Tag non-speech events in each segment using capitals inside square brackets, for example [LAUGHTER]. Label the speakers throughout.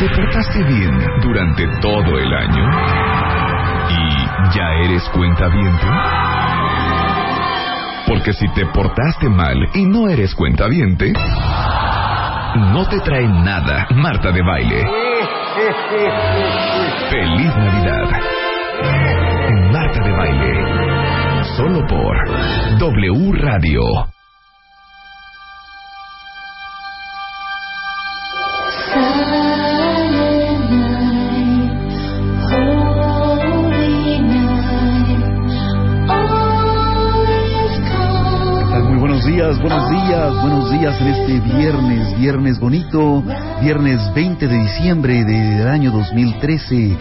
Speaker 1: ¿Te portaste bien durante todo el año? ¿Y ya eres cuentaviente? Porque si te portaste mal y no eres cuentaviente, no te trae nada Marta de Baile. Feliz Navidad. Marta de Baile. Solo por W Radio.
Speaker 2: Muy buenos días, buenos días, buenos días en este viernes, viernes bonito, viernes 20 de diciembre del año 2013.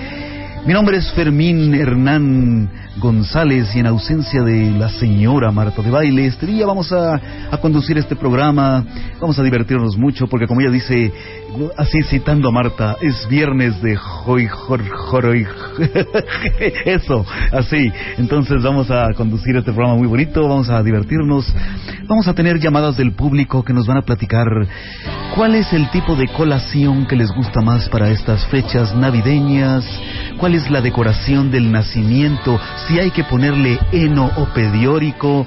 Speaker 2: Mi nombre es Fermín Hernán González y en ausencia de la señora Marta de Baile, este día vamos a, a conducir este programa, vamos a divertirnos mucho porque como ella dice, así citando a Marta, es viernes de joy, jor, joroy, [LAUGHS] eso, así. Entonces vamos a conducir este programa muy bonito, vamos a divertirnos, vamos a tener llamadas del público que nos van a platicar cuál es el tipo de colación que les gusta más para estas fechas navideñas, cuál es la decoración del nacimiento, si hay que ponerle heno o pediórico,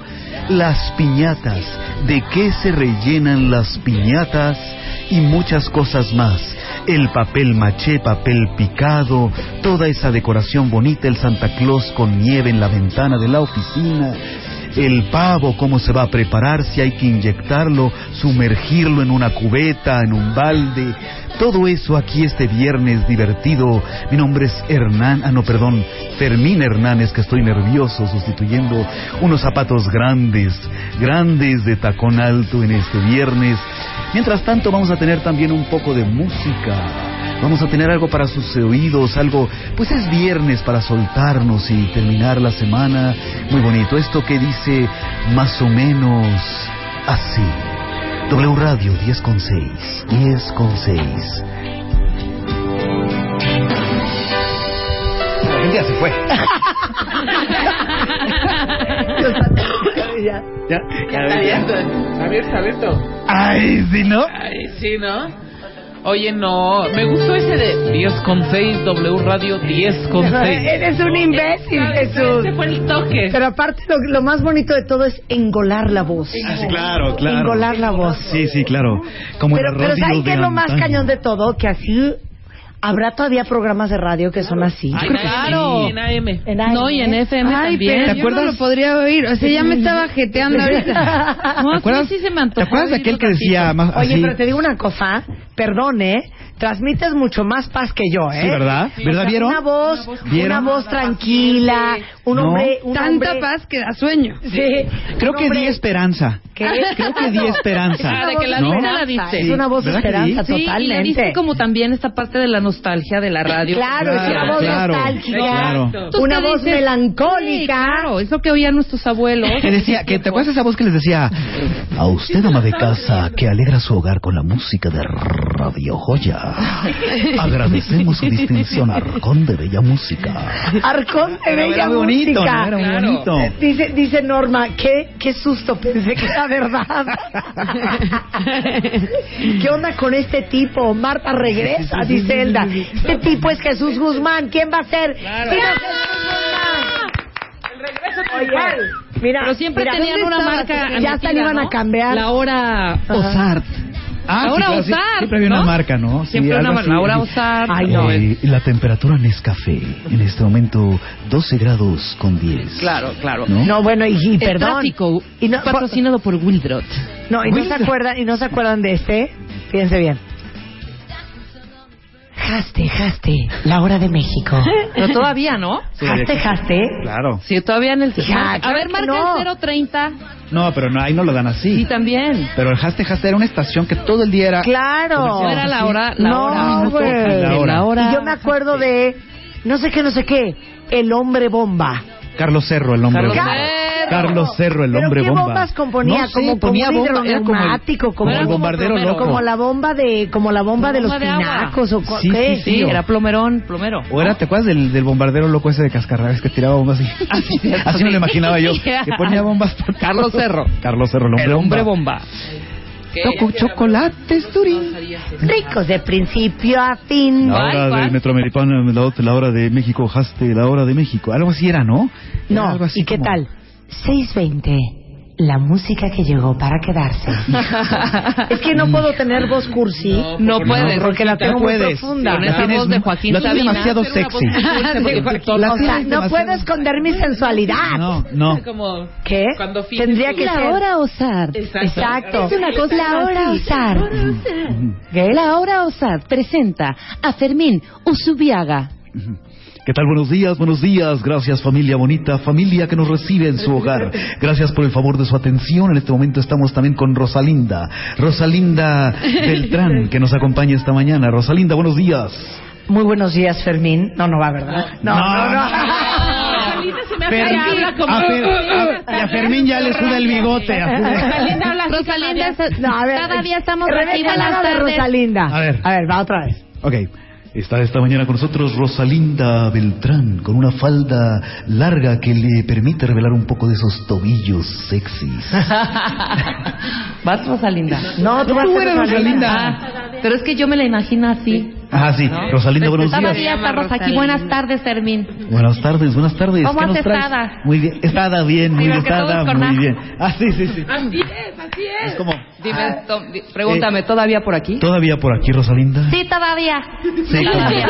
Speaker 2: las piñatas, de qué se rellenan las piñatas y muchas cosas más. El papel maché, papel picado, toda esa decoración bonita, el Santa Claus con nieve en la ventana de la oficina, el pavo, cómo se va a preparar, si hay que inyectarlo, sumergirlo en una cubeta, en un balde. Todo eso aquí este viernes divertido. Mi nombre es Hernán, ah no, perdón, Fermín Hernández, que estoy nervioso sustituyendo unos zapatos grandes, grandes de tacón alto en este viernes. Mientras tanto vamos a tener también un poco de música. Vamos a tener algo para sus oídos, algo, pues es viernes para soltarnos y terminar la semana. Muy bonito. Esto que dice más o menos así. W Radio 10.6, 10.6.
Speaker 3: Ya se fue.
Speaker 4: Ya.
Speaker 3: Ya,
Speaker 2: [LAUGHS]
Speaker 4: Está abierto. Está abierto, está abierto.
Speaker 3: Ay, sí, ¿no?
Speaker 4: Ay, sí, ¿no? Oye, no. Me gustó ese de 10 con 6, W Radio 10 con 6.
Speaker 5: Eres un imbécil, Jesús.
Speaker 4: Ese fue el toque.
Speaker 5: Pero aparte, lo, lo más bonito de todo es engolar la voz.
Speaker 2: Ah,
Speaker 3: sí, claro, claro.
Speaker 5: Engolar la voz.
Speaker 3: Sí, sí, claro. Como
Speaker 5: Pero,
Speaker 3: el
Speaker 5: pero
Speaker 3: rodillo
Speaker 5: ¿sabes qué
Speaker 3: de
Speaker 5: es lo más
Speaker 3: antaño.
Speaker 5: cañón de todo? Que así habrá todavía programas de radio que son así.
Speaker 4: Ay,
Speaker 6: Claro.
Speaker 4: En AM.
Speaker 5: En ¿eh?
Speaker 6: No, y en FM
Speaker 5: Ay,
Speaker 6: también.
Speaker 5: pero
Speaker 6: ¿Te
Speaker 5: yo no
Speaker 6: acuerdas? lo podría oír. O sea, ya me estaba jeteando ahorita. [LAUGHS] No,
Speaker 5: ¿Te
Speaker 6: sí,
Speaker 3: acuerdas?
Speaker 6: sí se me antojó
Speaker 3: ¿Te acuerdas de
Speaker 6: oír
Speaker 3: aquel
Speaker 6: un
Speaker 3: que decía
Speaker 6: ratito.
Speaker 3: más así?
Speaker 5: Oye, pero te digo una cosa, perdón, ¿eh? Transmites mucho más paz que yo, ¿eh?
Speaker 3: Sí, ¿verdad?
Speaker 5: O sea,
Speaker 3: ¿Verdad vieron?
Speaker 5: Una voz, una
Speaker 3: ¿Vieron?
Speaker 5: voz tranquila, un
Speaker 3: No.
Speaker 5: hombre... Un
Speaker 6: Tanta
Speaker 5: hombre-
Speaker 6: paz que da sueño.
Speaker 5: Sí.
Speaker 3: Creo
Speaker 5: un
Speaker 3: que
Speaker 5: hombre-
Speaker 3: di esperanza.
Speaker 5: ¿Qué?
Speaker 3: Creo que di esperanza.
Speaker 5: Es una
Speaker 6: Ah, de
Speaker 5: voz
Speaker 6: que la
Speaker 3: ¿No?
Speaker 6: luna la
Speaker 5: esperanza,
Speaker 6: viste.
Speaker 5: Es una voz de
Speaker 3: ¿Verdad que
Speaker 5: esperanza,
Speaker 6: Sí, y le
Speaker 5: totalmente.
Speaker 6: diste como también esta parte de la nostalgia de la radio.
Speaker 5: Claro, es una
Speaker 3: Claro,
Speaker 5: voz
Speaker 3: claro,
Speaker 5: nostálgica,
Speaker 3: claro.
Speaker 6: Tú
Speaker 5: una
Speaker 6: te
Speaker 5: voz
Speaker 6: dices, sí,
Speaker 5: melancólica.
Speaker 6: claro, es lo que oían nuestros abuelos.
Speaker 3: Que decía, que te acuerdas esa voz que les decía,
Speaker 2: A usted, ama de casa, que alegra su hogar con la música de
Speaker 3: [LAUGHS]
Speaker 2: Radio Joya. Agradecemos su distinción a Arcón de Bella Música.
Speaker 5: Arcón de
Speaker 3: Pero
Speaker 5: bella
Speaker 3: era muy bonito, ¿no?
Speaker 5: música.
Speaker 3: Era muy
Speaker 4: Claro.
Speaker 3: bonito.
Speaker 5: Dice, dice Norma, qué, qué susto, pensé que era verdad. ¿Qué onda con este tipo? Marta regresa, dice Elda. Este tipo es Jesús Guzmán, ¿quién va a ser? Sí, va a ser Jesús Guzmán. Oye, mira,
Speaker 6: Pero siempre
Speaker 5: mira,
Speaker 6: tenían
Speaker 5: ¿dónde
Speaker 6: una
Speaker 5: estabas?
Speaker 6: marca.
Speaker 5: Ya
Speaker 6: metida,
Speaker 5: hasta le iban
Speaker 6: ¿no?
Speaker 5: a
Speaker 7: [LAUGHS]
Speaker 5: cambiar.
Speaker 6: La hora.
Speaker 3: Ozart. Ah,
Speaker 6: Ahora
Speaker 3: sí, claro, sí,
Speaker 6: Ozart,
Speaker 3: Siempre había una
Speaker 6: ¿no?
Speaker 3: marca, ¿no? Sí,
Speaker 6: Siempre
Speaker 3: algo
Speaker 6: una
Speaker 3: así.
Speaker 6: marca. Ahora usar.
Speaker 5: Ay, no.
Speaker 2: Eh, la temperatura en Nescafé, en este momento 12 grados con 10.
Speaker 6: Claro, claro.
Speaker 2: ¿No?
Speaker 5: No, bueno, y, y
Speaker 6: El
Speaker 5: perdón.
Speaker 6: tráfico,
Speaker 5: Y no-
Speaker 6: patrocinado por Wildrot.
Speaker 5: No, y no se acuerdan, y no se acuerdan de este. Fíjense bien.
Speaker 7: Jaste, jaste, la hora de México.
Speaker 6: Pero todavía, ¿no?
Speaker 5: ¿Jaste, jaste?
Speaker 3: Claro.
Speaker 6: Sí, todavía en el...
Speaker 5: Ya,
Speaker 6: a
Speaker 5: claro
Speaker 6: ver,
Speaker 5: que
Speaker 6: marca
Speaker 5: no.
Speaker 6: el 030.
Speaker 3: No, pero no, ahí no lo dan así.
Speaker 6: Sí, también.
Speaker 3: Pero el Haste Haste era una estación que todo el día era.
Speaker 5: Claro.
Speaker 6: No era la hora, la
Speaker 5: No,
Speaker 6: hora. minuto,
Speaker 5: güey.
Speaker 6: la hora.
Speaker 3: La
Speaker 5: Y yo me acuerdo de, no sé qué, no sé qué, el hombre bomba.
Speaker 3: Carlos Cerro, el hombre
Speaker 6: Carlos
Speaker 3: bomba.
Speaker 6: Cerro.
Speaker 3: Carlos Cerro, el
Speaker 5: ¿Pero
Speaker 3: hombre
Speaker 5: qué
Speaker 3: bomba.
Speaker 5: bombas componía?
Speaker 3: No sé,
Speaker 5: como
Speaker 3: ponía
Speaker 5: como un
Speaker 3: bomba, era como el-
Speaker 5: hidroleumático,
Speaker 3: como
Speaker 5: como,
Speaker 3: el bombardero
Speaker 5: como
Speaker 3: loco.
Speaker 5: la bomba de, como la bomba
Speaker 6: Como
Speaker 5: de los
Speaker 6: bomba de agua.
Speaker 5: pinacos o co-
Speaker 3: Sí,
Speaker 5: ¿qué?
Speaker 3: sí,
Speaker 6: Sí, era plomerón, plomero.
Speaker 3: O era, ¿te acuerdas del, del bombardero loco ese de cascarrabes que tiraba bombas [LAUGHS]
Speaker 6: [LAUGHS]
Speaker 3: así? Así me lo imaginaba yo. Que ponía bombas por [LAUGHS]
Speaker 6: Carlos Cerro.
Speaker 3: Carlos Cerro, el hombre,
Speaker 6: El hombre bomba.
Speaker 3: Toco chocolates, Turín.
Speaker 5: Ricos de principio a fin.
Speaker 3: La
Speaker 6: Ay,
Speaker 3: hora
Speaker 6: ¿cuál?
Speaker 3: del Metroamericano, la, otra- la hora de México, Haste, la hora de México. Algo así era, ¿no? Era
Speaker 5: No,
Speaker 3: algo así
Speaker 5: ¿y qué
Speaker 3: como-
Speaker 5: tal?
Speaker 7: 6.20, la música que llegó para quedarse.
Speaker 6: [LAUGHS]
Speaker 5: Es que [LAUGHS] no puedo tener voz cursi.
Speaker 6: No puedes.
Speaker 5: porque la tengo muy
Speaker 3: puedes.
Speaker 5: profunda.
Speaker 6: Con esa
Speaker 3: tienes-
Speaker 6: voz de Joaquín
Speaker 3: la tienes
Speaker 6: Sabina.
Speaker 3: demasiado
Speaker 4: Hacer
Speaker 5: [LAUGHS]
Speaker 4: una
Speaker 3: sexy.
Speaker 4: voz dulce porque
Speaker 6: De
Speaker 4: tu tono-
Speaker 3: La
Speaker 5: O sea,
Speaker 3: tienes
Speaker 5: no
Speaker 3: demasiado-
Speaker 5: puedo esconder mi sensualidad.
Speaker 3: No, no.
Speaker 4: Como
Speaker 5: ¿Qué?
Speaker 4: Cuando fines
Speaker 5: ¿eh? Tendría
Speaker 4: tu-
Speaker 5: que ser...
Speaker 7: OSAD.
Speaker 5: Exacto.
Speaker 7: Es una cosa La hora OSAD. La hora OSAD presenta a Fermín Usubiaga.
Speaker 2: ¿Qué tal? Buenos días, buenos días. Gracias familia bonita, familia que nos recibe en su hogar. Gracias por el favor de su atención. En este momento estamos también con Rosalinda. Rosalinda Beltrán, que nos acompaña esta mañana. Rosalinda, buenos días.
Speaker 5: Muy buenos días, Fermín. No, no va, ¿verdad? No, no, no.
Speaker 6: habla como-
Speaker 3: a, Fer- a- y a Fermín ya le suda el bigote. a-
Speaker 6: Rosalinda habla así
Speaker 7: Rosalinda,
Speaker 6: todavía.
Speaker 7: es- todavía estamos
Speaker 5: Rebeca,
Speaker 7: aquí.
Speaker 5: la
Speaker 7: Buenas
Speaker 5: hora de
Speaker 7: tardes.
Speaker 5: Rosalinda.
Speaker 3: A ver.
Speaker 5: A ver, va otra vez.
Speaker 2: Ok. Está esta mañana con nosotros Rosalinda Beltrán, con una falda larga que le permite revelar un poco de esos tobillos sexys.
Speaker 6: Vas, Rosalinda.
Speaker 5: No, tú vas
Speaker 3: Tú
Speaker 5: a ser
Speaker 3: eres Rosalinda.
Speaker 6: Ah, pero es que yo me la imagino así.
Speaker 2: Ah, sí. Rosalinda, buenos días.
Speaker 6: Todavía estamos aquí. Buenas tardes, Fermín.
Speaker 2: Buenas tardes, buenas tardes.
Speaker 6: ¿Cómo
Speaker 2: ¿Qué
Speaker 6: has
Speaker 2: nos traes?
Speaker 6: estado?
Speaker 2: Muy bien, estada bien, muy
Speaker 6: Sí,
Speaker 2: bien,
Speaker 6: porque
Speaker 2: estada
Speaker 6: todos con
Speaker 2: muy
Speaker 6: A.
Speaker 2: bien. Ah, sí, sí, sí.
Speaker 4: Así es, así es.
Speaker 2: Es como
Speaker 6: Dime, to- di- pregúntame,
Speaker 3: Eh,
Speaker 6: ¿todavía por aquí?
Speaker 2: todavía por aquí, Rosalinda.
Speaker 7: Sí, todavía.
Speaker 2: Sí,
Speaker 7: todavía.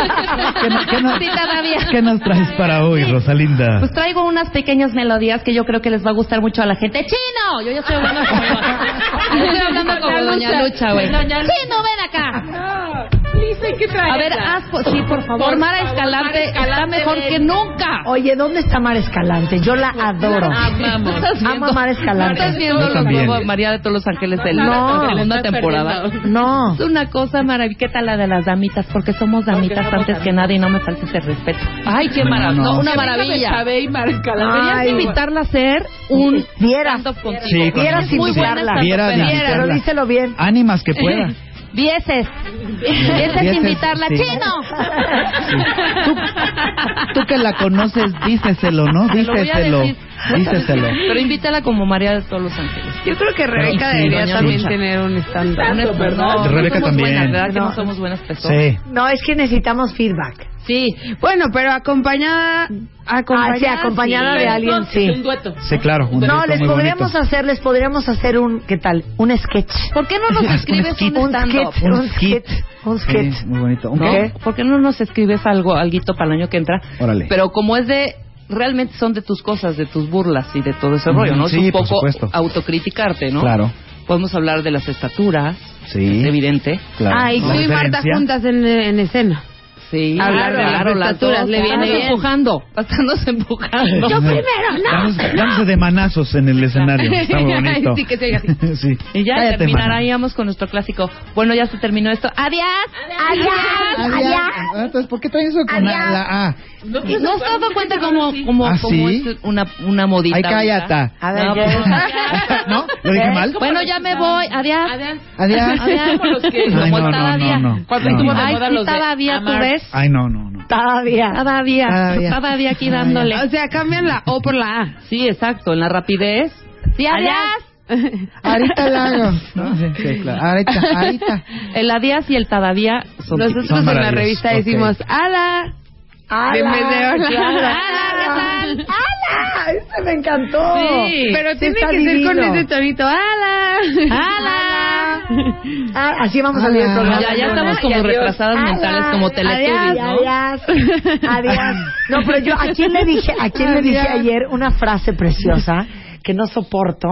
Speaker 3: ¿Qué no- qué no-
Speaker 7: Sí, todavía.
Speaker 3: ¿Qué
Speaker 6: [LAUGHS]
Speaker 3: nos traes para hoy, Rosalinda?
Speaker 7: Pues traigo unas pequeñas melodías que yo creo que les va a gustar mucho a la gente. ¡Chino! Yo ya estoy hablando como... Yo estoy hablando como Doña Lucha, güey. ¡Chino, ven acá!
Speaker 4: Dice que trae.
Speaker 7: A ver, haz... po- Sí, por favor. Por Mara Escalante está mejor que nunca. Pues,
Speaker 5: Oye, ¿dónde está Mar Escalante? Yo la adoro.
Speaker 4: amamos.
Speaker 5: [LAUGHS] Amo a Mar
Speaker 6: ¿No estás
Speaker 5: Escalante.
Speaker 6: viendo
Speaker 3: Yo
Speaker 6: los
Speaker 3: también.
Speaker 6: Juegos de María de todos los Ángeles de la
Speaker 5: No.
Speaker 6: segunda
Speaker 4: Estás
Speaker 6: temporada?
Speaker 4: perdiendo.
Speaker 5: No.
Speaker 7: Es una cosa maravillosa la de las damitas, porque somos damitas
Speaker 4: Porque somos
Speaker 7: antes que nada y no me faltes el respeto.
Speaker 6: Ay, qué maravilla. No, una maravilla.
Speaker 4: Sabe y marca la
Speaker 7: Deberías
Speaker 5: Ay,
Speaker 7: invitarla a hacer un
Speaker 5: Vieras.
Speaker 7: stand-up contigo.
Speaker 3: Sí, con-
Speaker 5: Vieras
Speaker 3: sí,
Speaker 5: sin
Speaker 3: sí.
Speaker 5: buscarla.
Speaker 3: Vieras
Speaker 6: Vieras,
Speaker 3: sin
Speaker 5: Pero
Speaker 3: buscarla.
Speaker 5: díselo bien.
Speaker 3: Ánimas
Speaker 7: [LAUGHS]
Speaker 3: que pueda.
Speaker 7: Vieses. Vieses
Speaker 3: Vieses,
Speaker 7: invitarla.
Speaker 3: sí.
Speaker 7: ¡Chino!
Speaker 3: Tú, tú que la conoces, díceselo, ¿no?
Speaker 7: Te lo voy a
Speaker 3: Díceselo.
Speaker 7: decir.
Speaker 3: Díceselo.
Speaker 7: [LAUGHS] Pero invítala como María de todos los ángeles.
Speaker 6: Yo creo que
Speaker 3: Rebeca Sí, debería doña también Lucha.
Speaker 6: tener un estándar.
Speaker 7: No, no
Speaker 3: Rebeca
Speaker 7: somos
Speaker 3: también.
Speaker 7: buenas, ¿verdad? Que no
Speaker 5: No.
Speaker 7: somos buenas personas.
Speaker 3: Sí.
Speaker 5: No, es que necesitamos feedback.
Speaker 6: Sí, bueno, pero acompañada,
Speaker 5: Ah, sí, acompañada de alguien,
Speaker 4: Un
Speaker 5: sí.
Speaker 4: dueto.
Speaker 3: Sí, claro. un
Speaker 5: No,
Speaker 3: dueto
Speaker 5: les
Speaker 3: muy
Speaker 5: podríamos
Speaker 3: bonito.
Speaker 5: hacer, les podríamos hacer un, ¿qué tal? Un sketch.
Speaker 7: ¿Por qué no nos escribes un
Speaker 5: Un
Speaker 7: stand-up?
Speaker 5: sketch, un sketch, un sketch.
Speaker 3: Sí, muy bonito. ¿Un
Speaker 6: ¿No?
Speaker 3: qué?
Speaker 7: ¿Por qué no nos escribes algo, alguito para el año que entra?
Speaker 3: Órale.
Speaker 7: Pero como es de, realmente son de tus cosas, de tus burlas y de todo ese
Speaker 3: Ujú,
Speaker 7: rollo, ¿no?
Speaker 3: sí,
Speaker 7: es un
Speaker 3: por
Speaker 7: poco
Speaker 3: supuesto.
Speaker 7: autocriticarte, ¿no?
Speaker 3: Claro.
Speaker 7: Podemos hablar de las estaturas, es
Speaker 3: Sí.
Speaker 7: evidente.
Speaker 3: Claro.
Speaker 6: Ay,
Speaker 3: ¿No?
Speaker 6: tú y Marta
Speaker 3: Diferencia.
Speaker 6: juntas en, en escena.
Speaker 7: Sí,
Speaker 6: Hablar de las
Speaker 7: las
Speaker 6: estaturas,
Speaker 7: dos,
Speaker 6: le viene
Speaker 7: estarnos
Speaker 6: bien.
Speaker 7: empujando, [LAUGHS] estarnos empujando.
Speaker 3: Yo primero, no. Dándose de manazos en
Speaker 6: [LAUGHS]
Speaker 3: el escenario. Está muy bonito.
Speaker 6: Sí, que se oiga
Speaker 3: [LAUGHS] Sí.
Speaker 7: Y ya
Speaker 3: Cállate, mana.
Speaker 7: terminaríamos con nuestro clásico. Bueno, ya se terminó esto. ¡Adiós!
Speaker 5: Allá, allá.
Speaker 3: Ah, Entonces, ¿por qué traes eso con la, la A?
Speaker 4: No,
Speaker 7: Y No se ha dado cuenta como, como,
Speaker 3: ¿Ah,
Speaker 7: como
Speaker 3: sí?
Speaker 7: es una, una modita.
Speaker 3: Ay,
Speaker 7: ¿verdad?
Speaker 3: cállate.
Speaker 5: A ver,
Speaker 7: No,
Speaker 5: ya.
Speaker 3: [LAUGHS]
Speaker 7: pues,
Speaker 3: ¿No? ¿Lo dije mal?
Speaker 7: Bueno, ya me voy. Adiós.
Speaker 4: Adán,
Speaker 3: Adiós.
Speaker 7: [LAUGHS] Adiós.
Speaker 4: Como los que-
Speaker 3: Ay,
Speaker 7: Como
Speaker 3: no,
Speaker 7: estaba
Speaker 3: no, no,
Speaker 7: día.
Speaker 3: no.
Speaker 4: Cuando
Speaker 3: No,
Speaker 4: estuvo
Speaker 3: no.
Speaker 4: de
Speaker 7: Ay,
Speaker 4: moda
Speaker 7: sí,
Speaker 4: los de
Speaker 7: estaba día, ¿tú
Speaker 4: Amar.
Speaker 7: ves?
Speaker 3: Ay, no, no, no.
Speaker 5: Todavía.
Speaker 7: Todavía,
Speaker 3: Todavía.
Speaker 7: todavía aquí dándole.
Speaker 6: O sea, cambian la O por la A.
Speaker 7: Sí, exacto, en la rapidez. Sí, adiós.
Speaker 8: [LAUGHS]
Speaker 3: Ahorita la
Speaker 6: [LAUGHS]
Speaker 3: hago. ¿no? Sí, sí, claro. Ahorita, ahorita.
Speaker 7: El adiós y el todavía son
Speaker 6: Nosotros
Speaker 3: son
Speaker 6: en la
Speaker 3: maravillosos.
Speaker 6: revista
Speaker 3: Ok.
Speaker 6: decimos, ¡Ala!
Speaker 5: ¡Ala!
Speaker 6: En vez de hola.
Speaker 5: Claro.
Speaker 6: ¡Ala! ¿qué tal?
Speaker 5: ¡Ala! ¡Ese me encantó!
Speaker 7: Sí.
Speaker 6: Pero tiene
Speaker 5: está
Speaker 6: que ser
Speaker 5: divino.
Speaker 6: con ese tonito, ¡Ala!
Speaker 7: ¡Hala!
Speaker 5: [LAUGHS] Ah, así vamos a abrir el programa.
Speaker 7: Ya, ya estamos como retrasadas
Speaker 5: Ala,
Speaker 7: mentales, como teletubbies, ¿no?
Speaker 5: Adiós, adiós. No, pero yo, ¿a quién le dije, a quién le dije
Speaker 6: Adiós.
Speaker 5: ayer una frase preciosa que no soporto?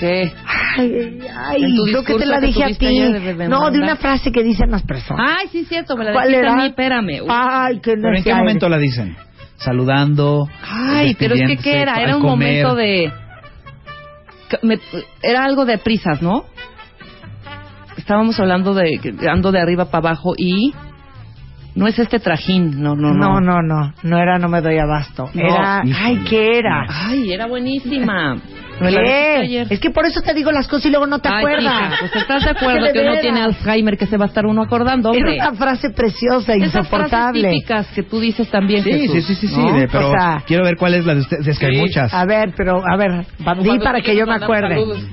Speaker 4: ¿Qué?
Speaker 5: Ay, ay,
Speaker 7: En tu
Speaker 5: creo que te
Speaker 7: discurso
Speaker 5: la
Speaker 7: que
Speaker 5: dije a
Speaker 7: tuviste
Speaker 5: ti.
Speaker 7: ayer de Bernarda.
Speaker 5: No, de Ah, una frase que dicen las personas.
Speaker 7: Ay, sí, cierto, me la
Speaker 5: ¿Cuál
Speaker 7: dijiste a
Speaker 5: era?
Speaker 7: mí, espérame. Uy.
Speaker 5: Ay, que no
Speaker 3: ¿Pero en qué
Speaker 5: sea-
Speaker 3: momento la dicen? Saludando.
Speaker 7: Ay, pero es que qué era,
Speaker 3: despidiéndose,
Speaker 7: era
Speaker 3: al
Speaker 7: un
Speaker 3: comer.
Speaker 7: momento de... que me- Era algo de prisas, ¿no? Estábamos hablando de que ando de arriba para abajo y... No es este trajín, no, no, no.
Speaker 5: No, no, no. No era no me doy abasto.
Speaker 7: No.
Speaker 5: Era, ay, ¿qué era?
Speaker 7: Ay, era
Speaker 5: [LAUGHS]
Speaker 7: buenísima. Me la dijiste
Speaker 5: ¿Qué?
Speaker 7: ayer.
Speaker 5: Es que por eso te digo las cosas y luego no te
Speaker 7: Ay,
Speaker 5: acuerdas.
Speaker 7: hija, pues
Speaker 5: [LAUGHS]
Speaker 7: estás de acuerdo
Speaker 5: De
Speaker 7: que uno
Speaker 5: veras.
Speaker 7: tiene Alzheimer, que se va a estar uno acordando,
Speaker 5: Era
Speaker 7: hombre.
Speaker 5: una frase preciosa,
Speaker 7: Esas frases
Speaker 5: insoportable.
Speaker 7: típicas que tú dices también,
Speaker 3: Sí,
Speaker 7: Jesús,
Speaker 3: sí, sí, sí, sí,
Speaker 7: ¿no?
Speaker 3: de- pero
Speaker 5: O sea-
Speaker 3: quiero ver cuál es la de ustedes. Es que hay muchas.
Speaker 5: A ver, pero, a ver, pa- di
Speaker 4: Cuando
Speaker 5: para
Speaker 4: te
Speaker 5: que yo me
Speaker 4: mandar
Speaker 5: acuerde.
Speaker 4: saludos.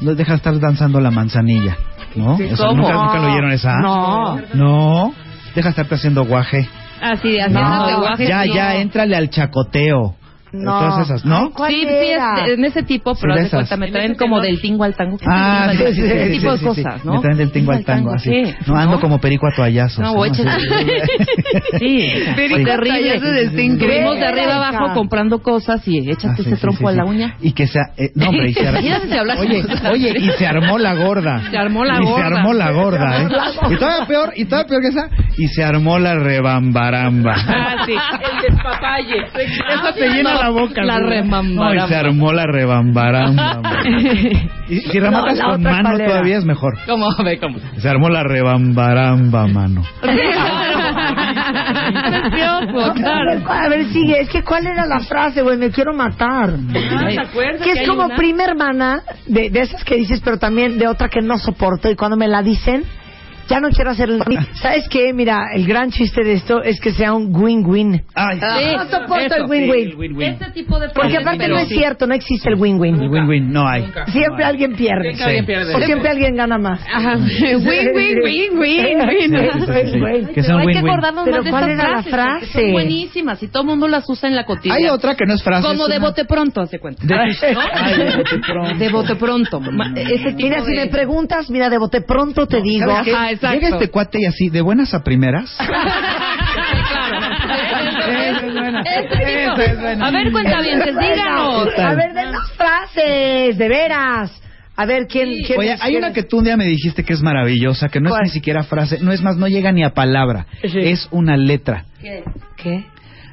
Speaker 3: No deja estar danzando la manzanilla, ¿no?
Speaker 7: Sí,
Speaker 3: Eso,
Speaker 7: ¿cómo?
Speaker 3: ¿nunca, nunca lo oyeron esa?
Speaker 5: No.
Speaker 3: No. Deja estarte haciendo guaje.
Speaker 7: Así, de haciendo
Speaker 3: No.
Speaker 7: lenguajes,
Speaker 3: Ya,
Speaker 7: no.
Speaker 3: ya, éntrale al chacoteo.
Speaker 5: No.
Speaker 3: Todas esas, ¿no?
Speaker 5: ¿Cuál
Speaker 7: sí,
Speaker 5: era?
Speaker 7: sí, es- en ese tipo, pero
Speaker 3: Sí, de
Speaker 7: haz de cuenta,
Speaker 3: esas.
Speaker 7: me
Speaker 4: En
Speaker 7: traen
Speaker 4: ese
Speaker 7: como
Speaker 4: tenor.
Speaker 7: del tingo al tango.
Speaker 3: Ah, sí, sí, sí,
Speaker 7: ese
Speaker 3: sí,
Speaker 7: tipo de
Speaker 3: sí, sí.
Speaker 7: cosas, ¿no?
Speaker 3: Me traen del tingo al tango, así.
Speaker 7: ¿qué?
Speaker 3: No, ando como perico a toallazos.
Speaker 7: No, güey,
Speaker 3: Así.
Speaker 7: [LAUGHS] Sí,
Speaker 6: Perico
Speaker 7: terrible.
Speaker 6: tallazo del
Speaker 7: Fuimos
Speaker 6: tingo.
Speaker 7: de arriba
Speaker 5: Venga.
Speaker 7: abajo comprando cosas y
Speaker 3: Ah,
Speaker 7: échate
Speaker 3: sí,
Speaker 7: ese
Speaker 3: sí,
Speaker 7: trompo
Speaker 3: sí,
Speaker 7: a la
Speaker 3: sí.
Speaker 7: uña.
Speaker 3: Y que se... eh, no, hombre, y
Speaker 7: [LAUGHS]
Speaker 3: se armó...
Speaker 7: Imagínate si hablamos
Speaker 3: Oye,
Speaker 7: nosotros.
Speaker 3: oye, y se armó la gorda.
Speaker 7: Se armó la
Speaker 3: Y se
Speaker 7: gorda.
Speaker 3: armó la gorda,
Speaker 5: [LAUGHS]
Speaker 3: ¿eh? Y todavía peor, y todavía peor que esa, y se armó la rebambaramba.
Speaker 7: Ah, sí.
Speaker 4: El despapalle.
Speaker 3: Eso te llena la boca.
Speaker 7: La
Speaker 3: güey. No,
Speaker 7: rebambaramba.
Speaker 3: y se armó la rebambaramba. güey. Y si rematas
Speaker 5: No, la
Speaker 3: con
Speaker 5: otra,
Speaker 3: mano
Speaker 5: ¿cuál era?
Speaker 3: todavía es mejor.
Speaker 7: ¿Cómo? A ver, ¿cómo?
Speaker 3: Se armó la rebambaramba, mano.
Speaker 7: [LAUGHS] Precioso, claro.
Speaker 5: A ver, sigue. Es que, ¿cuál era la frase, güey? Me quiero matar.
Speaker 4: ¿te acuerdas
Speaker 5: Que
Speaker 4: que
Speaker 5: es
Speaker 4: hay
Speaker 5: como
Speaker 4: una?
Speaker 5: prima hermana de, de esas que dices, pero también de otra que no soporto. Y cuando me la dicen, ya no quiero hacer el. ¿Sabes qué? Mira, el gran chiste de esto es que sea un win-win. Ah,
Speaker 3: Ay,
Speaker 7: Sí,
Speaker 5: no soporto el
Speaker 7: eso,
Speaker 5: win-win.
Speaker 7: Este tipo de
Speaker 5: Porque
Speaker 7: problemas,
Speaker 5: aparte
Speaker 7: pero
Speaker 5: no es
Speaker 7: sí.
Speaker 5: cierto, no existe el win-win.
Speaker 3: win-win, no hay.
Speaker 5: Siempre alguien pierde.
Speaker 4: Siempre alguien pierde.
Speaker 5: O siempre alguien gana más.
Speaker 6: Ajá. Win, win, win, win,
Speaker 3: Sí, sí,
Speaker 6: win.
Speaker 3: sí, sí.
Speaker 5: Win-win.
Speaker 3: Que
Speaker 7: Pero
Speaker 3: son
Speaker 7: hay que
Speaker 3: win-win.
Speaker 7: acordarnos
Speaker 5: Pero
Speaker 7: más de
Speaker 5: ¿cuál
Speaker 7: estas
Speaker 5: era la
Speaker 7: frases, porque
Speaker 5: frase?
Speaker 7: Son buenísimas y todo el mundo las usa en la cotidiana.
Speaker 3: Hay otra que no es frase.
Speaker 7: Como
Speaker 3: es
Speaker 7: de
Speaker 3: una-
Speaker 7: bote pronto, hace cuenta.
Speaker 3: De-
Speaker 7: ¿No?
Speaker 3: Ay, de bote pronto.
Speaker 7: De bote pronto. Ma- Ese tipo
Speaker 5: Mira, si
Speaker 7: de-
Speaker 5: me preguntas, mira, de bote pronto te digo.
Speaker 3: ¿Sabes qué?
Speaker 7: Ajá, exacto.
Speaker 3: Llega este cuate y así, de buenas a primeras.
Speaker 7: Claro.
Speaker 3: Esa es buena.
Speaker 7: Este tipo.
Speaker 3: Esa es buena.
Speaker 7: A ver, cuentavientes,
Speaker 5: Bueno,
Speaker 7: díganos.
Speaker 5: A ver, denos frases, de veras. A ver, ¿quién, quién
Speaker 3: Oye,
Speaker 5: es-
Speaker 3: hay
Speaker 5: quién
Speaker 3: una
Speaker 5: es?
Speaker 3: que tú un día me dijiste que es maravillosa, que no
Speaker 5: ¿Cuál?
Speaker 3: es ni siquiera frase, no es más, no llega ni a palabra,
Speaker 5: Sí.
Speaker 3: es una letra.
Speaker 5: ¿Qué?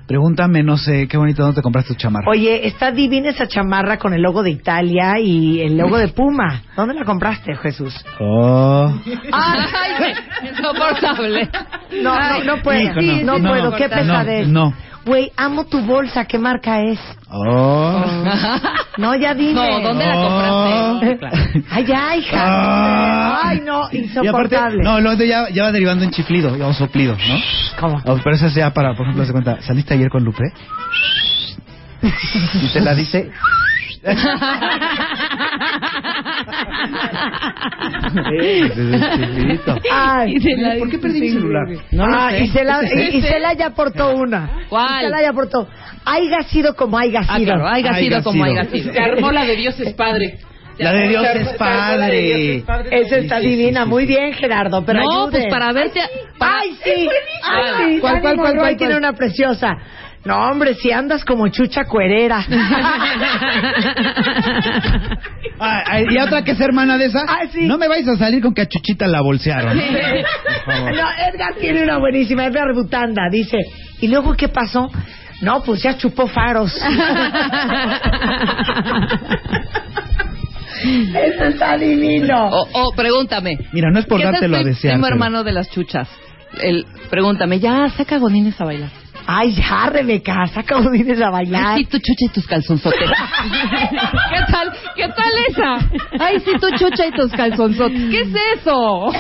Speaker 3: Pregúntame, no sé, qué bonito, ¿dónde te compraste tu chamarra?
Speaker 5: Oye, está divina esa chamarra con el logo de Italia y el logo de Puma. ¿Dónde la compraste, Jesús?
Speaker 3: Oh.
Speaker 7: Ay, insoportable.
Speaker 5: No, no, no puedo.
Speaker 3: hijo, no.
Speaker 5: no,
Speaker 3: No,
Speaker 5: puedo,
Speaker 3: no,
Speaker 5: qué
Speaker 3: no,
Speaker 5: pesadez.
Speaker 3: no.
Speaker 5: Güey, amo tu bolsa, ¿qué marca es?
Speaker 3: Oh.
Speaker 5: No, ya dime.
Speaker 7: No, ¿dónde la
Speaker 3: Oh.
Speaker 7: compraste? No, claro.
Speaker 5: Ay, ya, hija.
Speaker 3: Ah.
Speaker 5: Ay, no,
Speaker 3: Y aparte,
Speaker 5: insoportable.
Speaker 3: no, lo otro ya, ya va derivando en chiflido, ya un soplido, ¿no?
Speaker 5: ¿Cómo?
Speaker 3: O, pero eso es ya para, por ejemplo, se cuenta, ¿saliste ayer con Lupe? Y te la dice... [LAUGHS] Ese es el chiflidito.
Speaker 5: [LAUGHS] Ay,
Speaker 3: ¿Por qué perdí mi celular?
Speaker 7: No lo
Speaker 5: ah,
Speaker 7: sé.
Speaker 5: Isela, Isela ya aportó una.
Speaker 7: ¿Cuál?
Speaker 5: Isela ya aportó. Haiga sido como haiga
Speaker 7: Ah,
Speaker 5: sido.
Speaker 7: claro, haya
Speaker 3: Haiga
Speaker 7: sido como
Speaker 3: sido.
Speaker 7: haya sido.
Speaker 4: Se armó la de Dios es padre.
Speaker 3: La de Dios es
Speaker 4: La de Dios
Speaker 3: padre.
Speaker 4: es padre.
Speaker 5: Esa está
Speaker 3: Sí, sí,
Speaker 5: divina.
Speaker 3: sí, sí,
Speaker 5: Muy
Speaker 3: sí.
Speaker 5: bien, Gerardo. Pero
Speaker 7: no,
Speaker 5: ayuden.
Speaker 7: pues para verte. para-
Speaker 5: Ay, sí. Ay,
Speaker 7: Ah,
Speaker 5: sí.
Speaker 3: ¿cuál, cuál,
Speaker 5: Dani
Speaker 3: cuál,
Speaker 5: Monroy
Speaker 3: cuál,
Speaker 5: tiene
Speaker 3: cuál?
Speaker 5: una preciosa. No, hombre, si andas como
Speaker 3: [LAUGHS]
Speaker 5: chucha cuerera.
Speaker 3: Ah, ah, y otra que es hermana de esa.
Speaker 5: Ah, sí.
Speaker 3: No me vais a salir con que a Chuchita la bolsearon.
Speaker 5: No, Edgar tiene una buenísima, Edgar Butanda, dice, ¿y luego qué pasó? No, pues ya chupó
Speaker 3: [LAUGHS]
Speaker 5: faros. Eso está divino.
Speaker 7: o, o pregúntame.
Speaker 3: Mira, no es por
Speaker 7: ¿Qué tal
Speaker 3: dártelo a
Speaker 7: soy
Speaker 3: desear.
Speaker 7: primo
Speaker 3: pero-
Speaker 7: hermano de las chuchas. El, pregúntame, ya saca godines a bailar.
Speaker 5: Ay, ya, Rebeca, saca un vienes a bailar.
Speaker 7: Ay, sí, tu chucha y tus calzonzotes. ¿Qué tal? ¿Qué tal esa? Ay, sí, tu chucha y tus calzonzotes. ¿Qué es eso?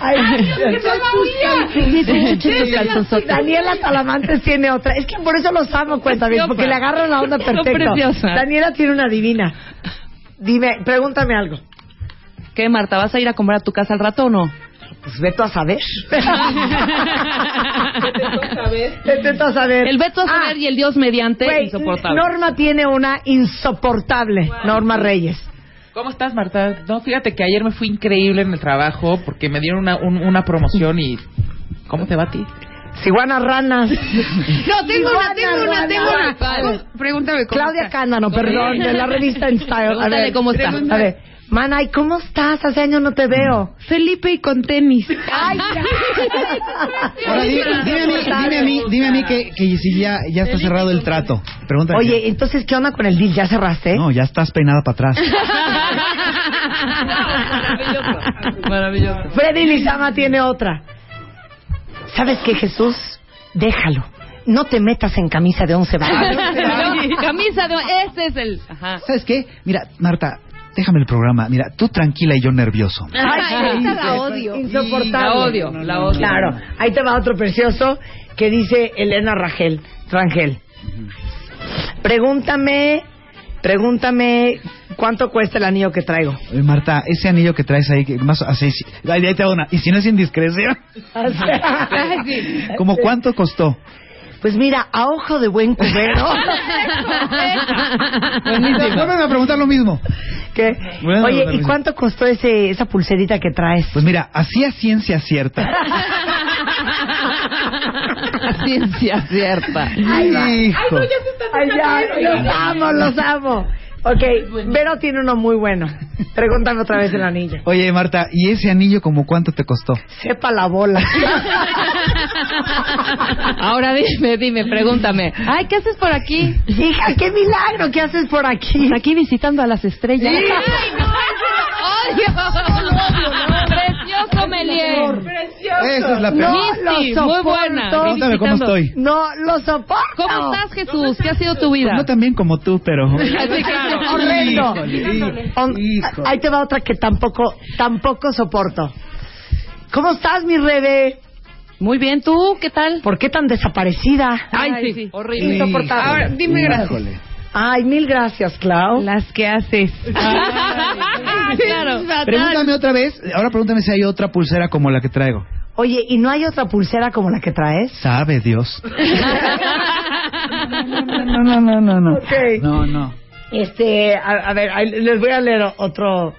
Speaker 5: Ay,
Speaker 7: Sí, tu chucha y tus calzonzotes.
Speaker 5: Daniela Talamantes tiene otra. Es que por eso los amo, cuenta bien, porque le agarran la onda
Speaker 7: pues. Son
Speaker 5: perfecto.
Speaker 7: preciosas.
Speaker 5: Daniela tiene una divina. Dime, pregúntame algo.
Speaker 7: ¿Qué, Marta? ¿Vas a ir a comprar a tu casa al rato o no?
Speaker 5: Pues veto a saber.
Speaker 4: ¿Sabes?
Speaker 5: Veto a saber.
Speaker 7: El Beto a
Speaker 5: Ah,
Speaker 7: saber y el Dios mediante
Speaker 5: Güey,
Speaker 7: insoportable.
Speaker 5: Norma tiene una insoportable, Norma Reyes.
Speaker 4: ¿Cómo estás, Marta? No, fíjate que ayer me fui increíble en el trabajo porque me dieron una, un- una promoción y... ¿Cómo te va a ti?
Speaker 5: Ciguanas
Speaker 4: [LAUGHS]
Speaker 5: ranas.
Speaker 6: No, tengo una, tengo una,
Speaker 5: Iguana,
Speaker 6: tengo una.
Speaker 5: Iguana.
Speaker 6: ¿Cómo? Pregúntame cómo.
Speaker 5: Claudia
Speaker 6: está.
Speaker 5: Cándano, perdón, de la
Speaker 7: [LAUGHS]
Speaker 5: revista En Style. A
Speaker 7: Pregúntale
Speaker 5: ver,
Speaker 7: cómo está.
Speaker 5: A ver, mana, ¿y cómo estás? Hace años no te veo.
Speaker 6: Felipe y con tenis.
Speaker 7: [LAUGHS]
Speaker 5: Ay,
Speaker 3: Ahora di- dime, a mí, dime a mí, dime a mí que, que si ya, ya está cerrado el trato. Pregúntale.
Speaker 5: Oye, entonces, ¿qué onda con el deal? ¿Ya cerraste?
Speaker 3: No, ya estás peinada para
Speaker 5: [LAUGHS]
Speaker 3: atrás.
Speaker 4: Maravilloso. Maravilloso.
Speaker 5: Freddy Lizama tiene otra. ¿Sabes qué, Jesús? Déjalo. No te metas en camisa de once varas.
Speaker 7: [LAUGHS] No, camisa de... Ese es el... Ajá.
Speaker 3: ¿Sabes qué? Mira, Marta, déjame el programa. Mira, tú tranquila y yo nervioso.
Speaker 7: Ah,
Speaker 6: Ay, esta la odio.
Speaker 5: Insoportable.
Speaker 7: La odio, la odio.
Speaker 5: Claro. Ahí te va otro precioso que dice Elena Rangel. Rangel. Pregúntame, pregúntame cuánto cuesta el anillo que traigo.
Speaker 3: Eh, Marta, ese anillo que traes ahí, que más así, sí. Ay, ahí te hago una. Y si no es
Speaker 5: [LAUGHS]
Speaker 3: indiscreción,
Speaker 6: Ay, sí.
Speaker 3: ¿cómo cuánto costó?
Speaker 5: Pues mira, a ojo de buen
Speaker 7: [LAUGHS]
Speaker 5: cubero.
Speaker 3: Vuelven a preguntar lo mismo.
Speaker 5: ¿Qué?
Speaker 3: Bueno,
Speaker 5: Oye, ¿y
Speaker 3: Barbie.
Speaker 5: cuánto costó ese, esa pulserita que
Speaker 7: [LAUGHS]
Speaker 5: traes?
Speaker 3: Pues mira, así a ciencia cierta.
Speaker 7: Ciencia
Speaker 5: [LAUGHS]
Speaker 7: cierta.
Speaker 3: Hijo.
Speaker 5: Ay, ya, los amo, los amo. Ok, Vero tiene uno muy bueno. [LAUGHS] Pregúntame otra vez el anillo.
Speaker 3: Oye, Marta, ¿y ese anillo como cuánto te costó?
Speaker 5: Sepa la [LAUGHS] bola.
Speaker 7: Ahora dime, dime, pregúntame. Ay, ¿qué haces por aquí?
Speaker 5: Hija, qué milagro que haces por aquí.
Speaker 7: Aquí visitando a las estrellas.
Speaker 5: Ay,
Speaker 7: ¡Precioso, Melier!
Speaker 3: Esa es la peor.
Speaker 5: No
Speaker 7: Misty,
Speaker 5: lo
Speaker 7: muy buena.
Speaker 5: soporto.
Speaker 3: Pregúntame cómo
Speaker 7: Visitando.
Speaker 3: estoy.
Speaker 5: No lo soporto.
Speaker 7: ¿Cómo estás, Jesús? ¿Qué ha sido tu vida?
Speaker 3: Pues, No tan bien como tú,
Speaker 7: [LAUGHS]
Speaker 3: pero...
Speaker 7: Así claro.
Speaker 5: Horrendo.
Speaker 3: Híjole,
Speaker 5: On-
Speaker 3: híjole.
Speaker 5: Ahí te va otra que tampoco, tampoco soporto. ¿Cómo estás, mi Rebe?
Speaker 7: Muy bien, ¿tú qué tal?
Speaker 5: ¿Por qué tan desaparecida?
Speaker 4: Ay, sí, horrible.
Speaker 5: Insoportable.
Speaker 6: Ahora, dime gracias.
Speaker 3: Híjole.
Speaker 5: Ay, mil gracias, Clau.
Speaker 6: Las
Speaker 5: [LAUGHS]
Speaker 6: que haces.
Speaker 7: claro.
Speaker 3: Pregúntame otra vez. Ahora pregúntame si hay otra pulsera como la que traigo.
Speaker 5: Oye, ¿y no hay otra pulsera como la que traes?
Speaker 3: Sabe Dios. No, no, no, no, no.
Speaker 5: Ok.
Speaker 3: No, no.
Speaker 5: Este, a, a ver, ahí les voy a leer o- otro.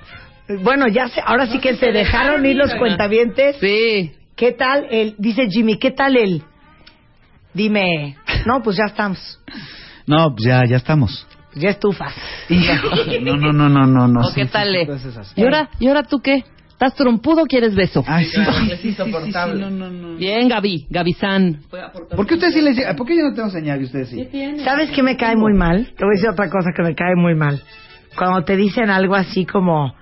Speaker 5: Bueno, ya sé, ahora sí que se dejaron ir los cuentavientes.
Speaker 4: Sí.
Speaker 5: ¿Qué tal el? Dice Jimmy, ¿qué tal el? Dime, no, pues ya estamos.
Speaker 3: No, pues ya, ya
Speaker 6: [LAUGHS]
Speaker 3: estamos.
Speaker 5: Ya estufas.
Speaker 3: Híjole, No, no, no, no, no, no.
Speaker 7: ¿O qué tal, eh?
Speaker 3: cosas esas.
Speaker 7: ¿Y ahora, ¿Y ahora tú qué? ¿Estás trompudo o quieres beso?
Speaker 3: Ay, sí.
Speaker 4: Es insoportable.
Speaker 7: Bien, Gaby, Gabizán.
Speaker 3: ¿Por qué ustedes sí les llega? ¿Por qué yo no tengo señal y ustedes sí?
Speaker 5: ¿Sabes qué me cae muy mal? Te voy a decir otra cosa que me cae muy mal. Cuando te dicen algo así como,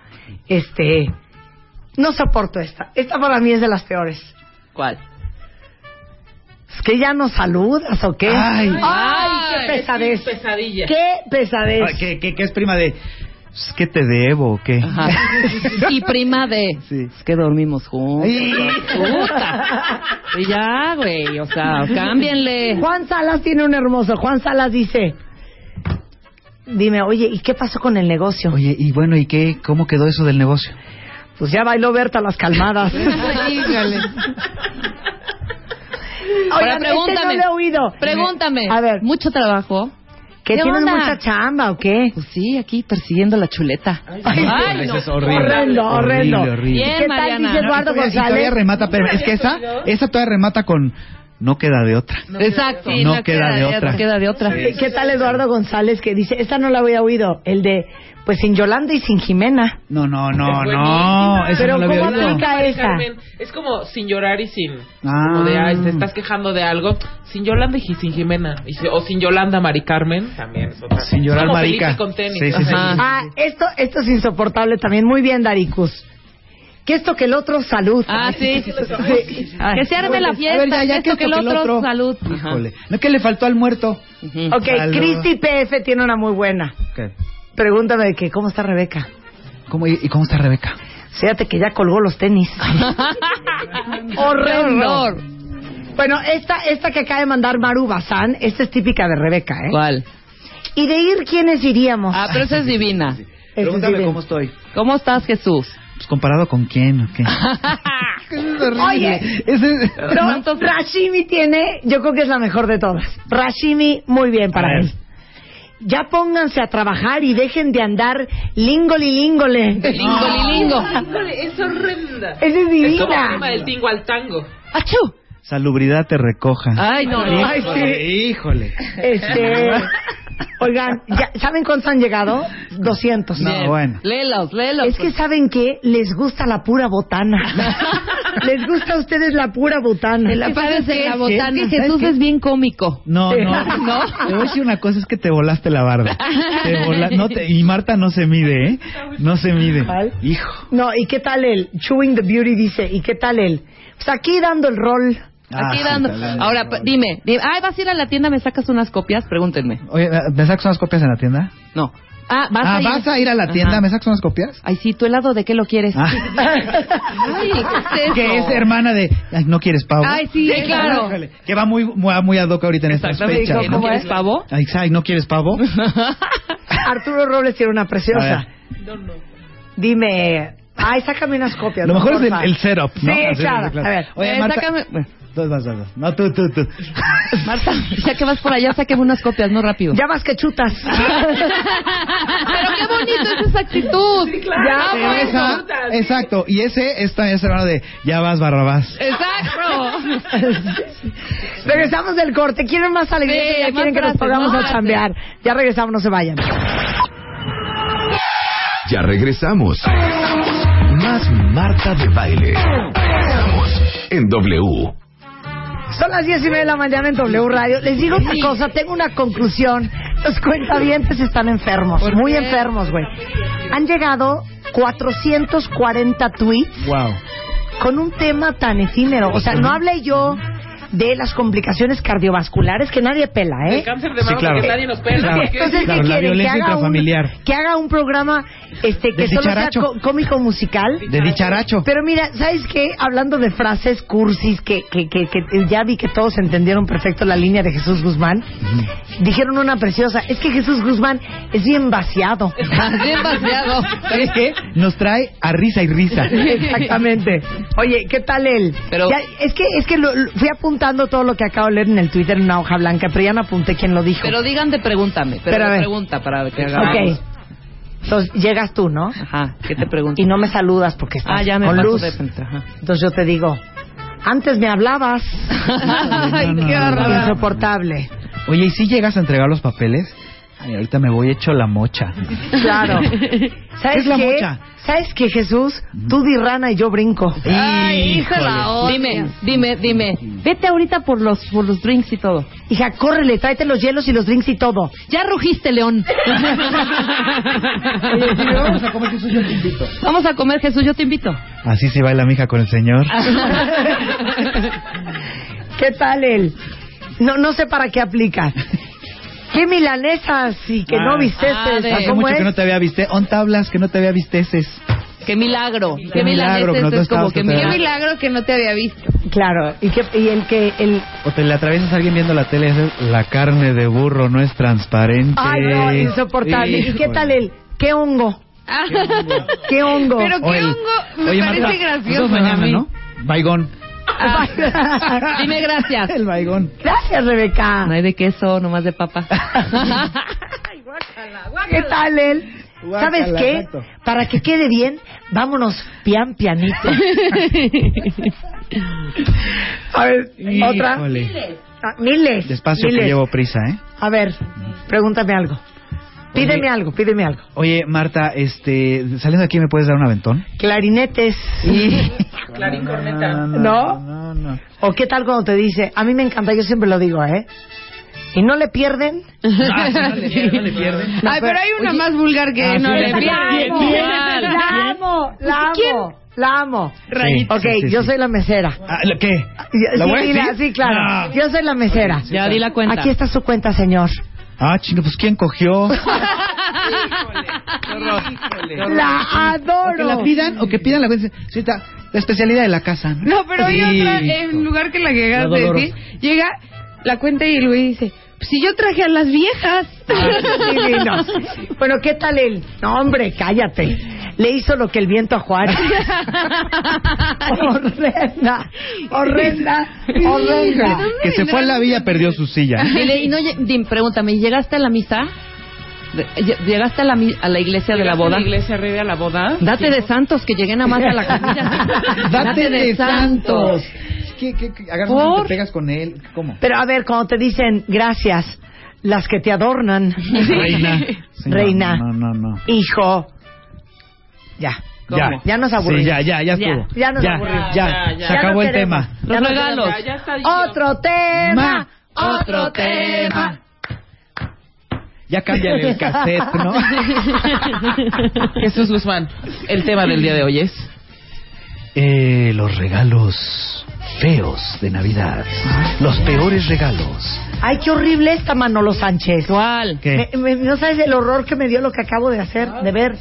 Speaker 5: este, no soporto esta. Esta para mí es de las peores.
Speaker 7: ¿Cuál?
Speaker 5: Es que ya no saludas o qué.
Speaker 3: Ay.
Speaker 5: Ay, qué pesadez.
Speaker 4: Pesadilla.
Speaker 5: Qué pesadez.
Speaker 3: Ay, ¿Qué, qué, qué es prima de? Pues, ¿Qué te debo o qué?
Speaker 7: Ajá. Y prima de...
Speaker 3: [LAUGHS] Sí.
Speaker 7: Es que dormimos juntos.
Speaker 3: Ay,
Speaker 7: Y ya, güey, o sea,
Speaker 3: [LAUGHS]
Speaker 7: cámbienle.
Speaker 5: Juan Salas tiene un hermoso. Juan Salas dice, dime, oye, ¿y qué pasó con el negocio?
Speaker 3: Oye, y bueno, ¿y qué? ¿Cómo quedó eso del negocio?
Speaker 5: Pues ya bailó Berta las
Speaker 3: [LAUGHS]
Speaker 8: [LAUGHS]
Speaker 5: calmadas.
Speaker 7: Híjole.
Speaker 5: Oigan, este no
Speaker 7: pregúntame.
Speaker 5: lo he oído.
Speaker 7: Pregúntame.
Speaker 5: A ver,
Speaker 7: Mucho trabajo.
Speaker 5: ¿que
Speaker 7: ¿Qué
Speaker 5: tienes
Speaker 7: onda?
Speaker 5: mucha chamba o qué?
Speaker 7: Pues sí, aquí persiguiendo la chuleta.
Speaker 5: Ay,
Speaker 3: Eso pues, es horrible.
Speaker 5: Horrendo, horrendo.
Speaker 3: Horrible, horrible.
Speaker 7: Bien,
Speaker 5: ¿Qué tal
Speaker 7: Mariana.
Speaker 5: dice Eduardo
Speaker 3: Y todavía- y todavía
Speaker 5: González?
Speaker 3: remata, pero es que esa, esa todavía remata con no queda de otra.
Speaker 7: Exacto.
Speaker 3: No queda de otra.
Speaker 7: No queda de otra.
Speaker 5: ¿Qué- ¿Qué tal Eduardo González que dice, esta no la había oído? El de, pues sin Yolanda y sin Jimena.
Speaker 3: No, no, no, no. Eso
Speaker 5: Ah, Pero
Speaker 3: Ah, no lo había
Speaker 5: ¿cómo
Speaker 3: oído.
Speaker 5: aplica? esa.
Speaker 4: Carmen, es como sin llorar y sin.
Speaker 3: Ah.
Speaker 4: Como de, ay, te estás quejando de algo. Sin Yolanda y sin Jimena. Y si- o sin Yolanda, Mari Carmen. También es otra.
Speaker 3: Sin
Speaker 4: cosa.
Speaker 3: llorar,
Speaker 4: Es como
Speaker 3: marica.
Speaker 4: Felipe con tenis.
Speaker 3: Sí, sí, sí.
Speaker 4: Ajá.
Speaker 5: Ah, esto, esto es insoportable también. Muy bien, Daricus. Que esto que el otro, salud.
Speaker 7: Ah, sí.
Speaker 5: Sí.
Speaker 7: [LAUGHS] Que se arme la fiesta.
Speaker 3: A ver, ya, ya,
Speaker 7: esto que el otro, salud. Ajá.
Speaker 3: Híjole. No, que le faltó al muerto.
Speaker 7: Ujú.
Speaker 5: Ok,
Speaker 3: Salud.
Speaker 5: Cristi PF tiene una muy buena. Pregúntame de que, ¿cómo está
Speaker 7: [LAUGHS]
Speaker 5: Rebeca?
Speaker 3: ¿Cómo, y, y cómo está Rebeca?
Speaker 5: Fíjate que ya colgó los tenis.
Speaker 7: ¡Qué
Speaker 5: Horror.
Speaker 7: horror!
Speaker 5: Bueno, esta, esta que acaba de mandar Maru Bazán, esta es típica de Rebeca, ¿eh?
Speaker 7: ¿Cuál?
Speaker 5: ¿Y de ir quiénes iríamos?
Speaker 7: Ah, pero esa es divina.
Speaker 5: Ese es
Speaker 3: Pregúntame
Speaker 5: divino.
Speaker 3: cómo estoy.
Speaker 7: ¿Cómo estás, Jesús?
Speaker 3: Pues comparado con quién
Speaker 7: [LAUGHS]
Speaker 3: o qué. es horrible.
Speaker 5: Oye.
Speaker 3: Ese-
Speaker 5: Pero Rashimi tiene, yo creo que es la mejor de todas. Rashimi, muy bien para
Speaker 3: ver.
Speaker 5: él. Ya pónganse a trabajar y dejen de andar lingoli lingole.
Speaker 7: Lingolilingo.
Speaker 4: Híjole, es horrenda.
Speaker 5: Esa Ah. es
Speaker 4: Es como
Speaker 5: divina.
Speaker 4: prima del tingo al tango.
Speaker 7: ¡Achú!
Speaker 3: Salubridad te recoja.
Speaker 7: Ay, no, no.
Speaker 5: Ay, sí.
Speaker 3: Híjole.
Speaker 5: Este, oigan, ya, ¿saben cuántos han llegado? 200.
Speaker 3: No, bueno.
Speaker 7: Léelos, léelos.
Speaker 5: Es que saben que les gusta la pura botana. les gusta a ustedes la pura botana.
Speaker 6: la pagas en la botana.
Speaker 7: Es que Jesús es bien cómico.
Speaker 3: No, [LAUGHS] no,
Speaker 7: [LAUGHS]
Speaker 3: Te voy a decir una cosa, es que te volaste la barda. Te vola- no te- y Marta no se mide, ¿eh? No se mide.
Speaker 5: Ay.
Speaker 3: Hijo.
Speaker 5: No, ¿y qué tal él? Chewing the Beauty dice, ¿y qué tal él? Pues aquí dando el rol.
Speaker 7: Aquí
Speaker 3: Ah,
Speaker 7: dando.
Speaker 3: sí, dale,
Speaker 7: Ahora,
Speaker 3: dale.
Speaker 7: pa- dime, dime, ay, vas a ir a la tienda, me sacas unas copias, pregúntenme.
Speaker 3: Oye, ¿me sacas unas copias en la tienda?
Speaker 7: No. Ah, vas
Speaker 3: ah,
Speaker 7: a ir.
Speaker 3: ¿vas a ir a la tienda?
Speaker 7: Ajá.
Speaker 3: ¿Me sacas unas copias?
Speaker 7: Ay, sí, tu helado, ¿de qué lo quieres?
Speaker 3: Ah.
Speaker 7: [LAUGHS] Ay, ¿qué es eso?
Speaker 3: que es hermana de... Ay, ¿No quieres pavo?
Speaker 7: Ay, sí, claro.
Speaker 3: Híjole, Que va muy, muy, muy ad hoc ahorita en estas
Speaker 7: Exactamente.
Speaker 3: fechas.
Speaker 7: ¿No
Speaker 3: ¿no?
Speaker 7: quieres pavo?
Speaker 3: Ay, Ay, ¿no quieres
Speaker 5: [LAUGHS]
Speaker 3: pavo?
Speaker 5: Arturo Robles tiene una
Speaker 3: A
Speaker 5: preciosa.
Speaker 3: ver.
Speaker 5: Dime, ay, sácame unas copias.
Speaker 3: Lo
Speaker 5: ¿no?
Speaker 3: mejor es el,
Speaker 5: Porfa.
Speaker 3: el setup, ¿no?
Speaker 5: Sí,
Speaker 3: Así,
Speaker 5: claro. A ver.
Speaker 3: Oye,
Speaker 7: Eh,
Speaker 3: Marta...
Speaker 7: sácame- [LAUGHS] bueno,
Speaker 3: Dos más, dos, dos. No, tú, tú, tú.
Speaker 7: Marta, ya que vas por allá, sáqueme unas copias, no rápido.
Speaker 5: Ya vas que
Speaker 7: [LAUGHS]
Speaker 5: chutas.
Speaker 7: Pero qué bonito es esa actitud.
Speaker 5: claro.
Speaker 7: Ya, bueno.
Speaker 3: Esa- exacto. Y ese es también hermano de Ya vas, Barrabás.
Speaker 7: Exacto.
Speaker 5: [LAUGHS] regresamos del corte. ¿Quieren más alegría?
Speaker 7: Sí,
Speaker 5: ya
Speaker 7: más
Speaker 5: quieren que nos
Speaker 7: frases,
Speaker 5: pongamos
Speaker 7: más
Speaker 5: a chambear. Ya regresamos, no se vayan.
Speaker 1: Ya regresamos. Más Marta de Baile. Estamos en W.
Speaker 5: Son las 10 y media de la mañana en W Radio. Les digo otra cosa, tengo una conclusión. Los cuentavientes están enfermos, muy enfermos, güey. Han llegado 440 tweets
Speaker 3: Wow.
Speaker 5: con un tema tan efímero. O sea, no hablé yo de las complicaciones cardiovasculares que nadie pela, ¿eh?
Speaker 4: El cáncer de
Speaker 3: Sí,
Speaker 4: mama
Speaker 3: claro.
Speaker 4: que nadie nos pela.
Speaker 3: Claro.
Speaker 4: porque-
Speaker 5: Entonces, ¿qué
Speaker 3: Claro, la
Speaker 5: quieren? Que
Speaker 3: violencia
Speaker 5: haga, un,
Speaker 3: intrafamiliar.
Speaker 5: [LAUGHS] que haga un programa este, que
Speaker 3: Del
Speaker 5: solo sea
Speaker 3: dicharacho.
Speaker 5: có- cómico-musical.
Speaker 3: De dicharacho.
Speaker 5: Pero mira, ¿sabes qué? Hablando de frases cursis que, que, que, que ya vi que todos entendieron perfecto la línea de Jesús Guzmán, dijeron una preciosa, es que Jesús Guzmán es bien
Speaker 3: [LAUGHS]
Speaker 5: vaciado.
Speaker 7: Bien vaciado.
Speaker 3: ¿Sabes qué? Nos trae a risa y risa.
Speaker 5: Exactamente. Oye, ¿qué tal él?
Speaker 7: Pero-
Speaker 5: Ya, es que, es que lo- lo- fui apuntando todo lo que acabo de leer en el Twitter en una hoja blanca, pero ya no apunté quién lo dijo.
Speaker 7: Pero digan de pregúntame. Pero,
Speaker 5: Pero a
Speaker 7: de
Speaker 5: ver.
Speaker 7: pregunta para que hagamos.
Speaker 5: ok. Entonces, llegas tú, ¿no?
Speaker 7: Ajá, ¿qué te pregunto?
Speaker 5: Y no me saludas porque estás
Speaker 7: Ah, ya me
Speaker 5: con
Speaker 7: pasó
Speaker 5: luz.
Speaker 7: de frente, ajá.
Speaker 5: Entonces yo te digo, antes me hablabas.
Speaker 7: [LAUGHS] Ay,
Speaker 3: no,
Speaker 7: qué
Speaker 3: no,
Speaker 7: horror.
Speaker 3: no.
Speaker 5: Insoportable.
Speaker 3: Oye, ¿y si llegas a entregar los papeles? Ay, ahorita me voy hecho la mocha.
Speaker 7: [LAUGHS]
Speaker 5: Claro. ¿Sabes
Speaker 3: Es la
Speaker 5: qué?
Speaker 3: mocha.
Speaker 5: ¿Sabes qué, Jesús? Tú di rana y yo brinco.
Speaker 7: Ay, hijo de la otra. Dime, dime, dime. Vete ahorita por los por los drinks y todo.
Speaker 5: Hija, córrele, tráete los hielos y los drinks y todo.
Speaker 7: Ya rugiste, León.
Speaker 3: Oye, si le vamos a comer Jesús, yo te invito.
Speaker 7: [LAUGHS] Vamos a comer, Jesús, yo te invito.
Speaker 3: Así se baila mi hija con el señor.
Speaker 5: Ah, ¿Qué tal él? No, no sé para qué aplica. ¿Qué milanesas y que no
Speaker 3: Ah,
Speaker 5: viste
Speaker 7: ah, de-
Speaker 3: Hace
Speaker 7: ¿Cómo
Speaker 3: mucho que no te había viste. On tablas que no te había visteces.
Speaker 7: Qué milagro. Qué,
Speaker 3: milagro,
Speaker 7: milagro.
Speaker 3: pero
Speaker 7: Esto
Speaker 3: no
Speaker 7: es como
Speaker 3: estabas
Speaker 7: que
Speaker 3: con tu
Speaker 6: Qué
Speaker 7: mira-
Speaker 3: edad.
Speaker 6: milagro que no te había visto.
Speaker 5: Claro, y, que, y el que... El...
Speaker 3: O te le atraviesas a alguien viendo la tele y dices, la carne de burro no es transparente.
Speaker 5: Ay, no, insoportable. ¿Y qué
Speaker 3: Híjole.
Speaker 5: tal él? ¿Qué hongo? ¿Qué hongo?
Speaker 6: Pero qué
Speaker 3: O el-
Speaker 6: hongo, me
Speaker 3: Oye,
Speaker 6: parece
Speaker 3: Marta,
Speaker 6: gracioso.
Speaker 3: nosotros mañana,
Speaker 6: a mí.
Speaker 3: ¿no? Baigón.
Speaker 7: [LAUGHS] Ah, dime gracias.
Speaker 3: El baigón.
Speaker 5: Gracias, Rebeca.
Speaker 7: No hay de queso, nomás de [LAUGHS] papa.
Speaker 5: ¿Qué tal él?
Speaker 3: Guácala,
Speaker 5: ¿Sabes qué?
Speaker 3: exacto.
Speaker 5: Para que quede bien, vámonos pian
Speaker 3: [LAUGHS]
Speaker 5: pianito. A ver, otra.
Speaker 3: Híjole.
Speaker 5: Ah, miles.
Speaker 3: Despacio
Speaker 5: miles.
Speaker 3: que llevo prisa, ¿eh?
Speaker 5: A ver, pregúntame algo. Pídeme
Speaker 3: Oye.
Speaker 5: algo, pídeme algo.
Speaker 3: Oye, Marta, este, saliendo de aquí, ¿me puedes dar un aventón?
Speaker 5: Clarinetes. [LAUGHS]
Speaker 3: Ah.
Speaker 4: Clarín corneta.
Speaker 5: ¿No?
Speaker 3: No, no.
Speaker 5: ¿O qué tal cuando te dice? A mí me encanta, yo siempre lo digo, ¿eh? Y no le
Speaker 7: [LAUGHS]
Speaker 5: pierden.
Speaker 3: [LAUGHS]
Speaker 7: Ah,
Speaker 6: Ay, pero hay una más vulgar que
Speaker 3: Ah,
Speaker 6: no
Speaker 3: sí,
Speaker 6: le
Speaker 3: sí,
Speaker 6: pierde.
Speaker 7: sí, sí.
Speaker 5: La amo, la amo, la amo.
Speaker 3: Rayito.
Speaker 5: Ok,
Speaker 3: Sí, sí,
Speaker 5: yo
Speaker 3: sí.
Speaker 5: soy la mesera.
Speaker 3: Ah, ¿lo- ¿Qué?
Speaker 5: Y-
Speaker 3: ¿La
Speaker 5: sí,
Speaker 3: voy a
Speaker 5: sí,
Speaker 3: decir?
Speaker 5: la- sí, claro.
Speaker 3: No.
Speaker 5: Yo soy la mesera.
Speaker 7: Ya di la cuenta.
Speaker 5: Aquí está su cuenta, señor.
Speaker 3: Ah, chingo, pues ¿quién cogió?
Speaker 5: [LAUGHS]
Speaker 3: O
Speaker 5: La
Speaker 3: que la
Speaker 5: adoro.
Speaker 3: pidan, o que pidan la cuenta. Señorita, la especialidad de la casa.
Speaker 6: No, pero hay otra,
Speaker 5: eh.
Speaker 6: en
Speaker 3: Hijo.
Speaker 6: lugar que la que
Speaker 3: La
Speaker 6: acabas de
Speaker 3: dolorosa.
Speaker 6: decir, llega la cuenta y el güey dice, pues si yo traje a
Speaker 3: [LAUGHS]
Speaker 6: las viejas.
Speaker 3: Ah,
Speaker 5: [LAUGHS] Divinos. Bueno, ¿qué tal él? No, hombre, cállate. Le hizo lo que el viento
Speaker 3: [LAUGHS]
Speaker 5: a Juárez.
Speaker 7: [LAUGHS]
Speaker 5: horrenda, horrenda, horrenda.
Speaker 3: Que se fue a la villa, perdió su silla.
Speaker 7: Dile, y no, lle- dim, pregúntame, ¿llegaste a la misa? De- lle- ¿Llegaste a la, mi- a la iglesia de la boda?
Speaker 4: La iglesia arriba de la boda.
Speaker 7: Date de santos, que llegué nada más a la comida.
Speaker 3: Date de santos. ¿Qué, qué, qué? Agarras
Speaker 5: ¿Por?
Speaker 3: uno y te pegas con él? ¿Cómo?
Speaker 5: Pero a ver, cuando te dicen gracias, las que te adornan,
Speaker 3: [LAUGHS] Reina. Sí, no,
Speaker 5: Reina.
Speaker 3: No, no, no.
Speaker 5: hijo, ya.
Speaker 3: Ya.
Speaker 5: Ya nos aburrimos.
Speaker 3: Sí, ya, ya, ya
Speaker 5: Ya,
Speaker 3: estuvo.
Speaker 5: ya nos
Speaker 3: ya,
Speaker 5: aburrimos.
Speaker 3: ya,
Speaker 4: Ya, ya.
Speaker 3: se
Speaker 5: Ya
Speaker 3: acabó
Speaker 5: no
Speaker 3: el
Speaker 5: queremos.
Speaker 3: tema.
Speaker 5: Ya
Speaker 7: Los
Speaker 5: no
Speaker 7: regalos.
Speaker 4: Ya, ya está dicho.
Speaker 5: Otro tema.
Speaker 3: Ma,
Speaker 5: Otro tema.
Speaker 3: Ya cámbiale el cassette, ¿no?
Speaker 4: [LAUGHS] Jesús Guzmán, el tema del día de hoy es.
Speaker 2: Eh, los regalos feos de Navidad. Los peores regalos.
Speaker 5: Oh, Ay, qué horrible esta Manolo Sánchez.
Speaker 7: ¿Cuál?
Speaker 2: ¿Qué?
Speaker 5: Me- me- no sabes el horror que me dio lo que acabo de hacer, de ver.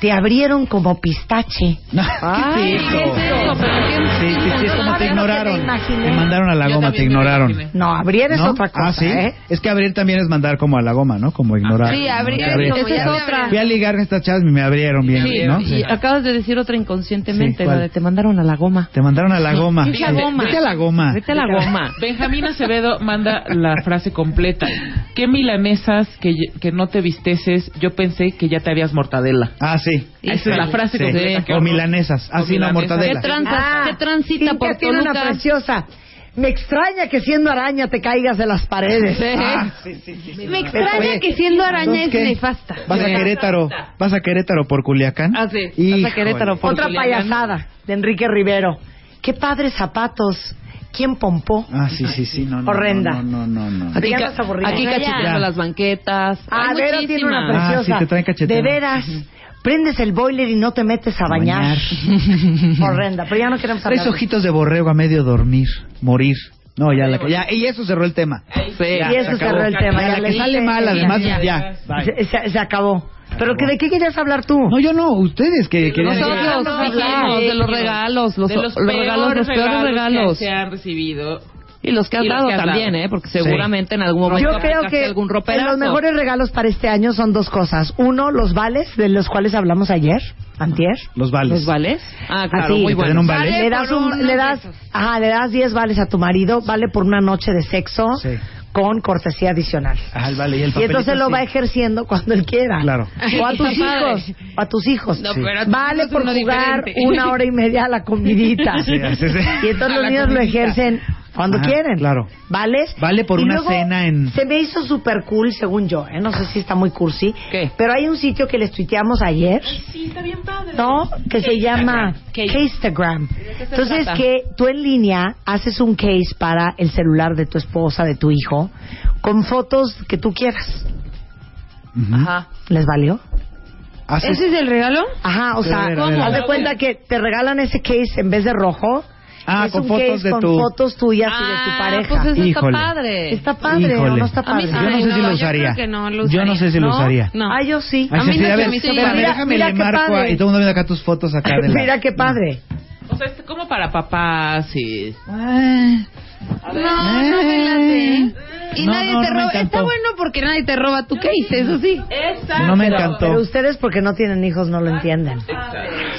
Speaker 5: Te abrieron como pistache.
Speaker 3: No,
Speaker 7: Ay,
Speaker 3: ¿Qué es eso?
Speaker 7: ¿qué es eso? Pero
Speaker 3: Sí, sí, sí, es como
Speaker 5: Todavía
Speaker 3: te
Speaker 5: no te
Speaker 3: ignoraron.
Speaker 5: imaginé.
Speaker 3: Te mandaron a la
Speaker 4: Yo
Speaker 3: goma, te
Speaker 4: también me lo
Speaker 3: ignoraron.
Speaker 4: imaginé.
Speaker 5: No, abrir es
Speaker 3: ¿No?
Speaker 5: otra cosa,
Speaker 3: ah, sí.
Speaker 5: ¿eh?
Speaker 3: Es que abrir también es mandar como a la goma, ¿no? Como ignorar.
Speaker 6: Sí, abrir
Speaker 3: ¿no?
Speaker 6: es
Speaker 3: Te abrí.
Speaker 6: como
Speaker 7: Esa es
Speaker 6: ya-
Speaker 7: otra.
Speaker 3: Fui a ligar en esta chavas y me abrieron bien,
Speaker 7: Sí,
Speaker 3: ¿no?
Speaker 7: y
Speaker 3: Sí.
Speaker 7: acabas de decir otra inconscientemente,
Speaker 3: Sí, ¿cuál?
Speaker 7: la de te mandaron a la goma.
Speaker 3: Te mandaron a la goma.
Speaker 7: Vete a la
Speaker 3: Sí.
Speaker 7: goma.
Speaker 3: Vete a la goma.
Speaker 7: Vete a la goma.
Speaker 4: Benjamín Acevedo manda la frase completa. ¿Qué milanesas que, que no te visteces? Yo pensé que ya te habías mortadela.
Speaker 3: Ah, sí.
Speaker 4: Esa es la frase
Speaker 3: Sí.
Speaker 4: completa. qué
Speaker 3: O
Speaker 4: horror.
Speaker 3: milanesas.
Speaker 4: O
Speaker 3: Así la
Speaker 4: milanesas.
Speaker 7: ¿Qué,
Speaker 3: mortadela.
Speaker 7: tranza, qué transita
Speaker 5: Ah, Cintia
Speaker 7: por
Speaker 5: tiene una
Speaker 7: Toluca?
Speaker 5: preciosa. Me extraña que siendo araña te caigas de las paredes.
Speaker 3: Ah, sí, sí, sí, sí.
Speaker 6: Me extraña
Speaker 3: Oye,
Speaker 6: que siendo araña
Speaker 3: ¿entonces
Speaker 6: es
Speaker 3: qué?
Speaker 6: nefasta.
Speaker 3: Vas a Querétaro, vas a Querétaro por Culiacán.
Speaker 7: Ah, sí. Vas a
Speaker 3: Híjole.
Speaker 7: Querétaro por-
Speaker 5: Otra
Speaker 7: Julián.
Speaker 5: payasada de Enrique Rivero. Qué padres zapatos. ¿Quién pompó?
Speaker 3: Ah, sí, sí, sí, no, no.
Speaker 5: Horrenda.
Speaker 3: No, no, no, no, no.
Speaker 5: Aquí,
Speaker 7: ca-
Speaker 5: nos aburrimos.
Speaker 7: aquí cacheteando
Speaker 6: Ya.
Speaker 7: las banquetas.
Speaker 5: Ah,
Speaker 7: Hay
Speaker 5: Vero tiene
Speaker 7: muchísimas.
Speaker 5: una
Speaker 3: Ah,
Speaker 5: preciosa.
Speaker 3: sí, te traen cacheteada.
Speaker 5: de veras, prendes el boiler y no te metes a
Speaker 3: A
Speaker 5: bañar.
Speaker 3: bañar.
Speaker 5: [LAUGHS] Horrenda, pero ya no queremos hablar.
Speaker 3: Tres
Speaker 5: de-
Speaker 3: ojitos de borrego a medio dormir, morir. No, ya, la, ya y eso cerró el tema.
Speaker 5: Y
Speaker 3: se acabó.
Speaker 5: eso cerró el tema.
Speaker 3: Ya,
Speaker 5: Ya
Speaker 3: la
Speaker 5: le
Speaker 3: que sale
Speaker 5: dije,
Speaker 3: mal,
Speaker 5: ya,
Speaker 3: además,
Speaker 4: ya.
Speaker 3: ya.
Speaker 5: Se, se- se acabó. ¿Pero que, de qué querías hablar tú?
Speaker 3: No, yo no, ustedes que que-
Speaker 7: Nosotros
Speaker 4: No,
Speaker 7: hablamos de los regalos, los,
Speaker 4: de los,
Speaker 7: los regalos, los peores regalos.
Speaker 4: que se han recibido.
Speaker 7: Y los que has
Speaker 4: Y los
Speaker 7: dado
Speaker 4: que has
Speaker 7: también,
Speaker 4: dado.
Speaker 7: ¿eh? Porque seguramente en algún momento
Speaker 5: Yo creo
Speaker 7: aplicaste
Speaker 5: que
Speaker 7: algún
Speaker 5: de
Speaker 7: roperazo.
Speaker 5: los mejores regalos para este año son dos cosas. Uno, los vales, de los cuales hablamos ayer, antier.
Speaker 3: Los vales.
Speaker 7: ¿Los vales? Ah, claro,
Speaker 5: Así.
Speaker 7: muy
Speaker 5: ¿Te
Speaker 3: den
Speaker 7: bueno.
Speaker 3: un vale?
Speaker 5: Le das,
Speaker 6: por
Speaker 5: un-
Speaker 6: unos
Speaker 5: le das,
Speaker 6: pesos.
Speaker 5: ajá, le das 10 vales a tu marido, vale por una noche de sexo
Speaker 3: Sí.
Speaker 5: con cortesía adicional.
Speaker 3: Ah, el vale y el
Speaker 5: Y entonces
Speaker 3: papelito,
Speaker 5: lo
Speaker 3: sí.
Speaker 5: va ejerciendo cuando él quiera.
Speaker 3: Claro.
Speaker 5: O [LAUGHS] a tus
Speaker 7: Está padre.
Speaker 5: hijos. O a tus hijos.
Speaker 7: No, pero a tus
Speaker 5: vale
Speaker 7: hijos
Speaker 5: por
Speaker 7: uno
Speaker 5: jugar
Speaker 7: diferente.
Speaker 5: una hora y [LAUGHS] media a la
Speaker 3: [LAUGHS]
Speaker 5: comidita.
Speaker 3: Sí, sí, sí.
Speaker 5: Y entonces
Speaker 3: A
Speaker 5: los
Speaker 3: la
Speaker 5: niños lo
Speaker 3: comidita.
Speaker 5: ejercen cuando
Speaker 3: Ajá,
Speaker 5: quieren.
Speaker 3: claro.
Speaker 5: ¿Vales?
Speaker 3: Vale por
Speaker 5: Y
Speaker 3: una
Speaker 5: luego
Speaker 3: cena en-
Speaker 5: Se me hizo súper cool, según yo. ¿eh? No sé si está muy cursi.
Speaker 4: ¿Qué?
Speaker 5: Pero hay un sitio que les tuiteamos ayer.
Speaker 4: Sí, está bien padre.
Speaker 5: ¿no? Que se llama Instagram. Entonces,
Speaker 7: trata?
Speaker 5: que tú en línea haces un case para el celular de tu esposa, de tu hijo, con fotos que tú quieras.
Speaker 3: Ujú.
Speaker 7: Ajá.
Speaker 5: ¿Les valió?
Speaker 3: Haces-
Speaker 6: ¿Ese es el regalo?
Speaker 5: Ajá, o
Speaker 3: Pero
Speaker 5: sea,
Speaker 3: a ver, a ver,
Speaker 5: haz
Speaker 3: a ver.
Speaker 5: de cuenta que te regalan ese case en vez de rojo.
Speaker 3: Ah,
Speaker 5: es
Speaker 3: con
Speaker 5: un
Speaker 3: fotos
Speaker 5: case
Speaker 3: de
Speaker 5: con
Speaker 3: tu-
Speaker 5: fotos tuyas y de tu
Speaker 7: Ah,
Speaker 5: pareja.
Speaker 7: Pues eso
Speaker 3: Híjole.
Speaker 7: está padre.
Speaker 5: Está padre, ¿o
Speaker 3: Híjole.
Speaker 5: no está
Speaker 6: A
Speaker 5: padre.
Speaker 6: mí sí
Speaker 3: Yo no
Speaker 6: Ay,
Speaker 3: sé si
Speaker 6: no,
Speaker 3: lo
Speaker 6: yo
Speaker 3: usaría.
Speaker 6: creo que no lo
Speaker 3: Yo no sé
Speaker 6: usaría.
Speaker 3: si lo
Speaker 6: No,
Speaker 3: usaría.
Speaker 6: no.
Speaker 5: Ah, yo sí.
Speaker 3: Ay,
Speaker 6: A mí
Speaker 3: sí,
Speaker 6: no
Speaker 3: a
Speaker 6: se
Speaker 3: ver,
Speaker 6: me hizo
Speaker 3: espérame,
Speaker 6: padre.
Speaker 3: déjame
Speaker 5: Mira
Speaker 3: le
Speaker 5: qué
Speaker 3: marco a-
Speaker 5: padre.
Speaker 3: y todo el mundo mira acá tus fotos acá de la-
Speaker 5: Mira qué padre.
Speaker 4: O sea, es como para papás y...
Speaker 3: Ah,
Speaker 6: No, no me late, ¿eh? Y
Speaker 3: No,
Speaker 6: nadie
Speaker 3: no,
Speaker 6: te
Speaker 3: no me
Speaker 6: roba. Está
Speaker 3: encantó.
Speaker 6: bueno porque nadie te roba tu case, eso sí.
Speaker 4: Esa,
Speaker 3: No me
Speaker 4: pero-
Speaker 3: encantó.
Speaker 5: Pero ustedes porque no tienen hijos no lo entienden.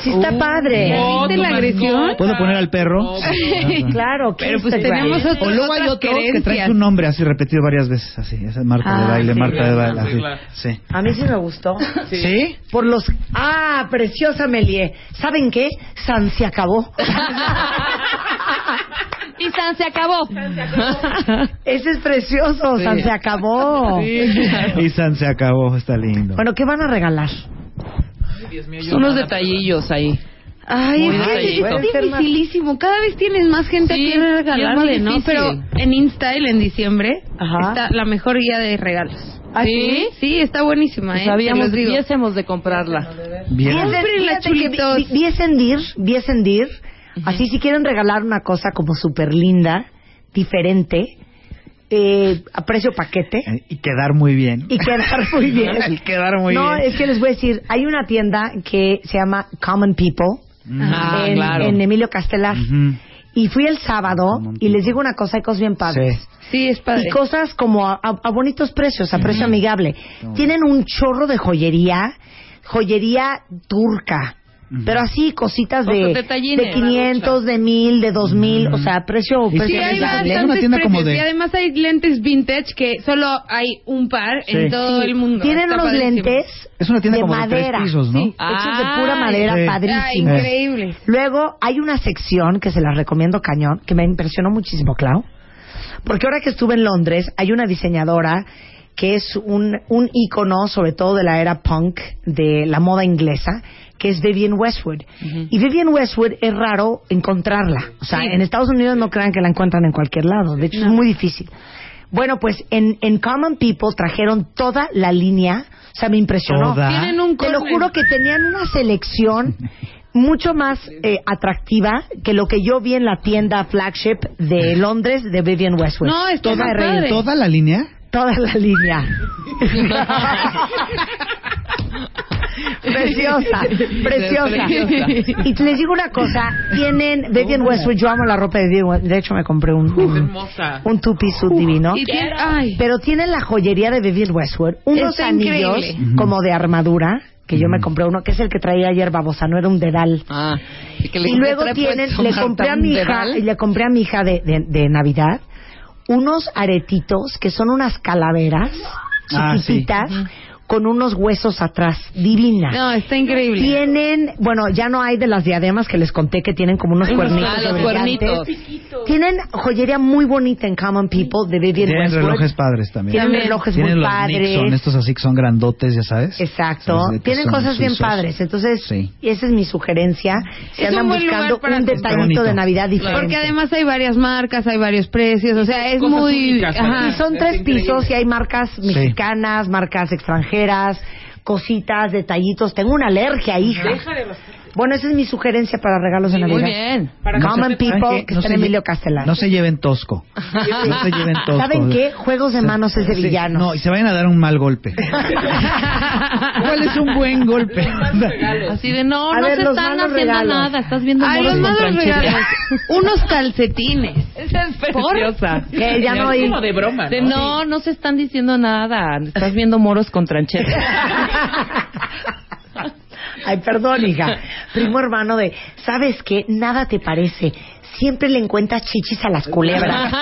Speaker 5: Sí está
Speaker 3: Uh,
Speaker 5: padre.
Speaker 4: Oh,
Speaker 6: ¿Viste
Speaker 4: tu
Speaker 6: la agresión?
Speaker 4: mascota.
Speaker 3: ¿Puedo poner al perro?
Speaker 4: No,
Speaker 5: [LAUGHS] Claro, que
Speaker 6: Pero pues tenemos otro-
Speaker 3: O luego hay
Speaker 6: otras
Speaker 3: otro que
Speaker 6: creencias.
Speaker 3: trae su nombre así repetido varias veces, así, esa es Marta
Speaker 5: Ah,
Speaker 3: de baile,
Speaker 5: sí,
Speaker 3: Marta
Speaker 4: claro,
Speaker 3: de baile,
Speaker 4: sí,
Speaker 3: así.
Speaker 4: claro.
Speaker 3: Sí.
Speaker 5: A mí sí me gustó.
Speaker 3: ¿Sí?
Speaker 5: Por los... Ah, preciosa Melie. ¿Saben qué? San se acabó.
Speaker 6: Y San se acabó.
Speaker 5: [LAUGHS] Ese es precioso. San se acabó.
Speaker 3: [LAUGHS] Y San se acabó, está lindo.
Speaker 5: Bueno, ¿qué van a regalar?
Speaker 4: Dios mío,
Speaker 7: Son
Speaker 4: yo
Speaker 7: unos
Speaker 4: no la-
Speaker 7: detallillos ahí.
Speaker 6: Ay,
Speaker 7: Muy
Speaker 6: es que
Speaker 7: detallito.
Speaker 6: es dificilísimo. Cada vez tienes más gente
Speaker 7: Sí,
Speaker 6: a quien
Speaker 7: y es
Speaker 6: regalarle,
Speaker 7: muy
Speaker 6: ¿no?
Speaker 7: difícil.
Speaker 6: Pero en InStyle en diciembre
Speaker 5: Ajá.
Speaker 6: está la mejor guía de regalos.
Speaker 7: ¿Ah, sí?
Speaker 6: Sí, está buenísima, ¿eh? Te
Speaker 7: Sabíamos
Speaker 6: los
Speaker 7: que
Speaker 6: digo.
Speaker 7: hubiésemos de comprarla.
Speaker 3: Bien.
Speaker 6: Cómprenla,
Speaker 5: Fíjate que vi-
Speaker 6: chulitos.
Speaker 5: vi- Vi encendir, vi encendir. Así, si quieren regalar una cosa como súper linda, diferente, eh, a precio paquete.
Speaker 3: Eh, Y quedar muy bien.
Speaker 5: y quedar
Speaker 3: [LAUGHS]
Speaker 5: muy bien.
Speaker 3: Y quedar muy
Speaker 5: no,
Speaker 3: bien.
Speaker 5: es que les voy a decir, hay una tienda que se llama Common People
Speaker 7: Ah,
Speaker 5: en,
Speaker 7: claro.
Speaker 5: en Emilio Castelar.
Speaker 3: Mm. Ujú.
Speaker 5: Y fui el sábado
Speaker 3: Common
Speaker 5: y les
Speaker 3: People.
Speaker 5: digo una cosa, hay cosas bien padres.
Speaker 3: Sí.
Speaker 6: Sí, es padre.
Speaker 5: Y cosas como a, a- a bonitos precios, a precio amigable. Tienen un chorro de joyería, joyería turca, Pero así, cositas
Speaker 7: O
Speaker 5: de,
Speaker 7: sus detallines,
Speaker 5: de 500, de 1000, de 2000, o sea, precio. precio
Speaker 6: Sí,
Speaker 5: regalado.
Speaker 6: hay
Speaker 3: Es
Speaker 6: bastantes
Speaker 3: una tienda como
Speaker 6: precios,
Speaker 3: de-
Speaker 6: Y además hay lentes vintage que solo hay un par en todo el mundo.
Speaker 5: Tienen
Speaker 6: Está
Speaker 5: unos
Speaker 6: padrísimo.
Speaker 5: lentes
Speaker 3: Es una tienda
Speaker 5: de
Speaker 3: como de tres
Speaker 5: madera.
Speaker 3: pisos, ¿no?
Speaker 5: sí, hechos de pura
Speaker 7: Ay,
Speaker 5: madera,
Speaker 3: sí.
Speaker 6: Ah,
Speaker 5: padrísimo.
Speaker 6: increíbles.
Speaker 5: Luego hay una sección que se las recomiendo cañón, que me impresionó muchísimo, Clau. Porque ahora que estuve en Londres, hay una diseñadora que es un, un ícono, sobre todo de la era punk, de la moda inglesa, que es Vivienne Westwood. Y Vivienne Westwood es raro encontrarla. O sea, en Estados Unidos no crean que la encuentran en cualquier lado. De hecho, es muy difícil. Bueno, pues en, en Common People trajeron toda la línea. O sea, me impresionó.
Speaker 3: Toda.
Speaker 6: Tienen un
Speaker 5: Te lo
Speaker 6: corner.
Speaker 5: juro que tenían una selección mucho más eh, atractiva que lo que yo vi en la tienda flagship de Londres de Vivian Westwood.
Speaker 6: No, está
Speaker 5: toda,
Speaker 6: más
Speaker 5: re-
Speaker 6: padre.
Speaker 3: ¿Toda la línea?
Speaker 5: toda la
Speaker 6: [LAUGHS]
Speaker 5: línea. preciosa, preciosa.
Speaker 4: Preciosa.
Speaker 5: Y les digo una cosa, tienen Vivian Westwood, yo amo la ropa de Vivian Westwood, de hecho me compré un,
Speaker 4: Es
Speaker 5: un,
Speaker 4: hermosa.
Speaker 5: un two-piece suit divino.
Speaker 6: Y tiene- ay,
Speaker 5: Pero tiene la joyería de Vivian Westwood, unos
Speaker 6: Está
Speaker 5: anillos
Speaker 6: increíble.
Speaker 5: como de armadura, que yo me compré uno, que es el que traía ayer babosa, no era un dedal.
Speaker 7: Ah, que le
Speaker 5: Y
Speaker 7: dije,
Speaker 5: luego
Speaker 7: trae
Speaker 5: tienen,
Speaker 7: puesto
Speaker 5: le
Speaker 7: un
Speaker 5: compré a
Speaker 7: tan
Speaker 5: mi
Speaker 7: de
Speaker 5: hija,
Speaker 7: bal.
Speaker 5: y le compré a mi hija de, de- de Navidad unos aretitos que son unas calaveras
Speaker 3: Ah, sí.
Speaker 5: chiquititas con unos huesos atrás, divinas.
Speaker 6: no, está increíble.
Speaker 5: Tienen, bueno, ya no hay de las diademas que les conté que tienen como unos cuernitos.
Speaker 7: Ah, los
Speaker 5: brillantes.
Speaker 7: cuernitos.
Speaker 5: Tienen joyería muy bonita en Common People de Vivian
Speaker 3: Tienen
Speaker 5: Westwood.
Speaker 3: relojes padres también.
Speaker 5: Tienen relojes muy
Speaker 3: Tienen los
Speaker 5: padres.
Speaker 3: Nixon, estos así que son grandotes, ya sabes.
Speaker 5: Exacto.
Speaker 3: Esos de que
Speaker 5: Tienen
Speaker 3: son
Speaker 5: cosas bien
Speaker 3: suizos.
Speaker 5: padres. Entonces,
Speaker 3: Sí.
Speaker 5: esa es mi sugerencia. Si
Speaker 6: Es
Speaker 5: andan
Speaker 6: un buen lugar
Speaker 5: buscando
Speaker 6: para
Speaker 5: un
Speaker 6: comprar.
Speaker 5: detallito
Speaker 3: Bonito.
Speaker 5: de Navidad diferente.
Speaker 6: Porque además hay varias marcas, hay varios precios, o sea, es
Speaker 4: Cosas
Speaker 6: muy...
Speaker 4: únicas, ¿no?
Speaker 5: Y
Speaker 6: Ajá.
Speaker 5: son
Speaker 4: Es
Speaker 5: tres
Speaker 4: increíble.
Speaker 5: pisos y hay marcas mexicanas, marcas extranjeras, cositas, detallitos. Tengo una alergia, hija. Bueno, esa es mi sugerencia para regalos de Navidad.
Speaker 7: Muy bien.
Speaker 4: Para
Speaker 5: Common
Speaker 4: que se-
Speaker 5: People,
Speaker 3: ¿Saben qué?
Speaker 5: que
Speaker 3: No
Speaker 5: está en
Speaker 3: se lle-
Speaker 5: Emilio Castelar.
Speaker 3: No se lleven tosco. No
Speaker 5: [LAUGHS]
Speaker 3: se lleven tosco.
Speaker 5: ¿Saben qué? Juegos de manos es de
Speaker 3: Sí,
Speaker 5: villanos.
Speaker 3: No, y se vayan a dar un mal
Speaker 5: [LAUGHS]
Speaker 3: golpe. ¿Cuál es un buen golpe?
Speaker 7: Así de, no,
Speaker 5: A
Speaker 7: no
Speaker 5: ver,
Speaker 7: se
Speaker 5: los
Speaker 7: están
Speaker 5: malos
Speaker 7: haciendo
Speaker 5: regalos.
Speaker 7: nada. Estás viendo
Speaker 6: Ay, los
Speaker 7: moros con
Speaker 6: malos
Speaker 7: tranchetes.
Speaker 6: regalos. [LAUGHS] Unos calcetines.
Speaker 7: Esa es preciosa.
Speaker 5: Que ya no hay...
Speaker 4: como de broma,
Speaker 7: De,
Speaker 4: ¿no?
Speaker 7: no, no se están diciendo nada. Estás viendo moros con tranchetes.
Speaker 5: Ay, perdón, hija. Primo hermano de, ¿sabes qué? Nada te parece. Siempre le encuentras chichis a las [LAUGHS] culebras.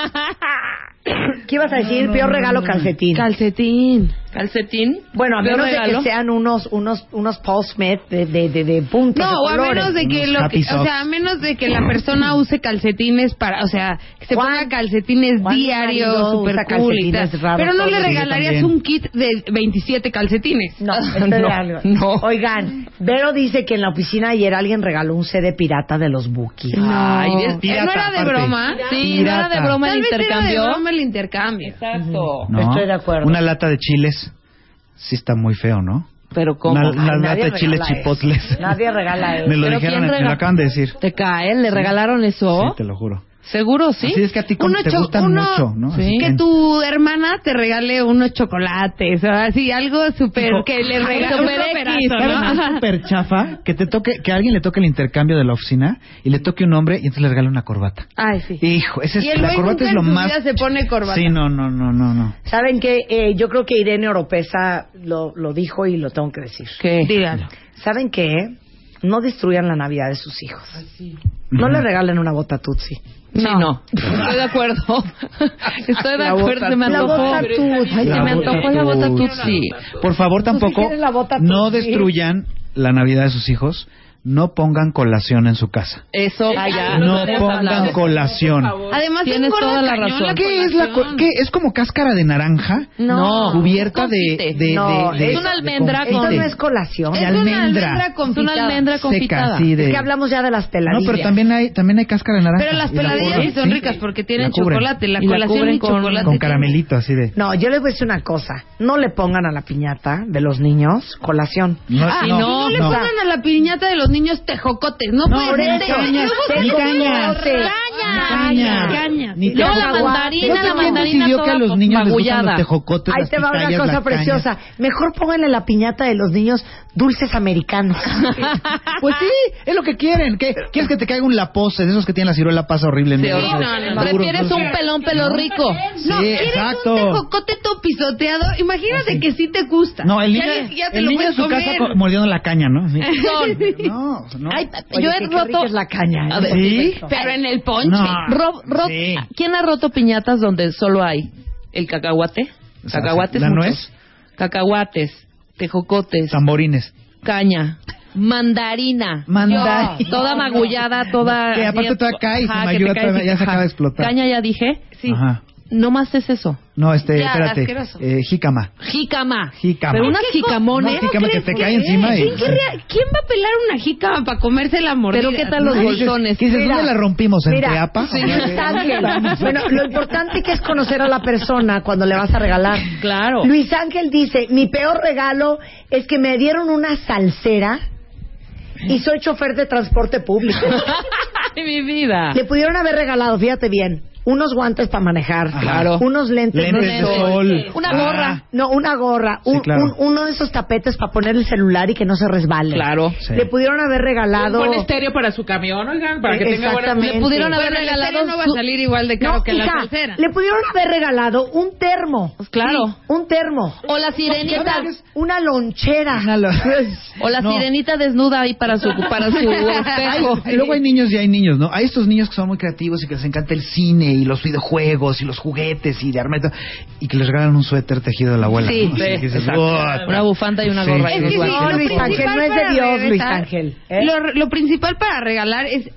Speaker 5: ¿Qué ibas a decir? Peor regalo calcetín.
Speaker 7: Calcetín. Calcetín.
Speaker 5: bueno, a
Speaker 7: Peor
Speaker 5: menos de
Speaker 7: regalo.
Speaker 5: que sean unos, unos, unos Paul Smith de, de, de, de puntos.
Speaker 6: No, o a menos de que
Speaker 3: unos
Speaker 6: lo que,
Speaker 3: happy
Speaker 6: o
Speaker 3: socks.
Speaker 6: sea, a menos de que la persona use calcetines para, o sea, que se ponga
Speaker 5: Juan-
Speaker 6: calcetines
Speaker 5: Juan
Speaker 6: diarios,
Speaker 5: Marido usa
Speaker 6: super cool y tal.
Speaker 5: calcetines raros
Speaker 6: Pero no le
Speaker 5: todos.
Speaker 3: Sí, yo
Speaker 6: regalarías
Speaker 3: también.
Speaker 6: un kit de 27 calcetines.
Speaker 5: No, esto es
Speaker 7: Ah, No,
Speaker 5: algo.
Speaker 7: no.
Speaker 5: Oigan, Vero dice que en la oficina ayer alguien regaló un CD pirata de los Bookies.
Speaker 7: Ay, ¿ves?
Speaker 3: Pirata,
Speaker 6: no era de
Speaker 3: aparte.
Speaker 6: broma.
Speaker 7: Sí, no era de
Speaker 3: Pirata.
Speaker 7: broma
Speaker 6: Tal
Speaker 7: el
Speaker 6: vez era de
Speaker 7: intercambio.
Speaker 6: broma el intercambio.
Speaker 4: Exacto.
Speaker 3: No,
Speaker 5: Estoy de acuerdo.
Speaker 3: Una lata de chiles. Sí está muy feo, ¿no?
Speaker 7: Pero ¿cómo?
Speaker 3: Una, una
Speaker 5: Ay, nadie
Speaker 3: lata de chiles
Speaker 5: regala eso.
Speaker 3: chipotles.
Speaker 5: Eh, Nadie regala eso.
Speaker 3: Me lo
Speaker 7: ¿Pero quién
Speaker 3: dijeron, me lo
Speaker 7: regala?
Speaker 3: acaban de decir.
Speaker 7: ¿Te cae? ¿Le regalaron eso?
Speaker 3: Sí, te lo juro.
Speaker 7: Seguro, sí.
Speaker 3: Así es que a ti como
Speaker 6: Uno
Speaker 3: te
Speaker 6: cho-
Speaker 3: gustan
Speaker 6: uno-
Speaker 3: mucho, ¿no?
Speaker 7: sí.
Speaker 3: Así
Speaker 6: Que tu hermana te regale unos chocolates, o así, algo súper, que le regale un
Speaker 7: Super X,
Speaker 6: operazo,
Speaker 3: ¿Sabes?
Speaker 6: ¿no?
Speaker 3: Es súper chafa que te toque, que a alguien le toque el intercambio de la oficina y le toque un hombre y entonces le regale una corbata.
Speaker 6: Ay, sí.
Speaker 3: Hijo, ese es,
Speaker 6: Y el
Speaker 3: la
Speaker 6: güey
Speaker 3: corbata
Speaker 6: nunca
Speaker 3: es lo
Speaker 6: en su
Speaker 3: más.
Speaker 6: vida se pone corbata.
Speaker 3: Sí, no, no, no, no, no.
Speaker 5: ¿Saben qué? Eh, yo creo que Irene Oropesa lo, lo dijo y lo tengo que decir.
Speaker 7: ¿Qué?
Speaker 6: Dígalo.
Speaker 5: ¿Saben qué? No destruyan la Navidad de sus hijos. No le regalen una bota Tutsi.
Speaker 7: Sí, no. Estoy
Speaker 5: [LAUGHS]
Speaker 7: de acuerdo. Estoy de
Speaker 5: La
Speaker 7: acuerdo.
Speaker 5: bota-
Speaker 7: Se me
Speaker 5: la
Speaker 7: antojó.
Speaker 5: bota Tutsi.
Speaker 7: Ay, se
Speaker 3: La
Speaker 7: me
Speaker 3: bota
Speaker 7: antojó la bota
Speaker 3: Tutsi.
Speaker 7: Tutsi.
Speaker 3: Por favor, tampoco
Speaker 5: quieres la bota, tú
Speaker 3: no
Speaker 5: sí.
Speaker 3: destruyan la Navidad de sus hijos. No pongan colación en su casa.
Speaker 7: Eso,
Speaker 4: Ay,
Speaker 7: ya.
Speaker 4: Ah, no
Speaker 3: No
Speaker 4: te
Speaker 3: pongan
Speaker 4: hablado.
Speaker 3: colación.
Speaker 6: Además,
Speaker 7: Tienes
Speaker 6: engorda
Speaker 7: toda la
Speaker 6: cañón
Speaker 7: razón.
Speaker 3: ¿Qué es la co-
Speaker 6: colación.
Speaker 3: qué es como cáscara de naranja?
Speaker 7: No.
Speaker 3: Cubierta de,
Speaker 7: Confite.
Speaker 3: de, de-
Speaker 5: No,
Speaker 3: de-
Speaker 5: es
Speaker 3: de
Speaker 5: una
Speaker 7: almendra
Speaker 3: confite.
Speaker 5: Esto no es colación.
Speaker 3: de
Speaker 6: Es una
Speaker 3: almendra.
Speaker 6: almendra
Speaker 7: Es una
Speaker 6: confitada.
Speaker 7: almendra
Speaker 3: seca,
Speaker 7: confitada.
Speaker 3: así de.
Speaker 5: Es que hablamos ya de las
Speaker 3: no,
Speaker 5: peladillas.
Speaker 3: pero también hay
Speaker 5: [LAUGHS]
Speaker 3: también hay cáscara de naranja.
Speaker 6: Pero las
Speaker 3: Y la
Speaker 6: peladillas
Speaker 3: cubren,
Speaker 6: sí son
Speaker 3: ¿sí?
Speaker 6: ricas porque tienen
Speaker 3: La cubren.
Speaker 6: chocolate. La
Speaker 7: Y la
Speaker 6: colación
Speaker 7: cubren
Speaker 6: y
Speaker 7: con-
Speaker 6: chocolate.
Speaker 3: con caramelito así de.
Speaker 5: No, yo les voy a decir una cosa. No le pongan a la piñata de los niños colación.
Speaker 3: No,
Speaker 7: Ah,
Speaker 3: no,
Speaker 7: no,
Speaker 6: No le
Speaker 3: no.
Speaker 6: pongan a la piñata de los niños tejocotes. No,
Speaker 3: No,
Speaker 6: puede
Speaker 3: ni
Speaker 6: ser.
Speaker 3: cañas,
Speaker 6: Luego
Speaker 3: ni
Speaker 6: se comen
Speaker 3: cañas.
Speaker 6: las rañas.
Speaker 3: caña.
Speaker 6: caña.
Speaker 3: Ni
Speaker 6: Luego
Speaker 3: te-
Speaker 6: la mandarina,
Speaker 3: ¿No
Speaker 6: la
Speaker 3: sé quién
Speaker 6: mandarina
Speaker 3: decidió que
Speaker 6: toda
Speaker 3: a los niños les gustan
Speaker 7: magullada.
Speaker 3: los tejocotes,
Speaker 5: Ahí
Speaker 3: las
Speaker 5: te va una
Speaker 3: pitayas,
Speaker 5: cosa
Speaker 3: las cañas?
Speaker 5: preciosa. Mejor pónganle a la piñata de los niños dulces
Speaker 6: [LAUGHS]
Speaker 5: americanos.
Speaker 3: Pues sí, es lo que quieren. ¿Qué? ¿Quieres que te caiga un lapose de esos que tienen la ciruela pasa horrible? en
Speaker 7: Sí,
Speaker 3: medio?
Speaker 7: no, no, no.
Speaker 3: Duros,
Speaker 6: Prefieres
Speaker 3: duros.
Speaker 6: un pelón pelo rico.
Speaker 3: Sí,
Speaker 6: ¿quieres
Speaker 3: exacto. Ah,
Speaker 6: un tejocote todo pisoteado? Imagínate que sí te gusta.
Speaker 3: No, el niño,
Speaker 6: ya, ya te
Speaker 3: el
Speaker 6: lo
Speaker 3: niño en
Speaker 6: puedes
Speaker 3: su
Speaker 6: comer.
Speaker 3: casa co-
Speaker 6: [LAUGHS]
Speaker 3: mordiendo la caña, ¿no? Sí. No, no.
Speaker 6: Ay, yo he roto...
Speaker 5: es la caña.
Speaker 6: A ver,
Speaker 3: ¿eh? ¿Sí?
Speaker 6: pero en el ponche.
Speaker 3: No.
Speaker 7: Rob- Rob-
Speaker 3: Sí.
Speaker 7: ¿Quién ha roto piñatas donde solo hay el cacahuate? Cacahuates.
Speaker 3: ¿La
Speaker 7: muchos.
Speaker 3: nuez?
Speaker 7: Cacahuates, tejocotes,
Speaker 3: Tamborines.
Speaker 7: caña, mandarina.
Speaker 3: Mandarina.
Speaker 7: Yo, Toda magullada, toda.
Speaker 3: Que aparte
Speaker 7: así,
Speaker 3: toda cae y se
Speaker 7: ajá, que
Speaker 3: mayuga,
Speaker 7: te cae,
Speaker 3: toda-
Speaker 7: sí,
Speaker 3: ya se
Speaker 7: ajá.
Speaker 3: acaba de explotar.
Speaker 7: Caña ya dije. Sí.
Speaker 3: Ajá.
Speaker 7: No más es eso.
Speaker 3: No, este,
Speaker 6: Ya,
Speaker 3: espérate.
Speaker 6: asqueroso.
Speaker 3: Eh, jícama.
Speaker 7: Jícama.
Speaker 3: Jícama.
Speaker 7: Pero unas
Speaker 6: ¿Qué co-
Speaker 7: jicamones.
Speaker 3: No, jícama que
Speaker 6: crees
Speaker 3: te cae encima y-
Speaker 6: ¿Quién, querría- quién va a pelar una jícama para comerse la mordida?
Speaker 7: Pero qué tal los
Speaker 6: Ay,
Speaker 7: bolsones.
Speaker 3: Que dices,
Speaker 5: Mira.
Speaker 3: ¿dónde la rompimos? ¿En
Speaker 5: Mira,
Speaker 3: Teapa?
Speaker 5: sí, Ángel. Bueno, lo
Speaker 6: [LAUGHS]
Speaker 5: importante que es conocer a la persona cuando le vas a regalar.
Speaker 7: Claro.
Speaker 5: Luis Ángel dice, mi peor regalo es que me dieron una salsera y soy chofer de transporte público.
Speaker 7: Ay, mi vida.
Speaker 5: Le pudieron haber regalado, fíjate bien, unos guantes para manejar,
Speaker 3: Ah, Claro.
Speaker 5: unos lentes,
Speaker 3: Lentes
Speaker 5: de
Speaker 3: de sol.
Speaker 6: Una
Speaker 3: Ah,
Speaker 6: gorra.
Speaker 5: No, una gorra,
Speaker 3: Sí,
Speaker 5: un-
Speaker 3: claro.
Speaker 5: un- uno de esos tapetes para poner el celular y que no se resbale.
Speaker 7: Claro.
Speaker 3: Sí.
Speaker 5: Le pudieron haber regalado...
Speaker 4: Un buen estéreo para su camión, oigan, para que tenga buena...
Speaker 5: Exactamente.
Speaker 6: Le pudieron haber
Speaker 5: Bueno, el
Speaker 6: regalado.
Speaker 5: estéreo
Speaker 6: No va a salir igual de caro
Speaker 5: No,
Speaker 6: que la
Speaker 5: hija,
Speaker 6: salsera.
Speaker 5: le pudieron haber regalado un termo.
Speaker 7: Pues claro.
Speaker 5: Sí, un termo.
Speaker 7: O la sirenita.
Speaker 5: Una lonchera.
Speaker 3: Una
Speaker 5: [LAUGHS]
Speaker 3: lo-
Speaker 7: O la
Speaker 3: No.
Speaker 7: sirenita [LAUGHS] desnuda ahí para su
Speaker 3: [LAUGHS]
Speaker 7: para su espejo.
Speaker 3: Ay, Luego hay niños y hay niños, ¿no? Hay estos niños que son muy creativos y que les encanta el cine y los videojuegos y los juguetes y de armeta y que les regalan un suéter tejido de la abuela.
Speaker 7: Sí,
Speaker 3: ¿no?
Speaker 7: sí,
Speaker 3: que dices,
Speaker 7: exacto.
Speaker 3: "What?"
Speaker 7: Una bufanda y una
Speaker 3: Sí,
Speaker 7: gorra.
Speaker 3: sí,
Speaker 7: y
Speaker 6: Es que
Speaker 7: unos
Speaker 6: sí,
Speaker 7: guantes.
Speaker 5: No,
Speaker 6: lo
Speaker 5: Luis
Speaker 6: principal
Speaker 5: Ángel, no es de
Speaker 6: para
Speaker 5: Dios, Luis
Speaker 6: regresar-
Speaker 5: Ángel, ¿eh?
Speaker 6: Lo, lo principal para regalar es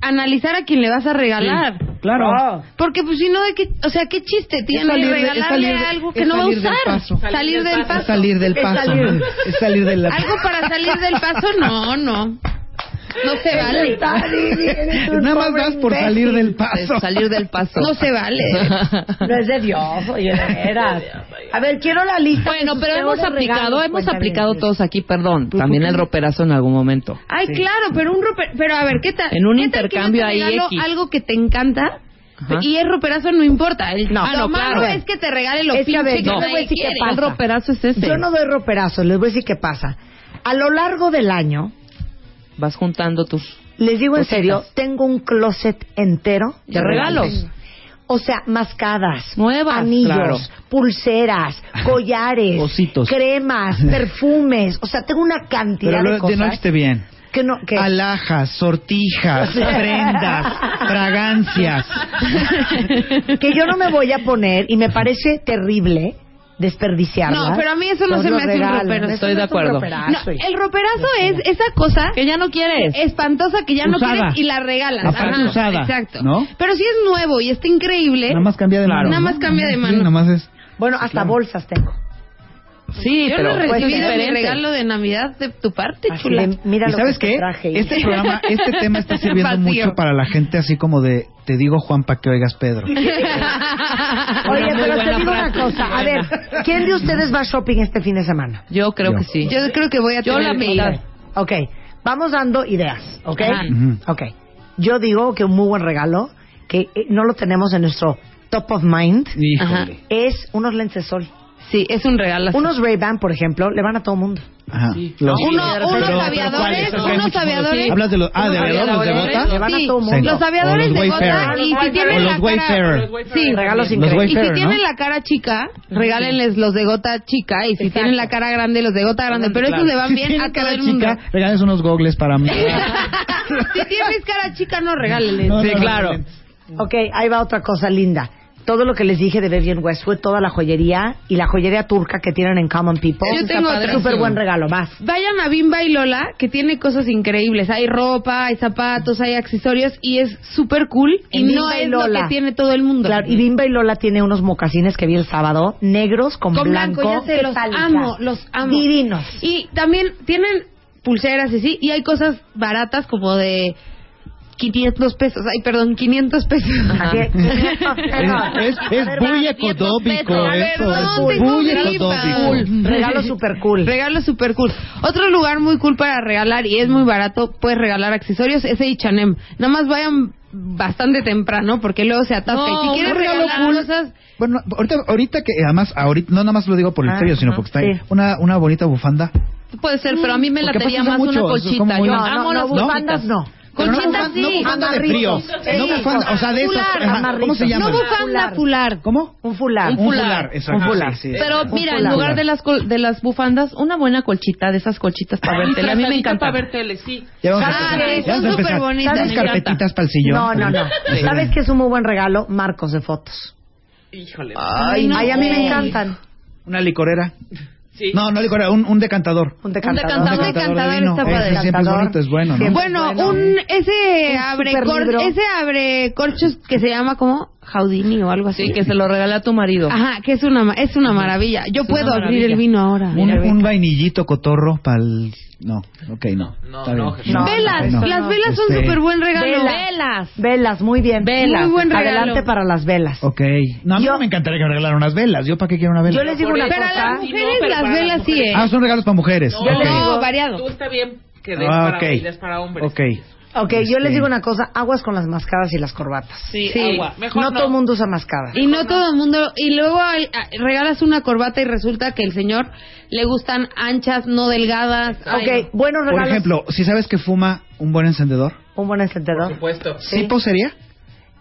Speaker 6: analizar a quién le vas a regalar.
Speaker 3: Claro.
Speaker 5: Ah.
Speaker 6: Porque pues si no, de que, o sea, ¿qué chiste tiene
Speaker 3: salir de- es
Speaker 6: regalarle
Speaker 3: salir de-
Speaker 6: algo que
Speaker 3: es
Speaker 6: no va a
Speaker 3: salir del
Speaker 6: usar?
Speaker 3: paso.
Speaker 6: Salir del
Speaker 3: Es
Speaker 6: paso.
Speaker 3: salir del
Speaker 5: Es
Speaker 3: paso.
Speaker 5: salir.
Speaker 3: Es salir del la...
Speaker 6: Algo para salir del paso, no, no. No se vale.
Speaker 5: Está bien,
Speaker 6: [LAUGHS]
Speaker 5: eres un
Speaker 3: Nada más
Speaker 5: pobre
Speaker 3: vas por
Speaker 5: imbécil.
Speaker 3: salir del paso.
Speaker 7: Salir del paso.
Speaker 6: No se
Speaker 7: [LAUGHS]
Speaker 6: vale.
Speaker 5: No es de Dios, oye, de veras. A ver, quiero la lista.
Speaker 7: Bueno,
Speaker 5: de sus
Speaker 7: pero hemos
Speaker 5: peores
Speaker 7: aplicado,
Speaker 5: regalos,
Speaker 7: hemos
Speaker 5: cuentavientes.
Speaker 7: aplicado todos aquí, perdón. También el roperazo en algún momento.
Speaker 6: Ay, claro, pero un roper, pero a ver, ¿qué tal?
Speaker 7: En un
Speaker 6: ¿Qué tal que yo
Speaker 7: intercambio
Speaker 6: te
Speaker 7: ahí
Speaker 6: regalo
Speaker 7: X?
Speaker 6: algo que te encanta
Speaker 7: Ajá.
Speaker 6: y es roperazo no importa. El,
Speaker 7: No,
Speaker 6: lo
Speaker 7: no,
Speaker 6: malo
Speaker 7: claro.
Speaker 6: es que te regale lo
Speaker 5: Es que, a ver,
Speaker 6: pinche que
Speaker 5: yo les voy a
Speaker 6: nadie
Speaker 5: decir qué
Speaker 6: quiere.
Speaker 7: El
Speaker 5: pasa.
Speaker 7: roperazo es ese.
Speaker 5: Yo no doy roperazos, les voy a decir qué pasa. A lo largo del año,
Speaker 7: Vas juntando tus
Speaker 5: les digo en
Speaker 7: Cositas.
Speaker 5: serio, tengo un closet entero
Speaker 7: de regalos.
Speaker 5: O sea, mascadas,
Speaker 7: Nuevas,
Speaker 5: anillos,
Speaker 7: claro.
Speaker 3: [LAUGHS]
Speaker 5: pulseras, collares,
Speaker 3: Ositos. [LAUGHS]
Speaker 5: cremas, perfumes. O sea, tengo una cantidad
Speaker 3: Pero
Speaker 5: de
Speaker 3: luego de
Speaker 5: cosas.
Speaker 3: noche te bien.
Speaker 5: que no, que
Speaker 3: Alhajas,
Speaker 7: [LAUGHS]
Speaker 3: sortijas, prendas,
Speaker 5: [LAUGHS]
Speaker 3: fragancias.
Speaker 5: que yo no me voy a poner y me parece terrible desperdiciarlas.
Speaker 6: No, pero a mí eso no
Speaker 5: Son
Speaker 6: se me
Speaker 5: los
Speaker 6: hace un
Speaker 5: regalos,
Speaker 6: ropero,
Speaker 5: eso
Speaker 7: estoy
Speaker 5: no
Speaker 7: de
Speaker 5: es un
Speaker 7: acuerdo.
Speaker 6: No,
Speaker 5: roperazo, hija.
Speaker 6: el roperazo es esa cosa
Speaker 7: Que ya no quieres.
Speaker 6: espantosa que ya no
Speaker 3: Usada.
Speaker 6: quieres y la regalas.
Speaker 3: Aparte
Speaker 6: Ajá,
Speaker 3: usada,
Speaker 6: Exacto.
Speaker 3: ¿no?
Speaker 6: Pero si es nuevo y está increíble.
Speaker 3: Nada más cambia de mano.
Speaker 6: Nada
Speaker 3: ¿no?
Speaker 6: más cambia de mano.
Speaker 3: Sí, nada más es.
Speaker 5: Bueno, hasta bolsas tengo.
Speaker 7: Sí,
Speaker 6: Yo
Speaker 7: pero
Speaker 6: no he recibido
Speaker 7: pues,
Speaker 6: mi
Speaker 7: diferente.
Speaker 6: regalo de Navidad de tu parte,
Speaker 5: Así
Speaker 6: chula.
Speaker 5: de, mira
Speaker 3: ¿Y
Speaker 5: lo
Speaker 3: sabes
Speaker 5: que te
Speaker 3: qué?
Speaker 5: traje. hija.
Speaker 3: Este programa, este tema está sirviendo
Speaker 6: [LAUGHS] Vacío.
Speaker 3: mucho para la gente así como de te digo Juan para que oigas Pedro.
Speaker 5: Oye,
Speaker 7: Una muy
Speaker 5: pero te
Speaker 7: buena
Speaker 5: digo una
Speaker 7: frase,
Speaker 5: cosa.
Speaker 7: muy
Speaker 5: A ver, ¿quién de ustedes va shopping este fin de semana?
Speaker 7: Yo creo que sí.
Speaker 6: Yo creo que voy a
Speaker 7: Yo
Speaker 6: tener
Speaker 7: la
Speaker 6: que
Speaker 7: mitad.
Speaker 6: ir.
Speaker 5: Ok, vamos dando ideas, ¿ok?
Speaker 7: Ajá.
Speaker 3: Ujú.
Speaker 5: Ok. Yo digo que un muy buen regalo, que eh, no lo tenemos en nuestro top of mind,
Speaker 3: Híjole.
Speaker 7: Ajá.
Speaker 5: es unos lentes de sol.
Speaker 7: Sí, es un regalo.
Speaker 5: Unos Ray-Ban, por ejemplo, le van a todo
Speaker 7: [LAUGHS]
Speaker 5: mundo.
Speaker 3: Ajá.
Speaker 4: Sí.
Speaker 3: Los-
Speaker 6: Uno-
Speaker 3: pero-
Speaker 6: unos
Speaker 3: pero
Speaker 6: aviadores,
Speaker 3: ¿cuáles? Porque hay
Speaker 6: unos
Speaker 3: muchos
Speaker 6: aviadores.
Speaker 3: Hablas de los ah, de verdad, los de
Speaker 5: Le
Speaker 3: bota.
Speaker 5: van a
Speaker 6: Sí,
Speaker 5: todo mundo.
Speaker 6: Los aviadores
Speaker 3: O los
Speaker 6: de gota
Speaker 3: Wayfarer.
Speaker 6: y si
Speaker 3: O
Speaker 6: tienen la
Speaker 3: los
Speaker 6: cara...
Speaker 3: Wayfarer.
Speaker 5: Sí, regalos
Speaker 3: Los
Speaker 5: increíbles.
Speaker 6: Y si
Speaker 3: Wayfarer, ¿no?
Speaker 6: tienen la cara chica, regálenles los de gota chica. Y si tienen la cara grande, los de gota grande. Pero esos le van
Speaker 3: Si
Speaker 6: bien
Speaker 3: tienes
Speaker 6: a todo
Speaker 3: cara
Speaker 6: el mundo.
Speaker 3: chica, regales unos gogles para mí.
Speaker 6: [LAUGHS] si tienes cara chica, no regálenles.
Speaker 3: No,
Speaker 7: Sí,
Speaker 3: no, no,
Speaker 7: claro.
Speaker 3: no.
Speaker 5: Mm. Ok, ahí va otra cosa linda. Todo lo que les dije de Vivian Westwood, toda la joyería y la joyería turca que tienen en Common People.
Speaker 6: Yo tengo otra.
Speaker 5: Súper buen regalo, más.
Speaker 6: Vayan a Bimba y Lola, que tiene cosas increíbles. Hay ropa, hay zapatos, hay accesorios y es súper cool. Y
Speaker 5: En Bimba
Speaker 6: no
Speaker 5: y
Speaker 6: es lo
Speaker 5: Lola.
Speaker 6: que tiene todo el mundo.
Speaker 5: Claro, y Bimba y Lola tiene unos mocasines que vi el sábado, negros con,
Speaker 6: Con blanco, ya sé,
Speaker 5: ¿Qué
Speaker 6: los
Speaker 5: tal, hija?
Speaker 6: amo, los amo.
Speaker 5: Divinos.
Speaker 6: Y también tienen pulseras y sí, y hay cosas baratas como de 500 pesos. Ay, perdón, 500 pesos.
Speaker 5: Así es.
Speaker 3: Es, es, es muy económico eso.
Speaker 6: perdón,
Speaker 3: Es
Speaker 6: tengo
Speaker 3: muy
Speaker 6: gripa.
Speaker 3: económico.
Speaker 5: Regalo super cool.
Speaker 6: Regalo super cool. Otro lugar muy cool para regalar y es muy barato, puedes regalar accesorios, es H&M. Nada más vayan bastante temprano porque luego se atasca.
Speaker 7: No,
Speaker 6: y si quieres
Speaker 7: un regalo
Speaker 6: regalar
Speaker 7: cool.
Speaker 6: cosas,
Speaker 3: Bueno, ahorita, ahorita que además, ahorita, no nada más lo digo por el
Speaker 5: Ah,
Speaker 3: frío, sino
Speaker 5: ajá,
Speaker 3: porque está ahí.
Speaker 5: sí.
Speaker 3: Una, una bonita bufanda.
Speaker 6: puede ser, pero a mí me
Speaker 3: Porque
Speaker 6: latería
Speaker 3: pasa
Speaker 6: más
Speaker 3: mucho,
Speaker 6: una
Speaker 3: eso es como
Speaker 6: colchita.
Speaker 3: muy
Speaker 6: Yo
Speaker 3: normal.
Speaker 6: amo
Speaker 5: no,
Speaker 6: las
Speaker 5: no, bufandas no.
Speaker 3: Pero no
Speaker 6: Colchita
Speaker 3: bufanda, no
Speaker 6: sí.
Speaker 3: bufanda de
Speaker 5: amarrito.
Speaker 3: frío. No
Speaker 5: Sí.
Speaker 3: bufanda, o sea, de esas.
Speaker 6: Fular,
Speaker 3: ajá, ¿Cómo se
Speaker 5: amarrito.
Speaker 3: llama?
Speaker 6: No bufanda
Speaker 5: Fular.
Speaker 6: fular.
Speaker 3: ¿Cómo?
Speaker 5: Un fular.
Speaker 3: Un fular, exacto.
Speaker 5: Un fular.
Speaker 3: Sí, sí.
Speaker 7: Pero
Speaker 5: Un
Speaker 7: mira, en
Speaker 5: fular.
Speaker 7: lugar de las col- de las bufandas, una buena colchita de esas colchitas para ver tele. A mí me
Speaker 4: trazadita
Speaker 7: encanta.
Speaker 4: para ver tele, sí.
Speaker 3: Ya vamos
Speaker 6: Ah,
Speaker 3: a empezar. Ya
Speaker 6: sí, son
Speaker 3: vamos a empezar.
Speaker 6: superbonitas,
Speaker 3: Unas
Speaker 4: me
Speaker 3: carpetitas
Speaker 4: encanta.
Speaker 3: para el sillón.
Speaker 5: No, no, no.
Speaker 3: Sí.
Speaker 5: ¿Sabes qué es un muy buen regalo? Marcos de fotos.
Speaker 4: Híjole.
Speaker 6: Ay, no,
Speaker 5: Ay, a mí me
Speaker 6: güey.
Speaker 5: encantan.
Speaker 3: Una licorera.
Speaker 4: Sí.
Speaker 3: No, no licorera, un, un decantador.
Speaker 5: Un decantador.
Speaker 6: decantador.
Speaker 3: de
Speaker 6: decantador
Speaker 3: vino.
Speaker 6: está padre.
Speaker 3: Ese siempre es
Speaker 5: Decantador.
Speaker 3: bonito, es bueno, ¿no?
Speaker 5: Siempre.
Speaker 6: Bueno,
Speaker 5: Bueno.
Speaker 6: un ese
Speaker 5: Un
Speaker 6: abre
Speaker 5: superlibro.
Speaker 6: ese abre corchos que se llama como Jaudini o algo así.
Speaker 7: Sí, que se lo regalé a tu marido.
Speaker 6: Ajá, que es una ma- es una maravilla. Yo
Speaker 7: Es
Speaker 6: puedo
Speaker 7: una
Speaker 6: abrir
Speaker 7: maravilla.
Speaker 6: el vino ahora.
Speaker 3: Un, un vainillito cotorro para el... No, ok, no.
Speaker 4: No,
Speaker 3: Está
Speaker 4: no,
Speaker 3: bien.
Speaker 4: Jesús.
Speaker 6: velas,
Speaker 3: No.
Speaker 6: las velas son
Speaker 3: Este,
Speaker 6: súper buen regalo.
Speaker 5: Velas.
Speaker 7: Velas.
Speaker 5: Velas, muy bien.
Speaker 7: Velas.
Speaker 6: Muy buen regalo.
Speaker 5: Adelante para las velas.
Speaker 3: Ok. No, a mí
Speaker 5: Yo-
Speaker 3: no me encantaría que me regalaran unas velas. ¿Yo para qué quiero una vela?
Speaker 5: Yo les digo una
Speaker 4: Pero
Speaker 6: Pero a
Speaker 5: cosa.
Speaker 6: las mujeres las velas sí, ¿eh?
Speaker 3: Ah, son regalos para mujeres.
Speaker 4: No,
Speaker 3: Ok.
Speaker 4: yo les digo-
Speaker 6: No, variado.
Speaker 4: Tú está bien que des,
Speaker 3: Ah,
Speaker 4: para,
Speaker 3: ok.
Speaker 4: y des para hombres.
Speaker 3: Ok.
Speaker 5: Ok, yo
Speaker 3: Este-
Speaker 5: les digo una cosa. Aguas con las mascadas y las corbatas.
Speaker 4: Sí,
Speaker 6: Sí.
Speaker 4: agua. Mejor
Speaker 5: No
Speaker 4: no.
Speaker 5: todo el mundo usa mascadas.
Speaker 6: Y no todo el mundo. Y luego al- a- regalas una corbata y resulta que el señor le gustan anchas, no delgadas. Ay,
Speaker 5: Ok, buenos
Speaker 3: Por
Speaker 5: regalos.
Speaker 3: ejemplo, si sabes que fuma un buen encendedor,
Speaker 5: Un buen
Speaker 4: Por
Speaker 5: encendedor.
Speaker 4: supuesto.
Speaker 3: ¿sí, posería?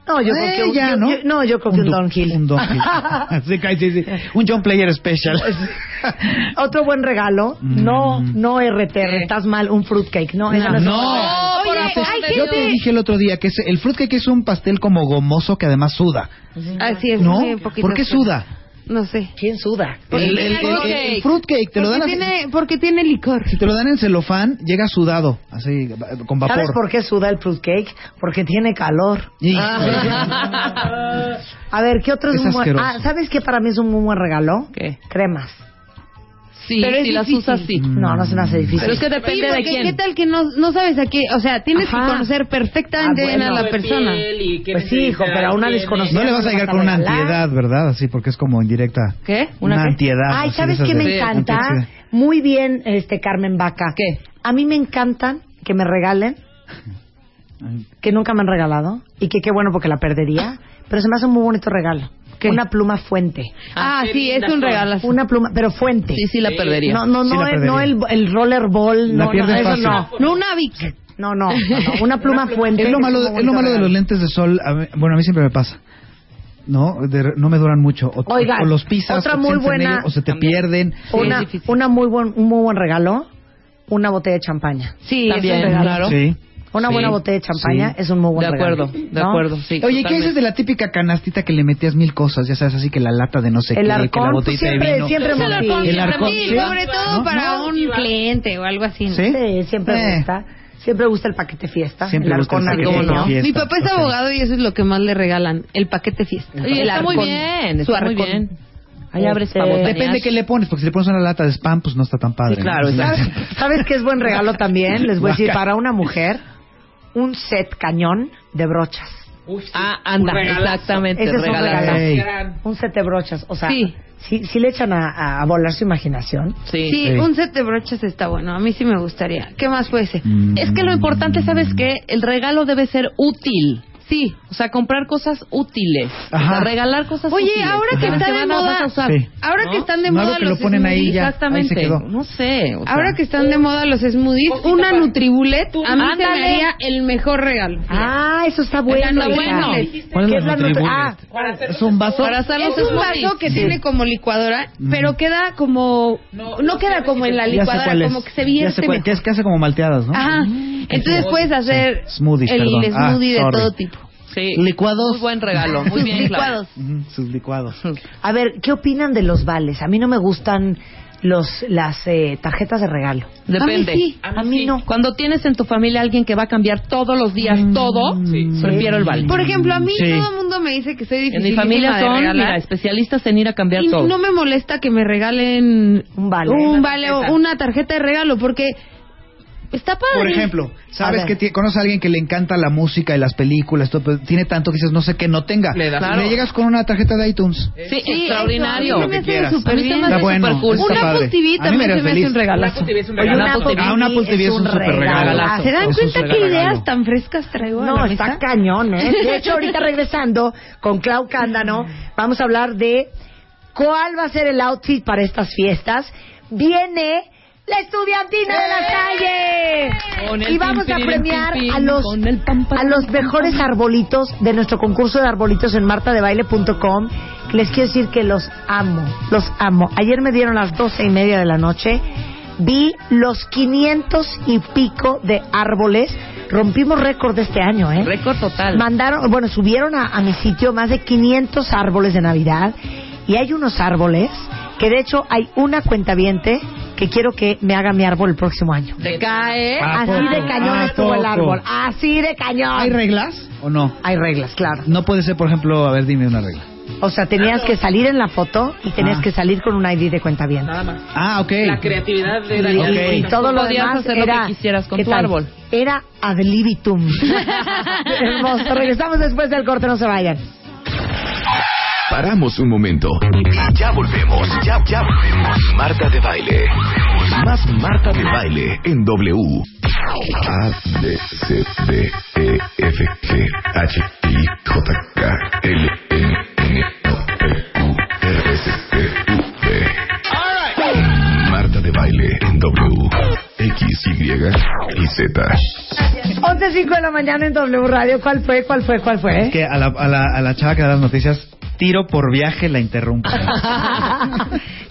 Speaker 5: No, yo creo que un,
Speaker 3: Eh, ya,
Speaker 5: yo-
Speaker 3: ¿no?
Speaker 5: yo- no, yo creo que un,
Speaker 3: du-
Speaker 5: Don Gil.
Speaker 3: Un Don
Speaker 5: [LAUGHS]
Speaker 3: Gil. sí, cae, sí, sí. Un John Player Special.
Speaker 5: Otro buen regalo.
Speaker 3: Mm.
Speaker 5: No, no RTR, estás mal. Un fruitcake. No, eso no, es-
Speaker 3: no.
Speaker 6: Oye,
Speaker 3: Yo te-
Speaker 6: hay
Speaker 3: yo te
Speaker 6: gente-
Speaker 3: dije el otro día que es- el fruitcake es un pastel como gomoso que además suda.
Speaker 6: Así es.
Speaker 3: ¿No?
Speaker 6: sí, un poquito.
Speaker 3: ¿Por qué suda?
Speaker 6: No sé.
Speaker 5: ¿Quién suda?
Speaker 3: El, el, el- el- el fruitcake te lo
Speaker 6: Porque
Speaker 3: dan así-
Speaker 6: tiene, porque tiene licor.
Speaker 3: Si te lo dan en celofán, llega sudado, así, con vapor.
Speaker 5: ¿Sabes por qué suda el fruitcake? Porque tiene calor.
Speaker 3: Y-
Speaker 5: Ah, A ver, ¿qué otro es,
Speaker 3: Es
Speaker 5: un buen
Speaker 3: asqueroso.
Speaker 5: Ah, ¿sabes qué para mí es un muy buen regalo?
Speaker 7: ¿Qué?
Speaker 5: Cremas.
Speaker 7: Sí,
Speaker 6: Pero es
Speaker 7: si las
Speaker 6: difícil.
Speaker 7: usas, sí.
Speaker 5: No, no se me hace difícil.
Speaker 7: Pero es que
Speaker 6: Sí,
Speaker 7: depende de
Speaker 6: porque ¿Qué
Speaker 7: quién.
Speaker 6: tal que no, no sabes a qué? O sea, tienes
Speaker 5: Ajá.
Speaker 6: que conocer perfectamente
Speaker 5: Ah,
Speaker 6: bien
Speaker 5: bueno.
Speaker 6: a la
Speaker 4: Tipo de
Speaker 6: persona.
Speaker 4: piel y qué
Speaker 5: Pues sí, hijo,
Speaker 4: necesidad
Speaker 5: pero a una
Speaker 4: tiene.
Speaker 5: desconocida.
Speaker 3: no le vas a llegar con una antiedad, ¿verdad? Así, porque es como indirecta.
Speaker 7: ¿Qué?
Speaker 3: Una,
Speaker 7: ¿Una qué?
Speaker 3: antiedad.
Speaker 5: Ay,
Speaker 3: así,
Speaker 5: ¿sabes
Speaker 3: de esas
Speaker 5: qué
Speaker 3: de-
Speaker 5: me encanta?
Speaker 3: antiedad.
Speaker 5: Muy bien, este Carmen Vaca.
Speaker 7: ¿Qué?
Speaker 5: A mí me encantan que me regalen,
Speaker 3: Ay,
Speaker 5: que nunca me han regalado, y que qué bueno porque la perdería, pero se me hace un muy bonito regalo.
Speaker 7: ¿Qué?
Speaker 5: Una pluma fuente.
Speaker 6: Ah,
Speaker 4: qué
Speaker 6: sí,
Speaker 4: linda
Speaker 6: es un
Speaker 4: flor.
Speaker 6: regalo.
Speaker 5: Una pluma, pero fuente.
Speaker 7: Sí, sí, la perdería.
Speaker 5: No, no,
Speaker 3: Sí,
Speaker 5: no,
Speaker 3: la
Speaker 5: el, no el,
Speaker 3: perdería.
Speaker 5: el rollerball,
Speaker 3: La
Speaker 5: no, no,
Speaker 3: pierdes
Speaker 5: eso
Speaker 3: fácil.
Speaker 5: no.
Speaker 6: No, una Vic.
Speaker 5: No, no, no,
Speaker 6: [LAUGHS]
Speaker 5: no, una pluma fuente.
Speaker 3: Es lo malo,
Speaker 5: un
Speaker 3: de, es lo
Speaker 5: bonito
Speaker 3: malo de los
Speaker 5: regalo.
Speaker 3: lentes de sol. a mí- bueno, a mí siempre me pasa. No, De- no me duran mucho. O,
Speaker 5: Oigan,
Speaker 3: o los pisas,
Speaker 5: otra
Speaker 3: o, te
Speaker 5: muy
Speaker 3: sientes en
Speaker 5: buena-
Speaker 3: ellos, o se te pierden.
Speaker 5: Una, una muy buen, un muy buen regalo, una botella de champaña.
Speaker 7: Sí,
Speaker 6: También,
Speaker 7: es un regalo.
Speaker 3: Sí.
Speaker 5: Una
Speaker 7: Sí.
Speaker 5: buena botella de champaña
Speaker 3: Sí.
Speaker 5: es un muy
Speaker 7: De
Speaker 5: buen regalo.
Speaker 7: acuerdo, de
Speaker 5: ¿no?
Speaker 7: acuerdo, sí.
Speaker 3: Oye, ¿qué dices de la típica canastita que le metías mil cosas? Ya sabes, así que la lata de no sé
Speaker 5: El
Speaker 3: qué, que
Speaker 5: arcón,
Speaker 3: la
Speaker 5: pues
Speaker 3: botellita
Speaker 5: siempre-
Speaker 3: de vino.
Speaker 5: siempre
Speaker 3: Sí.
Speaker 5: hemos-
Speaker 6: Sí,
Speaker 3: el arcón,
Speaker 6: sí,
Speaker 3: ¿sí?
Speaker 6: sobre todo
Speaker 3: ¿No?
Speaker 6: para
Speaker 4: No,
Speaker 6: un
Speaker 4: sí va.
Speaker 6: cliente o algo así. ¿no?
Speaker 3: ¿Sí?
Speaker 5: Sí, siempre
Speaker 3: Eh.
Speaker 5: gusta. Siempre gusta el paquete fiesta.
Speaker 3: Siempre
Speaker 5: el
Speaker 3: gusta el
Speaker 5: arcón
Speaker 3: paquete
Speaker 5: navideño.
Speaker 3: fiesta.
Speaker 6: Mi papá es
Speaker 3: ok.
Speaker 6: abogado y eso es lo que más le regalan, el paquete fiesta.
Speaker 7: Y
Speaker 6: El
Speaker 7: está muy
Speaker 6: arcón.
Speaker 7: bien,
Speaker 6: Su
Speaker 7: está muy
Speaker 6: arcón.
Speaker 7: bien. Ahí abres
Speaker 5: Este,
Speaker 7: para botanear.
Speaker 3: Depende qué le pones, porque si le pones una lata de spam, pues no está tan padre.
Speaker 7: Sí,
Speaker 3: ¿no?
Speaker 7: claro, exacto.
Speaker 5: [LAUGHS] ¿Sabes qué es buen regalo también? Les voy a decir,
Speaker 3: Guaca.
Speaker 5: para una mujer, un set cañón de brochas.
Speaker 4: Uy, sí,
Speaker 7: Ah, anda,
Speaker 4: un regalazo.
Speaker 7: exactamente.
Speaker 5: Ese es un
Speaker 7: regalazo.
Speaker 5: regalo.
Speaker 3: Ey.
Speaker 4: Gran.
Speaker 5: Un set de brochas. O sea,
Speaker 6: Sí.
Speaker 5: si, si le echan a, a- a volar su imaginación.
Speaker 7: Sí.
Speaker 6: Sí,
Speaker 3: Sí.
Speaker 6: un set de brochas está bueno. A mí sí me gustaría. ¿Qué más puede ser?
Speaker 3: Mm.
Speaker 7: Es que lo importante, ¿sabes qué? El regalo debe ser útil.
Speaker 6: Sí.
Speaker 7: O sea, comprar cosas útiles.
Speaker 3: Ajá.
Speaker 7: O sea, regalar cosas
Speaker 6: Oye,
Speaker 7: útiles.
Speaker 6: ahora que
Speaker 7: Las
Speaker 6: está de
Speaker 7: van a-
Speaker 6: moda-
Speaker 7: vas a usar.
Speaker 3: Ah. Sí.
Speaker 6: Ahora
Speaker 7: ¿No?
Speaker 6: que están de
Speaker 3: No,
Speaker 6: moda
Speaker 3: algo que lo
Speaker 6: los
Speaker 3: ponen
Speaker 6: smoothies,
Speaker 3: ahí ya.
Speaker 7: Exactamente.
Speaker 3: Ahí se quedó.
Speaker 7: No sé. o sea.
Speaker 6: Ahora que están de moda los smoothies,
Speaker 4: Poquito
Speaker 6: una
Speaker 4: para-
Speaker 6: Nutribullet a mí se me
Speaker 7: Ándale.
Speaker 6: haría el mejor regalo.
Speaker 5: Ah, eso está bueno.
Speaker 6: está
Speaker 5: hija.
Speaker 6: bueno.
Speaker 3: ¿Cuál es
Speaker 5: ¿Qué
Speaker 3: la
Speaker 5: es la
Speaker 3: Nutribullet?
Speaker 5: Nutri- Ah,
Speaker 4: Para hacer
Speaker 3: Es un vaso. Mm.
Speaker 7: Para hacer los
Speaker 6: Es un
Speaker 7: smoothies.
Speaker 6: vaso que tiene como licuadora, pero queda como no,
Speaker 4: No,
Speaker 6: queda como en la
Speaker 3: Ya sé cuál
Speaker 6: licuadora,
Speaker 3: es.
Speaker 6: como que se
Speaker 3: Ya sé
Speaker 6: vierte
Speaker 3: cuál-
Speaker 6: mejor.
Speaker 3: que es que hace como malteadas, ¿no?
Speaker 6: Ajá.
Speaker 7: Mm.
Speaker 6: Entonces puedes hacer
Speaker 3: Sí. Smoothies,
Speaker 6: el
Speaker 3: perdón. Ah,
Speaker 6: smoothie de
Speaker 3: sorry.
Speaker 6: todo tipo.
Speaker 7: Sí.
Speaker 3: Licuados.
Speaker 7: Muy buen regalo. Muy bien, claro.
Speaker 6: Licuados.
Speaker 3: Ujú, Sus licuados.
Speaker 5: A ver, ¿qué opinan de los vales? A mí no me gustan los las eh, tarjetas de regalo.
Speaker 7: Depende.
Speaker 6: A mí sí.
Speaker 5: A mí
Speaker 4: sí.
Speaker 5: no.
Speaker 7: Cuando tienes en tu familia alguien que va a cambiar todos los días todo,
Speaker 4: Sí.
Speaker 7: prefiero el vale.
Speaker 6: Mm, Por ejemplo, a mí
Speaker 3: Mm, Sí.
Speaker 6: todo el mundo me dice que soy difícil
Speaker 7: En mi familia son mira, especialistas en ir a cambiar
Speaker 6: y
Speaker 7: todo.
Speaker 6: no me molesta que me regalen
Speaker 5: Un vale.
Speaker 6: un
Speaker 5: Una
Speaker 6: vale o
Speaker 4: tarjeta.
Speaker 6: una tarjeta de regalo porque Está padre.
Speaker 3: Por ejemplo, sabes
Speaker 5: ver.
Speaker 3: que tie- conoces a alguien que le encanta la música y las películas, todo, pero tiene tanto que dices, no sé qué no tenga.
Speaker 4: Le das.
Speaker 3: Y le llegas con una tarjeta de iTunes.
Speaker 7: Sí, extraordinario.
Speaker 6: eso, a mí se me hace
Speaker 3: quieras.
Speaker 6: súper
Speaker 7: A mí se
Speaker 6: bien.
Speaker 7: me hace
Speaker 3: Está bueno,
Speaker 7: súper cool.
Speaker 3: está
Speaker 6: Un Apple
Speaker 3: padre.
Speaker 6: TV
Speaker 3: A mí me
Speaker 6: también
Speaker 3: hace
Speaker 6: se me hace
Speaker 3: feliz.
Speaker 6: un regalazo.
Speaker 4: Apple TV es un
Speaker 5: Oye,
Speaker 4: regalazo.
Speaker 5: un
Speaker 7: Apple
Speaker 5: Apple
Speaker 7: TV.
Speaker 3: Ah, un Apple TV es un súper
Speaker 7: regalazo. Ah,
Speaker 5: ¿Se dan
Speaker 3: Es un
Speaker 5: cuenta
Speaker 6: ¿Qué ideas
Speaker 3: regalazo.
Speaker 6: tan frescas traigo a
Speaker 5: No,
Speaker 6: la
Speaker 5: está
Speaker 6: mesa?
Speaker 5: cañón, ¿eh? De
Speaker 6: [LAUGHS]
Speaker 5: hecho, ahorita regresando con Clau Cándano, vamos a hablar de cuál va a ser el outfit para estas fiestas. Viene la estudiantina de la
Speaker 4: Con
Speaker 5: calle.
Speaker 4: el
Speaker 5: Y vamos a
Speaker 4: pim, pim,
Speaker 5: premiar
Speaker 4: pim, pim,
Speaker 5: a los,
Speaker 7: con el pam, pam,
Speaker 5: a los mejores arbolitos de nuestro concurso de arbolitos en martadebaile.com. Les quiero decir que los amo, los amo. Ayer me dieron las doce y media de la noche. Vi los 500 y pico de árboles. Rompimos récord de este año, ¿eh?
Speaker 7: Récord total.
Speaker 5: Mandaron, bueno, subieron a, a mi sitio más de 500 árboles de Navidad y hay unos árboles que de hecho hay una cuentaviente que quiero que me haga mi árbol el próximo año.
Speaker 7: Te cae.
Speaker 3: ¿A
Speaker 5: Así
Speaker 3: poco?
Speaker 5: de cañón
Speaker 3: ¿A
Speaker 5: estuvo el
Speaker 3: poco?
Speaker 5: árbol, así de cañón.
Speaker 3: ¿Hay reglas o no?
Speaker 5: Hay reglas, claro.
Speaker 3: No puede ser, por ejemplo, a ver, dime una regla.
Speaker 5: O sea, tenías que salir en la foto y tenías
Speaker 3: Ah.
Speaker 5: que salir con un ID de cuentaviente.
Speaker 4: Nada más.
Speaker 3: Ah, ok.
Speaker 4: La creatividad de
Speaker 5: Y,
Speaker 4: Daniel.
Speaker 3: Ok.
Speaker 5: y todo lo
Speaker 7: Podías
Speaker 5: demás
Speaker 7: hacer lo
Speaker 5: era
Speaker 7: que quisieras con
Speaker 5: ¿qué
Speaker 7: tu
Speaker 5: tal?
Speaker 7: árbol.
Speaker 5: Era ad
Speaker 7: [LAUGHS]
Speaker 5: libitum. Hermoso. Regresamos después del corte, no se vayan.
Speaker 1: Paramos un momento. Ya volvemos. Ya, ya volvemos. Marta de baile. Más Marta de baile en W. A, B, C, D, E, F, G, H, I, J, K, L, M, N, O, P, Q, R, S, T, U, V. Marta de baile en W. X, Y y Z.
Speaker 5: 11.05 de la mañana en W Radio. ¿Cuál fue? ¿Cuál fue? ¿Cuál fue?
Speaker 3: Es que a la, a, la, a la chava que da las noticias, tiro por viaje la interrumpo.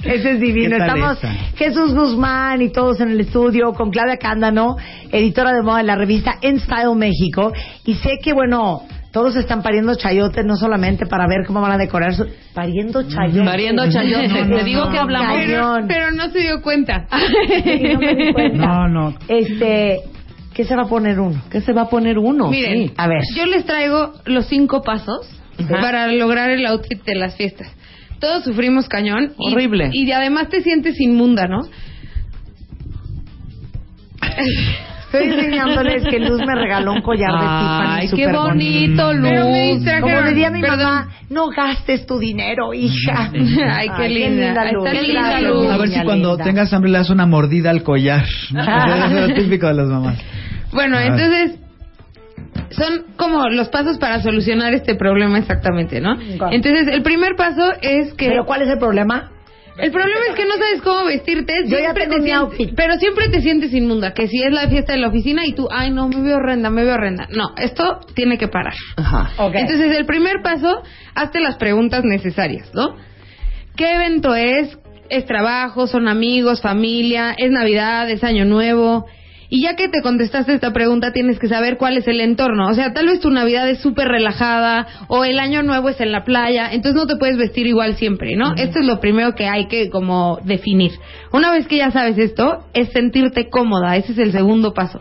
Speaker 5: Ese es divino.
Speaker 3: ¿Qué tal
Speaker 5: Estamos
Speaker 3: esa?
Speaker 5: Jesús Guzmán y todos en el estudio con Claudia Cándano, editora de moda de la revista En Style México. Y sé que, bueno, todos están pariendo chayotes, no solamente para ver cómo van a decorar su... Pariendo chayotes. [LAUGHS]
Speaker 7: Mm. Pariendo chayotes. Te digo que hablamos-
Speaker 5: cañón.
Speaker 6: Pero, pero no se dio cuenta.
Speaker 5: [LAUGHS] Sí, no me di cuenta.
Speaker 3: No, no.
Speaker 5: Este, ¿qué se va a poner uno?
Speaker 7: ¿Qué se va a poner uno?
Speaker 6: Miren,
Speaker 7: Sí.
Speaker 5: A ver.
Speaker 6: yo les traigo los cinco pasos para lograr el outfit de las fiestas. Todos sufrimos cañón. y-
Speaker 7: Horrible.
Speaker 6: Y, además te sientes inmunda, ¿no?
Speaker 5: Estoy enseñándoles que Luz me regaló un collar de Tiffany
Speaker 7: Ay, qué
Speaker 5: súper
Speaker 7: bonito, Luz.
Speaker 6: Pero me
Speaker 5: Como
Speaker 6: distrajeron.
Speaker 5: diría mi
Speaker 6: Perdón.
Speaker 5: mamá, no gastes tu dinero,
Speaker 6: [LAUGHS]
Speaker 5: hija.
Speaker 6: Ay, qué linda.
Speaker 5: Luz.
Speaker 6: Qué linda
Speaker 5: Gracias,
Speaker 6: Luz.
Speaker 5: niña
Speaker 3: A ver si cuando
Speaker 5: linda.
Speaker 3: tengas hambre le das una mordida al collar. Eso es lo típico de las mamás.
Speaker 6: Bueno,
Speaker 3: Ah.
Speaker 6: entonces son como los pasos para solucionar este problema exactamente, ¿no?
Speaker 5: Claro.
Speaker 6: Entonces, el primer paso es que
Speaker 5: ¿Pero cuál es el problema?
Speaker 6: el problema es que no sabes cómo vestirte,
Speaker 5: Yo ya
Speaker 6: siempre
Speaker 5: tengo
Speaker 6: te
Speaker 5: mi
Speaker 6: sien-
Speaker 5: outfit.
Speaker 6: pero siempre te sientes inmunda, que si es la fiesta de la oficina y tú, ay, no, me veo horrenda, me veo horrenda. No, esto tiene que parar.
Speaker 7: Ajá.
Speaker 6: Entonces, el primer paso, hazte las preguntas necesarias, ¿no? ¿Qué evento es? ¿Es trabajo? ¿Son amigos? ¿Familia? ¿Es Navidad? ¿Es Año Nuevo? Y ya que te contestaste esta pregunta, tienes que saber cuál es el entorno. O sea, tal vez tu Navidad es súper relajada o el Año Nuevo es en la playa, entonces no te puedes vestir igual siempre, ¿no? Esto es lo primero que hay que como definir. Una vez que ya sabes esto, es sentirte cómoda. Ese es el segundo paso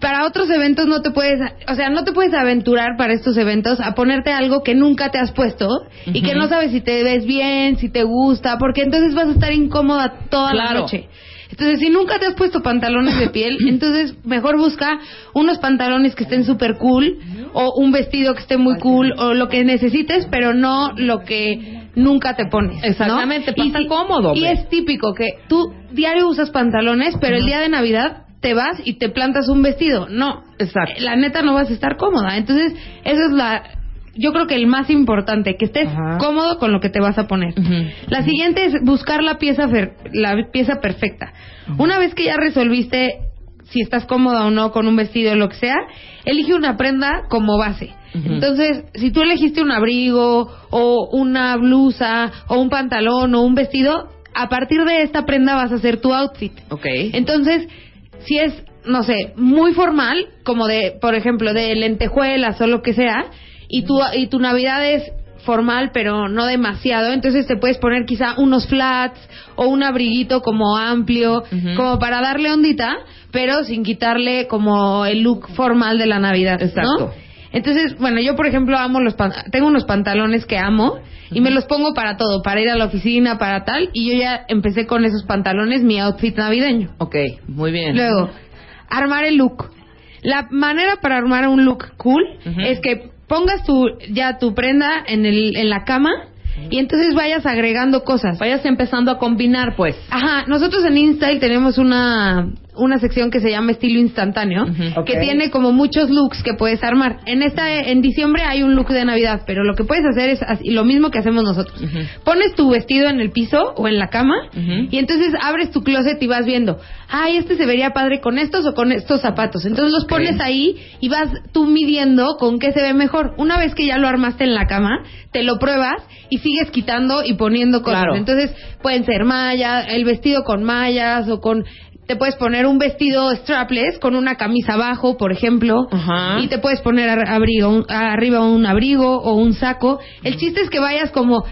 Speaker 6: para otros eventos no te puedes, o sea, no te puedes aventurar para estos eventos a ponerte algo que nunca te has puesto y que no sabes si te ves bien, si te gusta, porque entonces vas a estar incómoda toda la
Speaker 7: Claro.
Speaker 6: noche. Entonces, si nunca te has puesto pantalones de
Speaker 7: [LAUGHS]
Speaker 6: piel, entonces mejor busca unos pantalones que estén súper cool o un vestido que esté muy cool o lo que necesites, pero no lo que nunca te pones. ¿no?
Speaker 7: Exactamente,
Speaker 6: Y
Speaker 7: pasa cómodo,
Speaker 6: Y
Speaker 7: hombre.
Speaker 6: es típico que tú diario usas pantalones, pero el día de Navidad te vas y te plantas un vestido. No,
Speaker 7: Exacto.
Speaker 6: la neta no vas a estar cómoda. Entonces, eso es la yo creo que el más importante, que estés cómodo con lo que te vas a poner.
Speaker 7: Ujú.
Speaker 6: La siguiente es buscar la pieza fer- la pieza perfecta. Una vez que ya resolviste si estás cómoda o no con un vestido o lo que sea, elige una prenda como base.
Speaker 8: [LAUGHS]
Speaker 6: Entonces, si tú elegiste un abrigo o una blusa o un pantalón o un vestido, a partir de esta prenda vas a hacer tu outfit.
Speaker 7: Ok.
Speaker 6: Entonces, si es, no sé, muy formal, como de, por ejemplo, de lentejuelas o lo que sea, y tu, y tu Navidad es formal pero no demasiado, entonces te puedes poner quizá unos flats o un abriguito como amplio, como para darle ondita, pero sin quitarle como el look formal de la Navidad. ¿no?
Speaker 7: Exacto.
Speaker 6: Entonces, bueno, yo por ejemplo amo los pan- tengo unos pantalones que amo y me los pongo para todo, para ir a la oficina, para tal, y yo ya empecé con esos pantalones mi outfit navideño.
Speaker 7: Ok, muy bien.
Speaker 6: Luego, armar el look. La manera para armar un look cool
Speaker 7: Ujú.
Speaker 6: es que pongas tu, ya tu prenda en, el, en la cama y entonces vayas agregando cosas.
Speaker 7: Vayas empezando a combinar, pues.
Speaker 6: Ajá, nosotros en InStyle tenemos una, una sección que se llama estilo instantáneo,
Speaker 7: Ujú.
Speaker 6: que tiene como muchos looks que puedes armar. En esta en diciembre hay un look de Navidad, pero lo que puedes hacer es así- lo mismo que hacemos nosotros.
Speaker 7: Ujú.
Speaker 6: Pones tu vestido en el piso o en la cama
Speaker 7: Ujú.
Speaker 6: y entonces abres tu closet y vas viendo, ay, este se vería padre con estos o con estos zapatos. Entonces los pones ahí y vas tú midiendo con qué se ve mejor. Una vez que ya lo armaste en la cama, te lo pruebas y sigues quitando y poniendo cosas.
Speaker 7: Claro.
Speaker 6: Entonces, entonces, pueden ser mallas, el vestido con mallas o con... Te puedes poner un vestido strapless con una camisa abajo, por ejemplo,
Speaker 7: Ajá.
Speaker 6: y te puedes poner ar- abrigo, un- arriba un abrigo o un saco. El chiste es que vayas como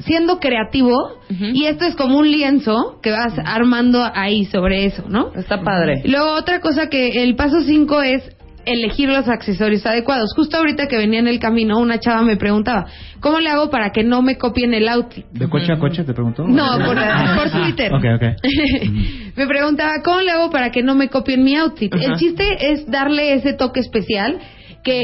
Speaker 6: siendo creativo y esto es como un lienzo que vas armando ahí sobre eso, ¿no?
Speaker 7: Está padre.
Speaker 6: Luego, otra cosa que el paso 5 es elegir los accesorios adecuados. Justo ahorita que venía en el camino, una chava me preguntaba, ¿cómo le hago para que no me copien el outfit?
Speaker 9: ¿De coche a coche te preguntó?
Speaker 6: No, por,
Speaker 3: Ah.
Speaker 6: por Twitter.
Speaker 9: Ah. Ok, ok.
Speaker 6: [LAUGHS] me preguntaba, ¿cómo le hago para que no me copien mi outfit? El chiste es darle ese toque especial que,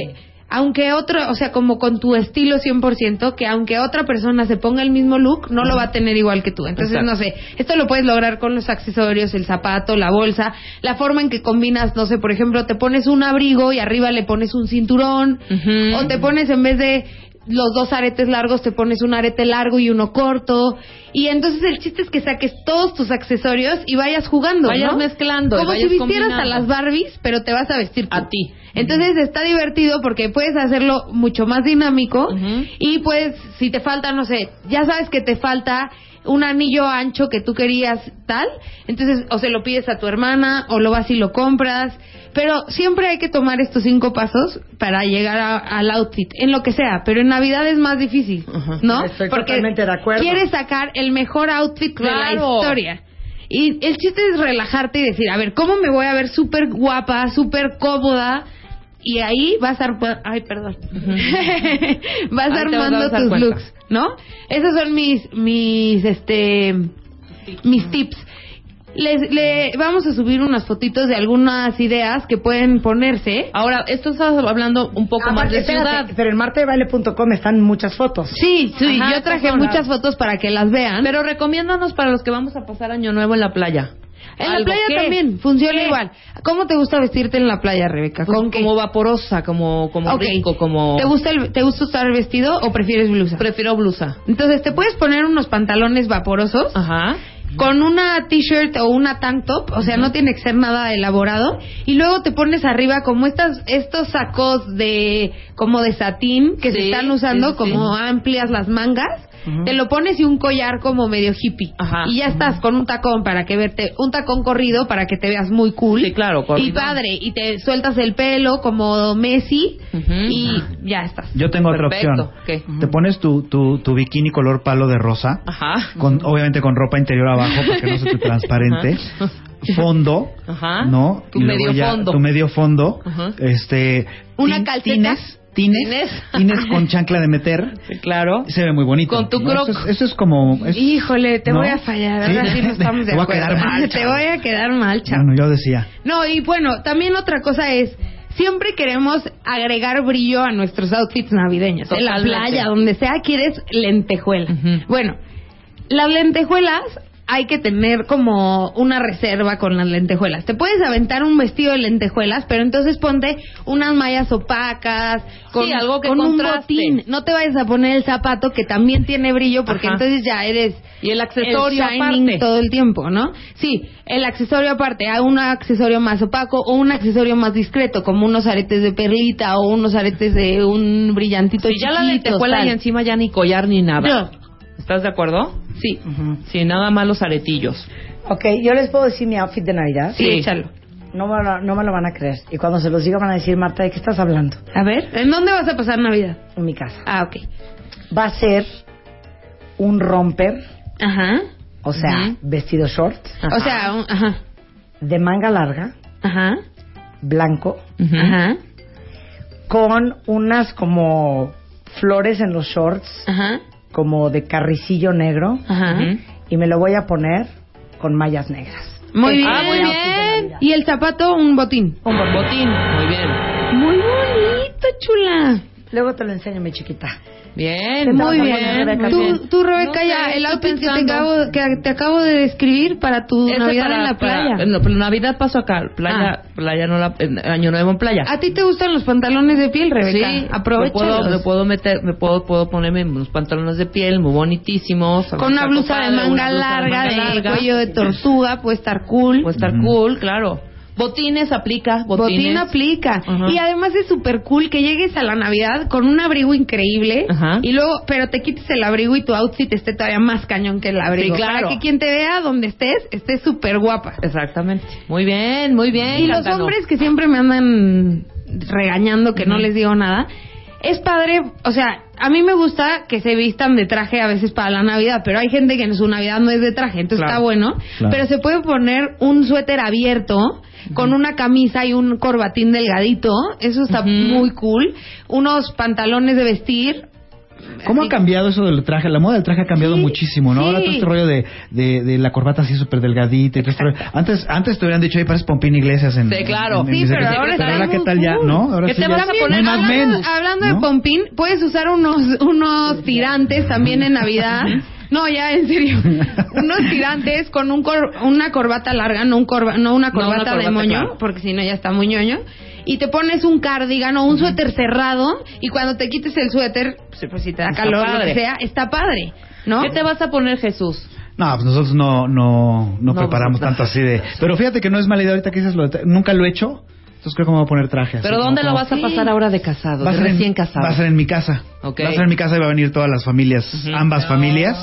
Speaker 6: aunque otro, o sea, como con tu estilo 100%, que aunque otra persona se ponga el mismo look, no lo va a tener igual que tú. Entonces,
Speaker 7: Exacto.
Speaker 6: no sé, esto lo puedes lograr con los accesorios, el zapato, la bolsa, la forma en que combinas, no sé, por ejemplo, te pones un abrigo y arriba le pones un cinturón,
Speaker 7: Ujú.
Speaker 6: o te pones en vez de los dos aretes largos, te pones un arete largo y uno corto. Y entonces el chiste es que saques todos tus accesorios y vayas jugando.
Speaker 7: Vayas
Speaker 6: ¿no?
Speaker 7: mezclando y
Speaker 6: Como
Speaker 7: vayas
Speaker 6: si vistieras
Speaker 7: combinando.
Speaker 6: a las Barbies, pero te vas a vestir tú.
Speaker 7: A ti.
Speaker 6: Entonces está divertido porque puedes hacerlo mucho más dinámico
Speaker 7: Ujú.
Speaker 6: y pues si te falta, no sé, ya sabes que te falta un anillo ancho que tú querías tal, entonces o se lo pides a tu hermana o lo vas y lo compras, pero siempre hay que tomar estos cinco pasos para llegar a- al outfit, en lo que sea, pero en Navidad es más difícil,
Speaker 7: Ajá.
Speaker 6: ¿no?
Speaker 5: Estoy totalmente de acuerdo.
Speaker 6: quieres sacar el mejor outfit de la
Speaker 7: Claro.
Speaker 6: historia. Y el chiste es relajarte y decir, a ver, ¿cómo me voy a ver súper guapa, súper cómoda? Y ahí vas a... Ay, perdón. [LAUGHS] vas
Speaker 7: Ahí te
Speaker 6: armando
Speaker 7: vas a dar
Speaker 6: tus
Speaker 7: cuenta.
Speaker 6: looks, ¿no? Esos son mis, mis, este, mis tips. Les, le, vamos a subir unas fotitos de algunas ideas que pueden ponerse.
Speaker 7: Ahora, esto estás hablando un poco más
Speaker 5: Aparte,
Speaker 7: de
Speaker 5: espérate,
Speaker 7: ciudad.
Speaker 5: Pero en martadebaile.com están muchas fotos.
Speaker 6: Sí, sí,
Speaker 7: Ajá,
Speaker 6: yo traje
Speaker 7: por favor.
Speaker 6: muchas fotos para que las vean.
Speaker 7: Pero recomiéndanos para los que vamos a pasar Año Nuevo en la playa.
Speaker 6: en la
Speaker 7: Algo,
Speaker 6: playa
Speaker 7: ¿qué?
Speaker 6: también funciona
Speaker 7: ¿Qué?
Speaker 6: igual. ¿Cómo te gusta vestirte en la playa, Rebeca?
Speaker 7: Pues,
Speaker 6: ¿Con qué?
Speaker 7: como vaporosa, como, como
Speaker 6: Ok.
Speaker 7: rico, como...
Speaker 6: ¿Te gusta, el- ¿Te gusta usar vestido o prefieres blusa?
Speaker 7: Prefiero blusa.
Speaker 6: Entonces, te puedes poner unos pantalones vaporosos
Speaker 7: Ajá.
Speaker 6: con una t-shirt o una tank top, o sea, no tiene que ser nada elaborado, y luego te pones arriba como estas estos sacos de como de satín que se
Speaker 7: Sí,
Speaker 6: están usando
Speaker 7: sí, sí,
Speaker 6: como
Speaker 7: sí.
Speaker 6: amplias las mangas. Te lo pones y un collar como medio hippie.
Speaker 7: Ajá.
Speaker 6: Y ya estás con un tacón para que verte, un tacón corrido para que te veas muy cool.
Speaker 7: Sí, claro,
Speaker 6: Y
Speaker 7: corrido.
Speaker 6: padre, y te sueltas el pelo como Messi
Speaker 7: Ujú.
Speaker 6: y ya estás.
Speaker 9: Yo tengo otra
Speaker 7: Perfecto.
Speaker 9: opción.
Speaker 7: ¿Qué?
Speaker 9: Te pones tu, tu, tu bikini color palo de rosa,
Speaker 7: Ajá.
Speaker 9: con, obviamente con ropa interior abajo para que no
Speaker 7: [LAUGHS]
Speaker 9: se te transparente. Fondo,
Speaker 7: Ajá.
Speaker 9: ¿no?
Speaker 7: Ah, Tu
Speaker 9: Y luego
Speaker 7: medio
Speaker 9: ya-
Speaker 7: fondo.
Speaker 9: Tu medio fondo.
Speaker 7: Ajá.
Speaker 9: Este.
Speaker 6: Una
Speaker 9: tin-
Speaker 6: calceta.
Speaker 9: Tines, tines,
Speaker 7: Tines.
Speaker 9: tines con chancla de meter.
Speaker 7: Sí, Claro.
Speaker 9: Se ve muy bonito.
Speaker 7: Con tu
Speaker 9: ¿no?
Speaker 7: croc.
Speaker 9: Eso es, eso es como. es-
Speaker 6: Híjole, te
Speaker 9: ¿No?
Speaker 6: voy a fallar.
Speaker 9: Sí.
Speaker 6: Ahora sí no
Speaker 9: [LAUGHS]
Speaker 6: estamos de
Speaker 9: Te voy a
Speaker 6: acuerdo.
Speaker 9: quedar mal,
Speaker 6: [LAUGHS] Te
Speaker 9: chavo.
Speaker 6: voy a quedar mal, chavo.
Speaker 9: Bueno, yo decía.
Speaker 6: No, y bueno, también otra cosa es, siempre queremos agregar brillo a nuestros outfits navideños. En la
Speaker 7: Totalmente.
Speaker 6: playa, donde sea, quieres lentejuela.
Speaker 7: Ujú.
Speaker 6: Bueno, las lentejuelas hay que tener como una reserva con las lentejuelas. Te puedes aventar un vestido de lentejuelas, pero entonces ponte unas mallas opacas, con,
Speaker 7: Sí, algo que
Speaker 6: con un
Speaker 7: contraste.
Speaker 6: botín. No te vayas a poner el zapato que también tiene brillo, porque
Speaker 7: Ajá.
Speaker 6: entonces ya eres
Speaker 7: [LAUGHS] Y el accesorio
Speaker 6: el shining
Speaker 7: aparte.
Speaker 6: todo el tiempo, ¿no? Sí, el accesorio aparte, a un accesorio más opaco o un accesorio más discreto, como unos aretes de perlita o unos aretes de un brillantito
Speaker 7: Si ya la
Speaker 6: chiquito,
Speaker 7: lentejuela
Speaker 6: tal.
Speaker 7: y encima ya ni collar ni nada.
Speaker 6: No.
Speaker 7: ¿Estás de acuerdo?
Speaker 6: Sí,
Speaker 7: Sí, nada más los aretillos.
Speaker 5: Ok, yo les puedo decir mi outfit de Navidad.
Speaker 6: sí,
Speaker 7: Sí.
Speaker 6: échalo.
Speaker 5: No me, lo, no me lo van a creer. Y cuando se los diga van a decir, Marta, ¿de qué estás hablando?
Speaker 6: A ver, ¿en dónde vas a pasar Navidad?
Speaker 5: En mi casa.
Speaker 6: Ah, ok.
Speaker 5: Va a ser un romper,
Speaker 6: Ajá.
Speaker 5: o sea,
Speaker 6: Ujú.
Speaker 5: vestido short,
Speaker 6: O sea, un- ajá.
Speaker 5: de manga larga,
Speaker 6: Ajá.
Speaker 5: blanco,
Speaker 7: Ujú.
Speaker 6: Ajá.
Speaker 5: con unas como flores en los shorts,
Speaker 6: Ajá.
Speaker 5: como de carricillo negro,
Speaker 6: Ajá.
Speaker 5: y me lo voy a poner con mallas negras.
Speaker 6: Muy bien.
Speaker 4: Ah, muy
Speaker 5: bien.
Speaker 6: Y el zapato, un botín.
Speaker 4: Un botín. Muy bien.
Speaker 6: Muy bonito, chula.
Speaker 5: Luego te lo enseño, mi chiquita.
Speaker 4: Bien.
Speaker 5: Muy
Speaker 6: Muy
Speaker 5: bien.
Speaker 6: bien.
Speaker 5: Rebeca,
Speaker 6: Tú,
Speaker 5: bien.
Speaker 6: tú, Rebeca,
Speaker 4: No sé,
Speaker 6: ya el
Speaker 4: estoy
Speaker 6: outfit que te,
Speaker 4: pensando.
Speaker 6: acabo, que te acabo de describir para tu
Speaker 7: Ese
Speaker 6: Navidad
Speaker 7: para-
Speaker 6: en la
Speaker 7: para-
Speaker 6: playa.
Speaker 7: no, pero Navidad paso acá. Playa, playa no la, en- año nuevo en playa.
Speaker 6: ¿A ti te gustan los pantalones de piel, Rebeca?
Speaker 7: Sí, Me puedo, me
Speaker 6: aprovechalos.
Speaker 7: puedo meter, me puedo, puedo ponerme unos pantalones de piel muy bonitísimos.
Speaker 6: Con una blusa de manga larga, de, cuello de tortuga, puede estar cool.
Speaker 7: Puede estar cool, claro. Botines aplica, botines.
Speaker 6: Botín aplica.
Speaker 7: Ajá.
Speaker 6: Y además es súper cool que llegues a la Navidad con un abrigo increíble.
Speaker 7: Ajá.
Speaker 6: Y luego, pero te quites el abrigo y tu outfit esté todavía más cañón que el abrigo.
Speaker 7: claro.
Speaker 6: Para que quien te vea donde estés, esté súper guapa.
Speaker 7: Exactamente. Muy bien, muy bien.
Speaker 6: Y los
Speaker 7: Cántano.
Speaker 6: hombres que siempre me andan regañando que no les digo nada, es padre, o sea, a mí me gusta que se vistan de traje a veces para la Navidad, pero hay gente que en su Navidad no es de traje, entonces
Speaker 7: Claro.
Speaker 6: está bueno,
Speaker 3: Claro.
Speaker 6: pero se puede poner un suéter abierto con una camisa y un corbatín delgadito, eso está muy cool, unos pantalones de vestir.
Speaker 3: ¿Cómo ha
Speaker 6: así-
Speaker 3: cambiado eso del traje? La moda del traje ha cambiado
Speaker 6: Sí,
Speaker 3: muchísimo, ¿no? Ahora
Speaker 6: sí.
Speaker 3: todo este rollo de, de, de la corbata así súper delgadita. Y todo este rollo. Antes, antes te hubieran dicho, ahí pareces Pompín Iglesias en.
Speaker 7: Sí, claro.
Speaker 3: en- en- en
Speaker 6: Sí,
Speaker 3: mis
Speaker 6: pero
Speaker 3: épocas".
Speaker 6: ahora está
Speaker 3: ahora, ¿qué
Speaker 6: muy
Speaker 3: tal ya?
Speaker 6: cool.
Speaker 3: ¿no? Ahora
Speaker 7: ¿Qué
Speaker 3: sí ya
Speaker 7: te vas a
Speaker 3: es
Speaker 7: poner?
Speaker 3: muy Mad Men.
Speaker 6: Hablando, hablando de
Speaker 3: ¿no?
Speaker 6: pompín, puedes usar unos unos tirantes también en
Speaker 3: [LAUGHS]
Speaker 6: Navidad. No, ya en serio. Unos tirantes con un cor- una corbata larga, no un corba- no una
Speaker 7: No, una
Speaker 6: corbata de
Speaker 7: corbata,
Speaker 6: moño,
Speaker 7: claro.
Speaker 6: porque si no ya está muy ñoño. Y te pones un cardigan o un suéter cerrado y cuando te quites el suéter, pues, pues, si te da
Speaker 7: Está
Speaker 6: calor, lo que
Speaker 7: padre.
Speaker 6: sea, está padre, ¿no?
Speaker 7: ¿Qué te vas a poner, Jesús?
Speaker 3: No, pues nosotros no, no, no,
Speaker 7: No,
Speaker 3: preparamos
Speaker 7: no.
Speaker 3: tanto así de. Pero fíjate que no es mala idea ahorita que dices lo de tra- Nunca lo he hecho. Entonces creo que me voy a poner traje. así
Speaker 7: ¿Pero
Speaker 3: como-
Speaker 7: dónde lo
Speaker 3: como-
Speaker 7: vas a pasar ahora de casado?
Speaker 3: Va a
Speaker 7: de
Speaker 3: ser en-
Speaker 7: recién casado.
Speaker 3: Va a ser en mi casa.
Speaker 7: Ok.
Speaker 3: Va a ser en mi casa y va a venir todas las familias, ambas
Speaker 6: Ah.
Speaker 3: familias.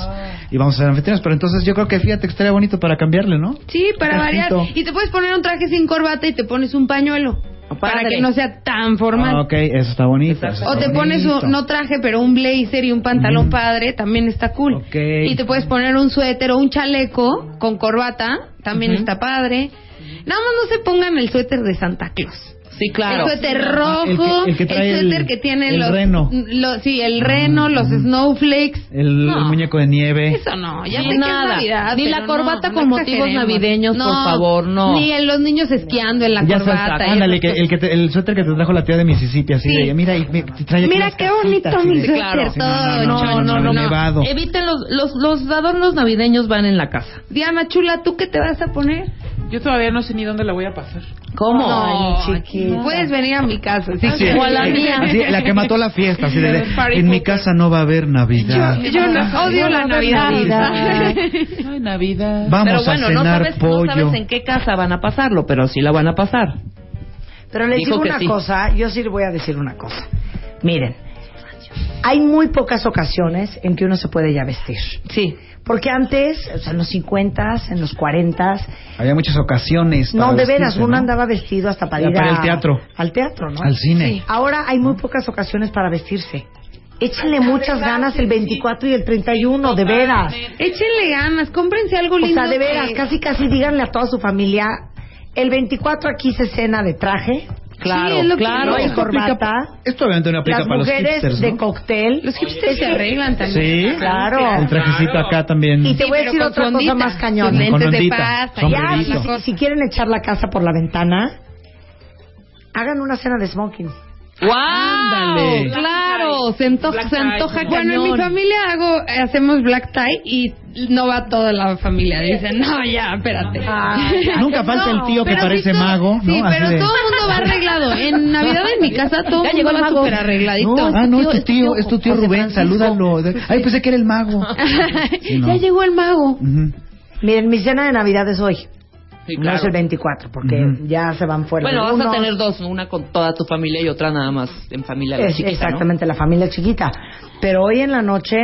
Speaker 3: Y vamos a ser anfitriones. Pero entonces yo creo que fíjate que estaría bonito para cambiarle, ¿no?
Speaker 6: Sí, para variar.
Speaker 3: Trajito.
Speaker 6: Y te puedes poner un traje sin corbata y te pones un pañuelo para
Speaker 7: padre.
Speaker 6: que no sea tan formal.
Speaker 3: Ah, ok, eso está bonito. eso
Speaker 6: O
Speaker 3: está
Speaker 6: te pones
Speaker 3: bonito.
Speaker 6: un, no traje, pero un blazer y un pantalón padre, también está cool.
Speaker 3: Ok.
Speaker 6: Y te puedes poner un suéter o un chaleco con corbata, también está padre. Nada más no se pongan el suéter de Santa Claus.
Speaker 7: Sí, claro.
Speaker 6: Ah, El suéter
Speaker 3: El
Speaker 6: rojo,
Speaker 3: que- el que trae
Speaker 6: suéter
Speaker 3: el-
Speaker 6: que tiene
Speaker 3: el
Speaker 6: los,
Speaker 3: reno.
Speaker 6: lo- sí, el reno, los snowflakes.
Speaker 3: El,
Speaker 6: No,
Speaker 3: el muñeco de nieve.
Speaker 6: Eso no, ya
Speaker 7: Ni
Speaker 6: sé que es
Speaker 7: nada.
Speaker 6: Navidad,
Speaker 7: Ni
Speaker 6: pero
Speaker 7: la corbata
Speaker 6: no,
Speaker 7: con
Speaker 6: no
Speaker 7: motivos
Speaker 6: exageremos.
Speaker 7: navideños, por favor, no.
Speaker 6: Ni en los niños esquiando en la
Speaker 3: ya sabes,
Speaker 6: corbata. y
Speaker 3: ándale,
Speaker 6: esas
Speaker 3: que, el, que te- el suéter que te trajo la tía de Mississippi, así
Speaker 6: Sí.
Speaker 3: de, mira, y me- te trae aquí
Speaker 6: Mira
Speaker 3: las
Speaker 6: qué bonito
Speaker 3: cajitas,
Speaker 6: mi
Speaker 3: y de-
Speaker 6: suéter,
Speaker 3: Sí,
Speaker 6: todo
Speaker 3: no, no, no, no, nevado.
Speaker 7: Eviten los, los, los adornos navideños van en la casa.
Speaker 6: Diana Chula, ¿tú qué te vas a poner?
Speaker 4: Yo todavía no sé ni dónde la voy a pasar.
Speaker 7: ¿Cómo?
Speaker 5: Ay, chiquita.
Speaker 6: Puedes venir a mi casa. Sí,
Speaker 3: Sí,
Speaker 7: O a la
Speaker 3: sí,
Speaker 7: mía.
Speaker 3: así, la que mató la fiesta, así de,
Speaker 6: [LAUGHS]
Speaker 4: De los party
Speaker 3: en mi
Speaker 4: poopers.
Speaker 3: casa no va a haber Navidad.
Speaker 6: Yo
Speaker 4: Ah,
Speaker 6: no, odio la Navidad.
Speaker 4: [LAUGHS]
Speaker 5: Navidad.
Speaker 4: No hay Navidad.
Speaker 7: Pero
Speaker 3: Vamos
Speaker 7: bueno,
Speaker 3: a
Speaker 7: no,
Speaker 3: cenar
Speaker 7: sabes,
Speaker 3: pollo.
Speaker 7: no sabes en qué casa van a pasarlo, pero sí la van a pasar.
Speaker 5: Pero les
Speaker 7: Dijo
Speaker 5: digo
Speaker 7: que
Speaker 5: una
Speaker 7: sí.
Speaker 5: cosa, yo sí les voy a decir una cosa. Miren, hay muy pocas ocasiones en que uno se puede ya vestir.
Speaker 7: Sí.
Speaker 5: Porque antes, o sea, en los 50, en los 40,
Speaker 3: Había muchas ocasiones. para
Speaker 5: no, de veras,
Speaker 3: vestirse,
Speaker 5: uno
Speaker 3: ¿no?
Speaker 5: andaba vestido hasta para ir
Speaker 3: Para
Speaker 5: a-
Speaker 3: el teatro.
Speaker 5: Al teatro, ¿no?
Speaker 3: Al cine.
Speaker 5: Ahora hay muy pocas ocasiones para vestirse. Échenle muchas ganas el 24 y el 31, de veras.
Speaker 6: Échenle ganas, cómprense algo
Speaker 5: O
Speaker 6: lindo.
Speaker 5: sea, de veras,
Speaker 6: que-
Speaker 5: casi casi díganle a toda su familia, el 24 aquí se cena de traje,
Speaker 7: Claro,
Speaker 6: Sí, es lo que-
Speaker 7: claro.
Speaker 5: no hay
Speaker 3: Esto aplica
Speaker 5: corbata.
Speaker 3: pa- Esto obviamente no aplica
Speaker 5: Las
Speaker 3: para los
Speaker 5: mujeres
Speaker 3: hipsters,
Speaker 5: de
Speaker 3: ¿no?
Speaker 5: cóctel.
Speaker 6: Los hipsters se arreglan también.
Speaker 3: Sí,
Speaker 5: Ah, Claro.
Speaker 3: El trajecito acá también.
Speaker 5: Y te voy a
Speaker 6: pero
Speaker 5: decir
Speaker 6: con
Speaker 5: otra
Speaker 6: su
Speaker 5: cosa
Speaker 6: ondita,
Speaker 5: más
Speaker 6: sus
Speaker 5: cañona.
Speaker 3: Con
Speaker 6: lentes de
Speaker 3: ondita,
Speaker 6: pasta.
Speaker 5: Ya,
Speaker 3: sombrerito.
Speaker 5: si, si quieren echar la casa por la ventana, hagan una cena de smoking.
Speaker 7: ¡Wow!
Speaker 3: Ándale.
Speaker 6: Claro, se antoja,
Speaker 4: Black
Speaker 6: se
Speaker 4: tie,
Speaker 6: antoja
Speaker 4: ¿no?
Speaker 6: Bueno, en mi
Speaker 7: Cañón.
Speaker 6: familia hago, eh, hacemos black tie y no va toda la familia. Dicen, no, ya, espérate.
Speaker 3: Nunca falta el tío que
Speaker 6: Pero sí
Speaker 3: parece
Speaker 6: todo-
Speaker 3: mago, ¿no?
Speaker 6: Sí,
Speaker 3: Así
Speaker 6: pero
Speaker 3: de-
Speaker 6: todo el mundo va arreglado. En Navidad en mi casa todo
Speaker 7: Ya
Speaker 6: el
Speaker 7: llegó
Speaker 6: mundo
Speaker 7: el
Speaker 6: va
Speaker 7: mago.
Speaker 6: súper arregladito.
Speaker 3: No, ah, no, es tu
Speaker 7: es tu
Speaker 3: tío,
Speaker 7: tío
Speaker 3: es tu tío
Speaker 7: José
Speaker 3: Rubén,
Speaker 7: Francisco.
Speaker 6: [LAUGHS]
Speaker 3: salúdalo. Ay, pensé que era el mago. Sí, no.
Speaker 6: Ya llegó el mago.
Speaker 3: Ujú.
Speaker 5: Miren, mi cena de Navidad es hoy.
Speaker 7: Sí,
Speaker 5: No es el
Speaker 7: claro.
Speaker 5: 24, porque
Speaker 3: Ujú.
Speaker 5: ya se van fuera.
Speaker 7: Bueno, vas
Speaker 5: algunos.
Speaker 7: a tener dos, una con toda tu familia y otra nada más en familia la
Speaker 5: Es-
Speaker 7: chiquita, ¿no?
Speaker 5: exactamente, la familia chiquita. Pero hoy en la noche,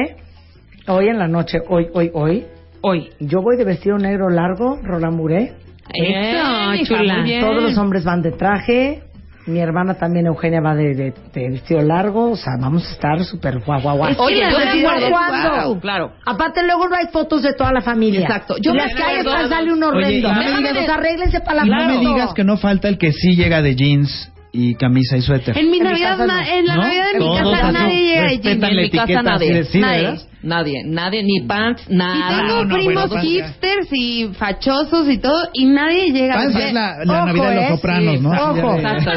Speaker 5: hoy en la noche, hoy, hoy, hoy,
Speaker 7: Hoy.
Speaker 5: yo voy de vestido negro largo, Roland Muré.
Speaker 7: Eso,
Speaker 6: Eso,
Speaker 7: chula.
Speaker 6: chula.
Speaker 5: Todos los hombres van de traje. Mi hermana también, Eugenia, va de, de- de vestido largo. O sea, vamos a estar súper guau, guau, guau.
Speaker 6: Es que
Speaker 7: Oye,
Speaker 6: la
Speaker 7: yo me
Speaker 6: Navidad
Speaker 7: acuerdo-
Speaker 6: es
Speaker 5: ¿Cuándo?
Speaker 7: Wow, claro.
Speaker 5: Aparte, luego no hay fotos de toda la familia.
Speaker 7: Exacto. Yo
Speaker 5: Y
Speaker 7: me
Speaker 5: las que hay
Speaker 7: acuerdo-
Speaker 5: atrás sale un horrendo.
Speaker 3: Oye, y no me
Speaker 5: Déjame
Speaker 7: digas-
Speaker 5: decir, arréglense para la
Speaker 3: Y no me
Speaker 5: foto.
Speaker 3: digas que no falta el que sí llega de jeans
Speaker 9: y camisa y suéter.
Speaker 6: En mi
Speaker 5: En mi
Speaker 6: Navidad,
Speaker 5: casa
Speaker 6: na-
Speaker 5: no.
Speaker 6: en la
Speaker 9: ¿No?
Speaker 6: Navidad de mi
Speaker 9: Todos
Speaker 6: casa
Speaker 9: hacen-
Speaker 6: nadie llega de
Speaker 9: respetan
Speaker 6: jeans.
Speaker 7: En
Speaker 9: la
Speaker 7: mi casa
Speaker 9: etiqueta,
Speaker 7: nadie.
Speaker 9: sí,
Speaker 7: nadie,
Speaker 9: ¿verdad?
Speaker 7: nadie, nadie, ni pants,
Speaker 6: Y
Speaker 7: nada. pues
Speaker 6: tengo
Speaker 9: no,
Speaker 6: primos
Speaker 9: bueno,
Speaker 6: hipsters y fachosos y todo, y nadie llega
Speaker 9: Pans
Speaker 6: de-
Speaker 9: es la, la
Speaker 5: Ojo,
Speaker 9: Navidad de
Speaker 5: ¿eh?
Speaker 9: los sopranos, ¿no? Así
Speaker 5: Ojo.
Speaker 9: de-
Speaker 7: Exacto,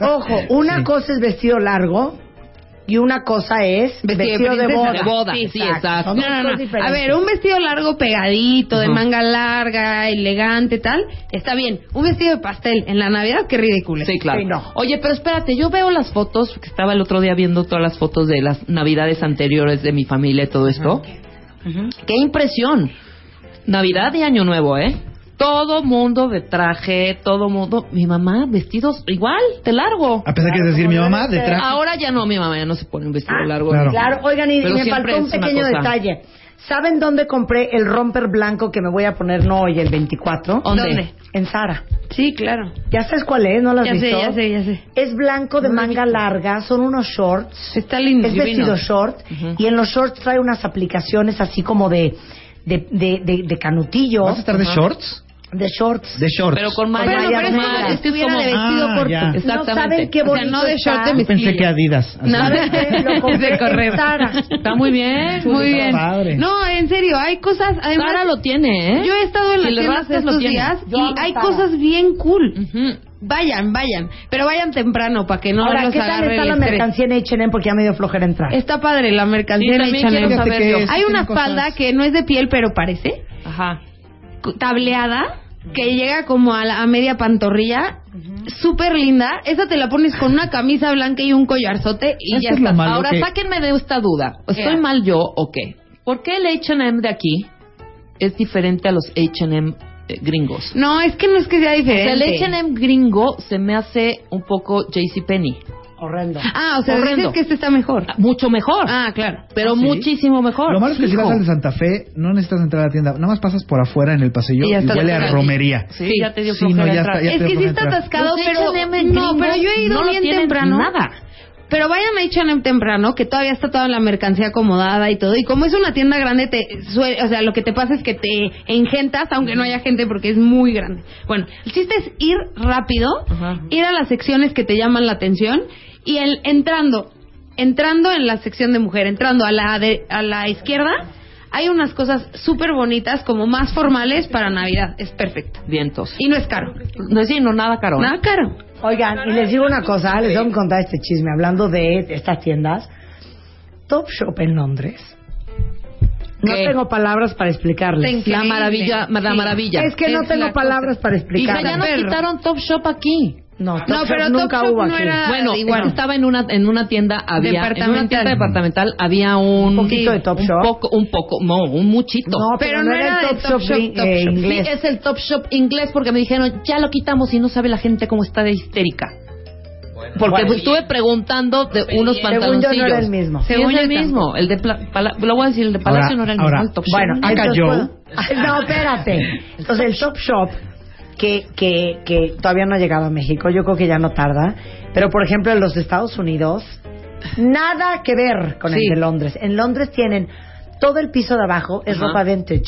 Speaker 7: de-
Speaker 5: Ojo, una cosa es vestido largo y una cosa es
Speaker 6: Vestido de
Speaker 5: vestido de
Speaker 6: princesa.
Speaker 5: boda.
Speaker 7: de boda. Sí, exacto.
Speaker 5: Son
Speaker 6: No,
Speaker 5: dos
Speaker 6: no,
Speaker 5: cosas
Speaker 6: no. A
Speaker 5: diferentes.
Speaker 6: ver, un vestido largo pegadito, de manga larga, elegante, tal, está bien. Un vestido de pastel en la Navidad, qué ridículo.
Speaker 7: Sí, claro.
Speaker 5: Sí, no.
Speaker 7: Oye, pero espérate, yo veo las fotos, porque estaba el otro día viendo todas las fotos de las navidades anteriores de mi familia y todo esto. ¡Qué impresión! Navidad y Año Nuevo, ¿eh? Todo mundo de traje, todo mundo. Mi mamá, vestidos igual, de largo.
Speaker 9: A pesar que es decir, mi mamá de traje.
Speaker 7: Ahora ya no, mi mamá ya no se pone un vestido
Speaker 5: Ah,
Speaker 7: largo.
Speaker 9: claro.
Speaker 5: Claro, oigan, y, y
Speaker 7: Pero
Speaker 5: me
Speaker 7: siempre
Speaker 5: faltó un
Speaker 7: es una
Speaker 5: pequeño
Speaker 7: cosa.
Speaker 5: detalle. ¿Saben dónde compré el romper blanco que me voy a poner no hoy, el 24?
Speaker 7: ¿Dónde?
Speaker 5: En Sara.
Speaker 6: Sí, claro.
Speaker 5: ¿Ya sabes cuál es? ¿No lo has
Speaker 6: Ya sé,
Speaker 5: visto?
Speaker 6: ya sé, ya sé.
Speaker 5: Es blanco de manga larga, son unos shorts.
Speaker 6: Está lindo.
Speaker 5: Es vestido short
Speaker 7: Ujú.
Speaker 5: y en los shorts trae unas aplicaciones así como de de, de, de, de canutillo,
Speaker 9: ¿Vas a estar de shorts?
Speaker 5: de shorts.
Speaker 9: De shorts.
Speaker 7: Pero con malla,
Speaker 5: Pero no, pero es como
Speaker 7: normal,
Speaker 5: si
Speaker 7: es que es
Speaker 6: estuviera
Speaker 7: como-
Speaker 6: de vestido
Speaker 9: Ah,
Speaker 6: corto.
Speaker 9: ya.
Speaker 7: Exactamente.
Speaker 5: No saben qué
Speaker 7: O sea,
Speaker 5: bonito
Speaker 6: no de
Speaker 5: está.
Speaker 6: short de
Speaker 9: Yo pensé que Adidas. así.
Speaker 6: No.
Speaker 5: ¿Sabes qué? Lo compré
Speaker 6: De correr.
Speaker 5: en Zara.
Speaker 7: Está muy bien.
Speaker 6: Muy bien.
Speaker 9: padre.
Speaker 6: No, en serio, hay cosas. además,
Speaker 7: Sara lo tiene, ¿eh?
Speaker 6: Yo he estado en
Speaker 7: Si
Speaker 6: las
Speaker 7: le
Speaker 6: tiendas
Speaker 7: rascas, lo
Speaker 6: estos
Speaker 7: tiene.
Speaker 6: días
Speaker 5: Yo
Speaker 6: y
Speaker 5: amo
Speaker 6: hay
Speaker 5: Zara.
Speaker 6: cosas bien cool.
Speaker 7: Ujú.
Speaker 6: Vayan, vayan, pero vayan temprano para que no
Speaker 5: Ahora,
Speaker 6: los
Speaker 5: ¿qué tal
Speaker 6: agarre
Speaker 5: está
Speaker 6: el
Speaker 5: la
Speaker 6: estrés.
Speaker 5: mercancía en H&M? Porque ya me dio flojera entrar.
Speaker 6: Está padre la
Speaker 7: Sí,
Speaker 6: mercancía en
Speaker 7: también quiero
Speaker 6: H&M.
Speaker 7: saber
Speaker 9: Fíjate
Speaker 7: yo.
Speaker 9: que es-
Speaker 6: Hay una
Speaker 9: tiene cosas-
Speaker 6: falda que no es de piel, pero parece
Speaker 7: Ajá.
Speaker 6: cu- tableada, que llega como a, la, a media pantorrilla, súper linda. Esa te la pones con una camisa blanca y un collarzote y
Speaker 9: Eso
Speaker 6: ya
Speaker 9: es lo
Speaker 6: está.
Speaker 9: malo
Speaker 7: Ahora,
Speaker 9: que-
Speaker 7: sáquenme de esta duda. ¿Estoy
Speaker 6: Ea.
Speaker 7: mal yo o qué? ¿Por qué el H&M de aquí es diferente a los H&M eh, gringos?
Speaker 6: No, es que no es que sea
Speaker 7: O sea,
Speaker 6: diferente.
Speaker 7: el H&M gringo se me hace un poco JCPenney.
Speaker 5: Horrendo.
Speaker 6: Ah, o sea,
Speaker 7: Horrendo.
Speaker 6: dices que este está mejor.
Speaker 7: Mucho mejor.
Speaker 6: Ah, claro.
Speaker 7: pero
Speaker 9: ¿sí?
Speaker 7: muchísimo mejor.
Speaker 9: Lo malo es que si
Speaker 7: Hijo.
Speaker 9: vas al de Santa Fe, no necesitas entrar a la tienda. Nada más pasas por afuera en el pasillo
Speaker 6: Y
Speaker 9: y,
Speaker 6: ya está
Speaker 9: huele a
Speaker 6: atrás.
Speaker 9: romería.
Speaker 7: Sí, ya te dio
Speaker 9: Sí, no,
Speaker 7: flojera
Speaker 9: ya
Speaker 7: entrar.
Speaker 9: está, ya
Speaker 6: es
Speaker 9: te
Speaker 6: que
Speaker 9: dio
Speaker 6: sí
Speaker 9: flojera
Speaker 6: está
Speaker 9: entrar.
Speaker 6: atascado,
Speaker 7: Los
Speaker 6: pero
Speaker 7: H&M
Speaker 6: no,
Speaker 7: gringos
Speaker 6: pero yo he ido
Speaker 7: no lo
Speaker 6: bien
Speaker 7: tienen
Speaker 6: temprano.
Speaker 7: nada.
Speaker 6: Pero vayan a H&M temprano, que todavía está toda la mercancía acomodada y todo. Y como es una tienda grande, te sue- o sea, lo que te pasa es que te engentas, aunque no haya gente porque es muy grande. Bueno, el chiste es ir rápido,
Speaker 7: Ajá.
Speaker 6: ir a las secciones que te llaman la atención y el entrando, entrando en la sección de mujer, entrando a la de- a la izquierda, hay unas cosas súper bonitas como más formales para Navidad. Es perfecto.
Speaker 7: Vientos.
Speaker 6: Y no es caro.
Speaker 7: No es sí, no, nada caro. ¿eh?
Speaker 6: Nada caro.
Speaker 5: Oigan, y les digo una cosa, les tengo que contar este chisme, hablando de estas tiendas. Topshop en Londres. No
Speaker 7: ¿Qué?
Speaker 5: tengo palabras para explicarles.
Speaker 6: Ten-
Speaker 7: La maravilla, la
Speaker 6: Sí.
Speaker 7: maravilla.
Speaker 5: Es que no
Speaker 6: Es
Speaker 5: tengo
Speaker 6: la
Speaker 5: palabras
Speaker 6: cosa.
Speaker 5: para
Speaker 7: Hija, ya
Speaker 5: explicarles.
Speaker 7: nos
Speaker 6: Perro.
Speaker 7: quitaron Top Shop aquí.
Speaker 5: No, Topshop
Speaker 6: pero
Speaker 5: nunca
Speaker 6: Topshop
Speaker 5: hubo
Speaker 6: no
Speaker 5: aquí.
Speaker 6: era-
Speaker 7: Bueno,
Speaker 6: igual.
Speaker 7: yo estaba en una en una tienda había en una
Speaker 6: Departamental.
Speaker 7: tienda departamental había un
Speaker 5: Un poquito de Top Shop.
Speaker 7: un poco un poco no un muchito.
Speaker 5: No, pero, no, era, el Topshop
Speaker 6: Topshop,
Speaker 5: in-
Speaker 6: Topshop.
Speaker 5: eh,
Speaker 6: Sí,
Speaker 7: Sí,
Speaker 5: inglés.
Speaker 7: es el Top Shop inglés porque me dijeron ya lo quitamos y no sabe la gente cómo está de histérica. Porque pues,
Speaker 5: Bueno.
Speaker 7: estuve preguntando de unos
Speaker 5: Según
Speaker 7: pantaloncillos.
Speaker 5: yo no era el mismo.
Speaker 7: Sí,
Speaker 6: Según
Speaker 7: es el
Speaker 6: yo
Speaker 7: mismo, el de pla- pala- lo voy a decir, el de Palacio
Speaker 9: Ahora-
Speaker 7: no era el
Speaker 9: ahora,
Speaker 7: mismo, el Top Shop.
Speaker 5: Bueno,
Speaker 9: Acá
Speaker 5: entonces
Speaker 9: yo.
Speaker 5: puedo- Ay, No, espérate. Entonces el Top Shop, que, que, que todavía no ha llegado a México, yo creo que ya no tarda, pero por ejemplo en los Estados Unidos, nada que ver con
Speaker 7: Sí.
Speaker 5: el de Londres. En Londres tienen todo el piso de abajo es
Speaker 7: Ajá.
Speaker 5: ropa vintage.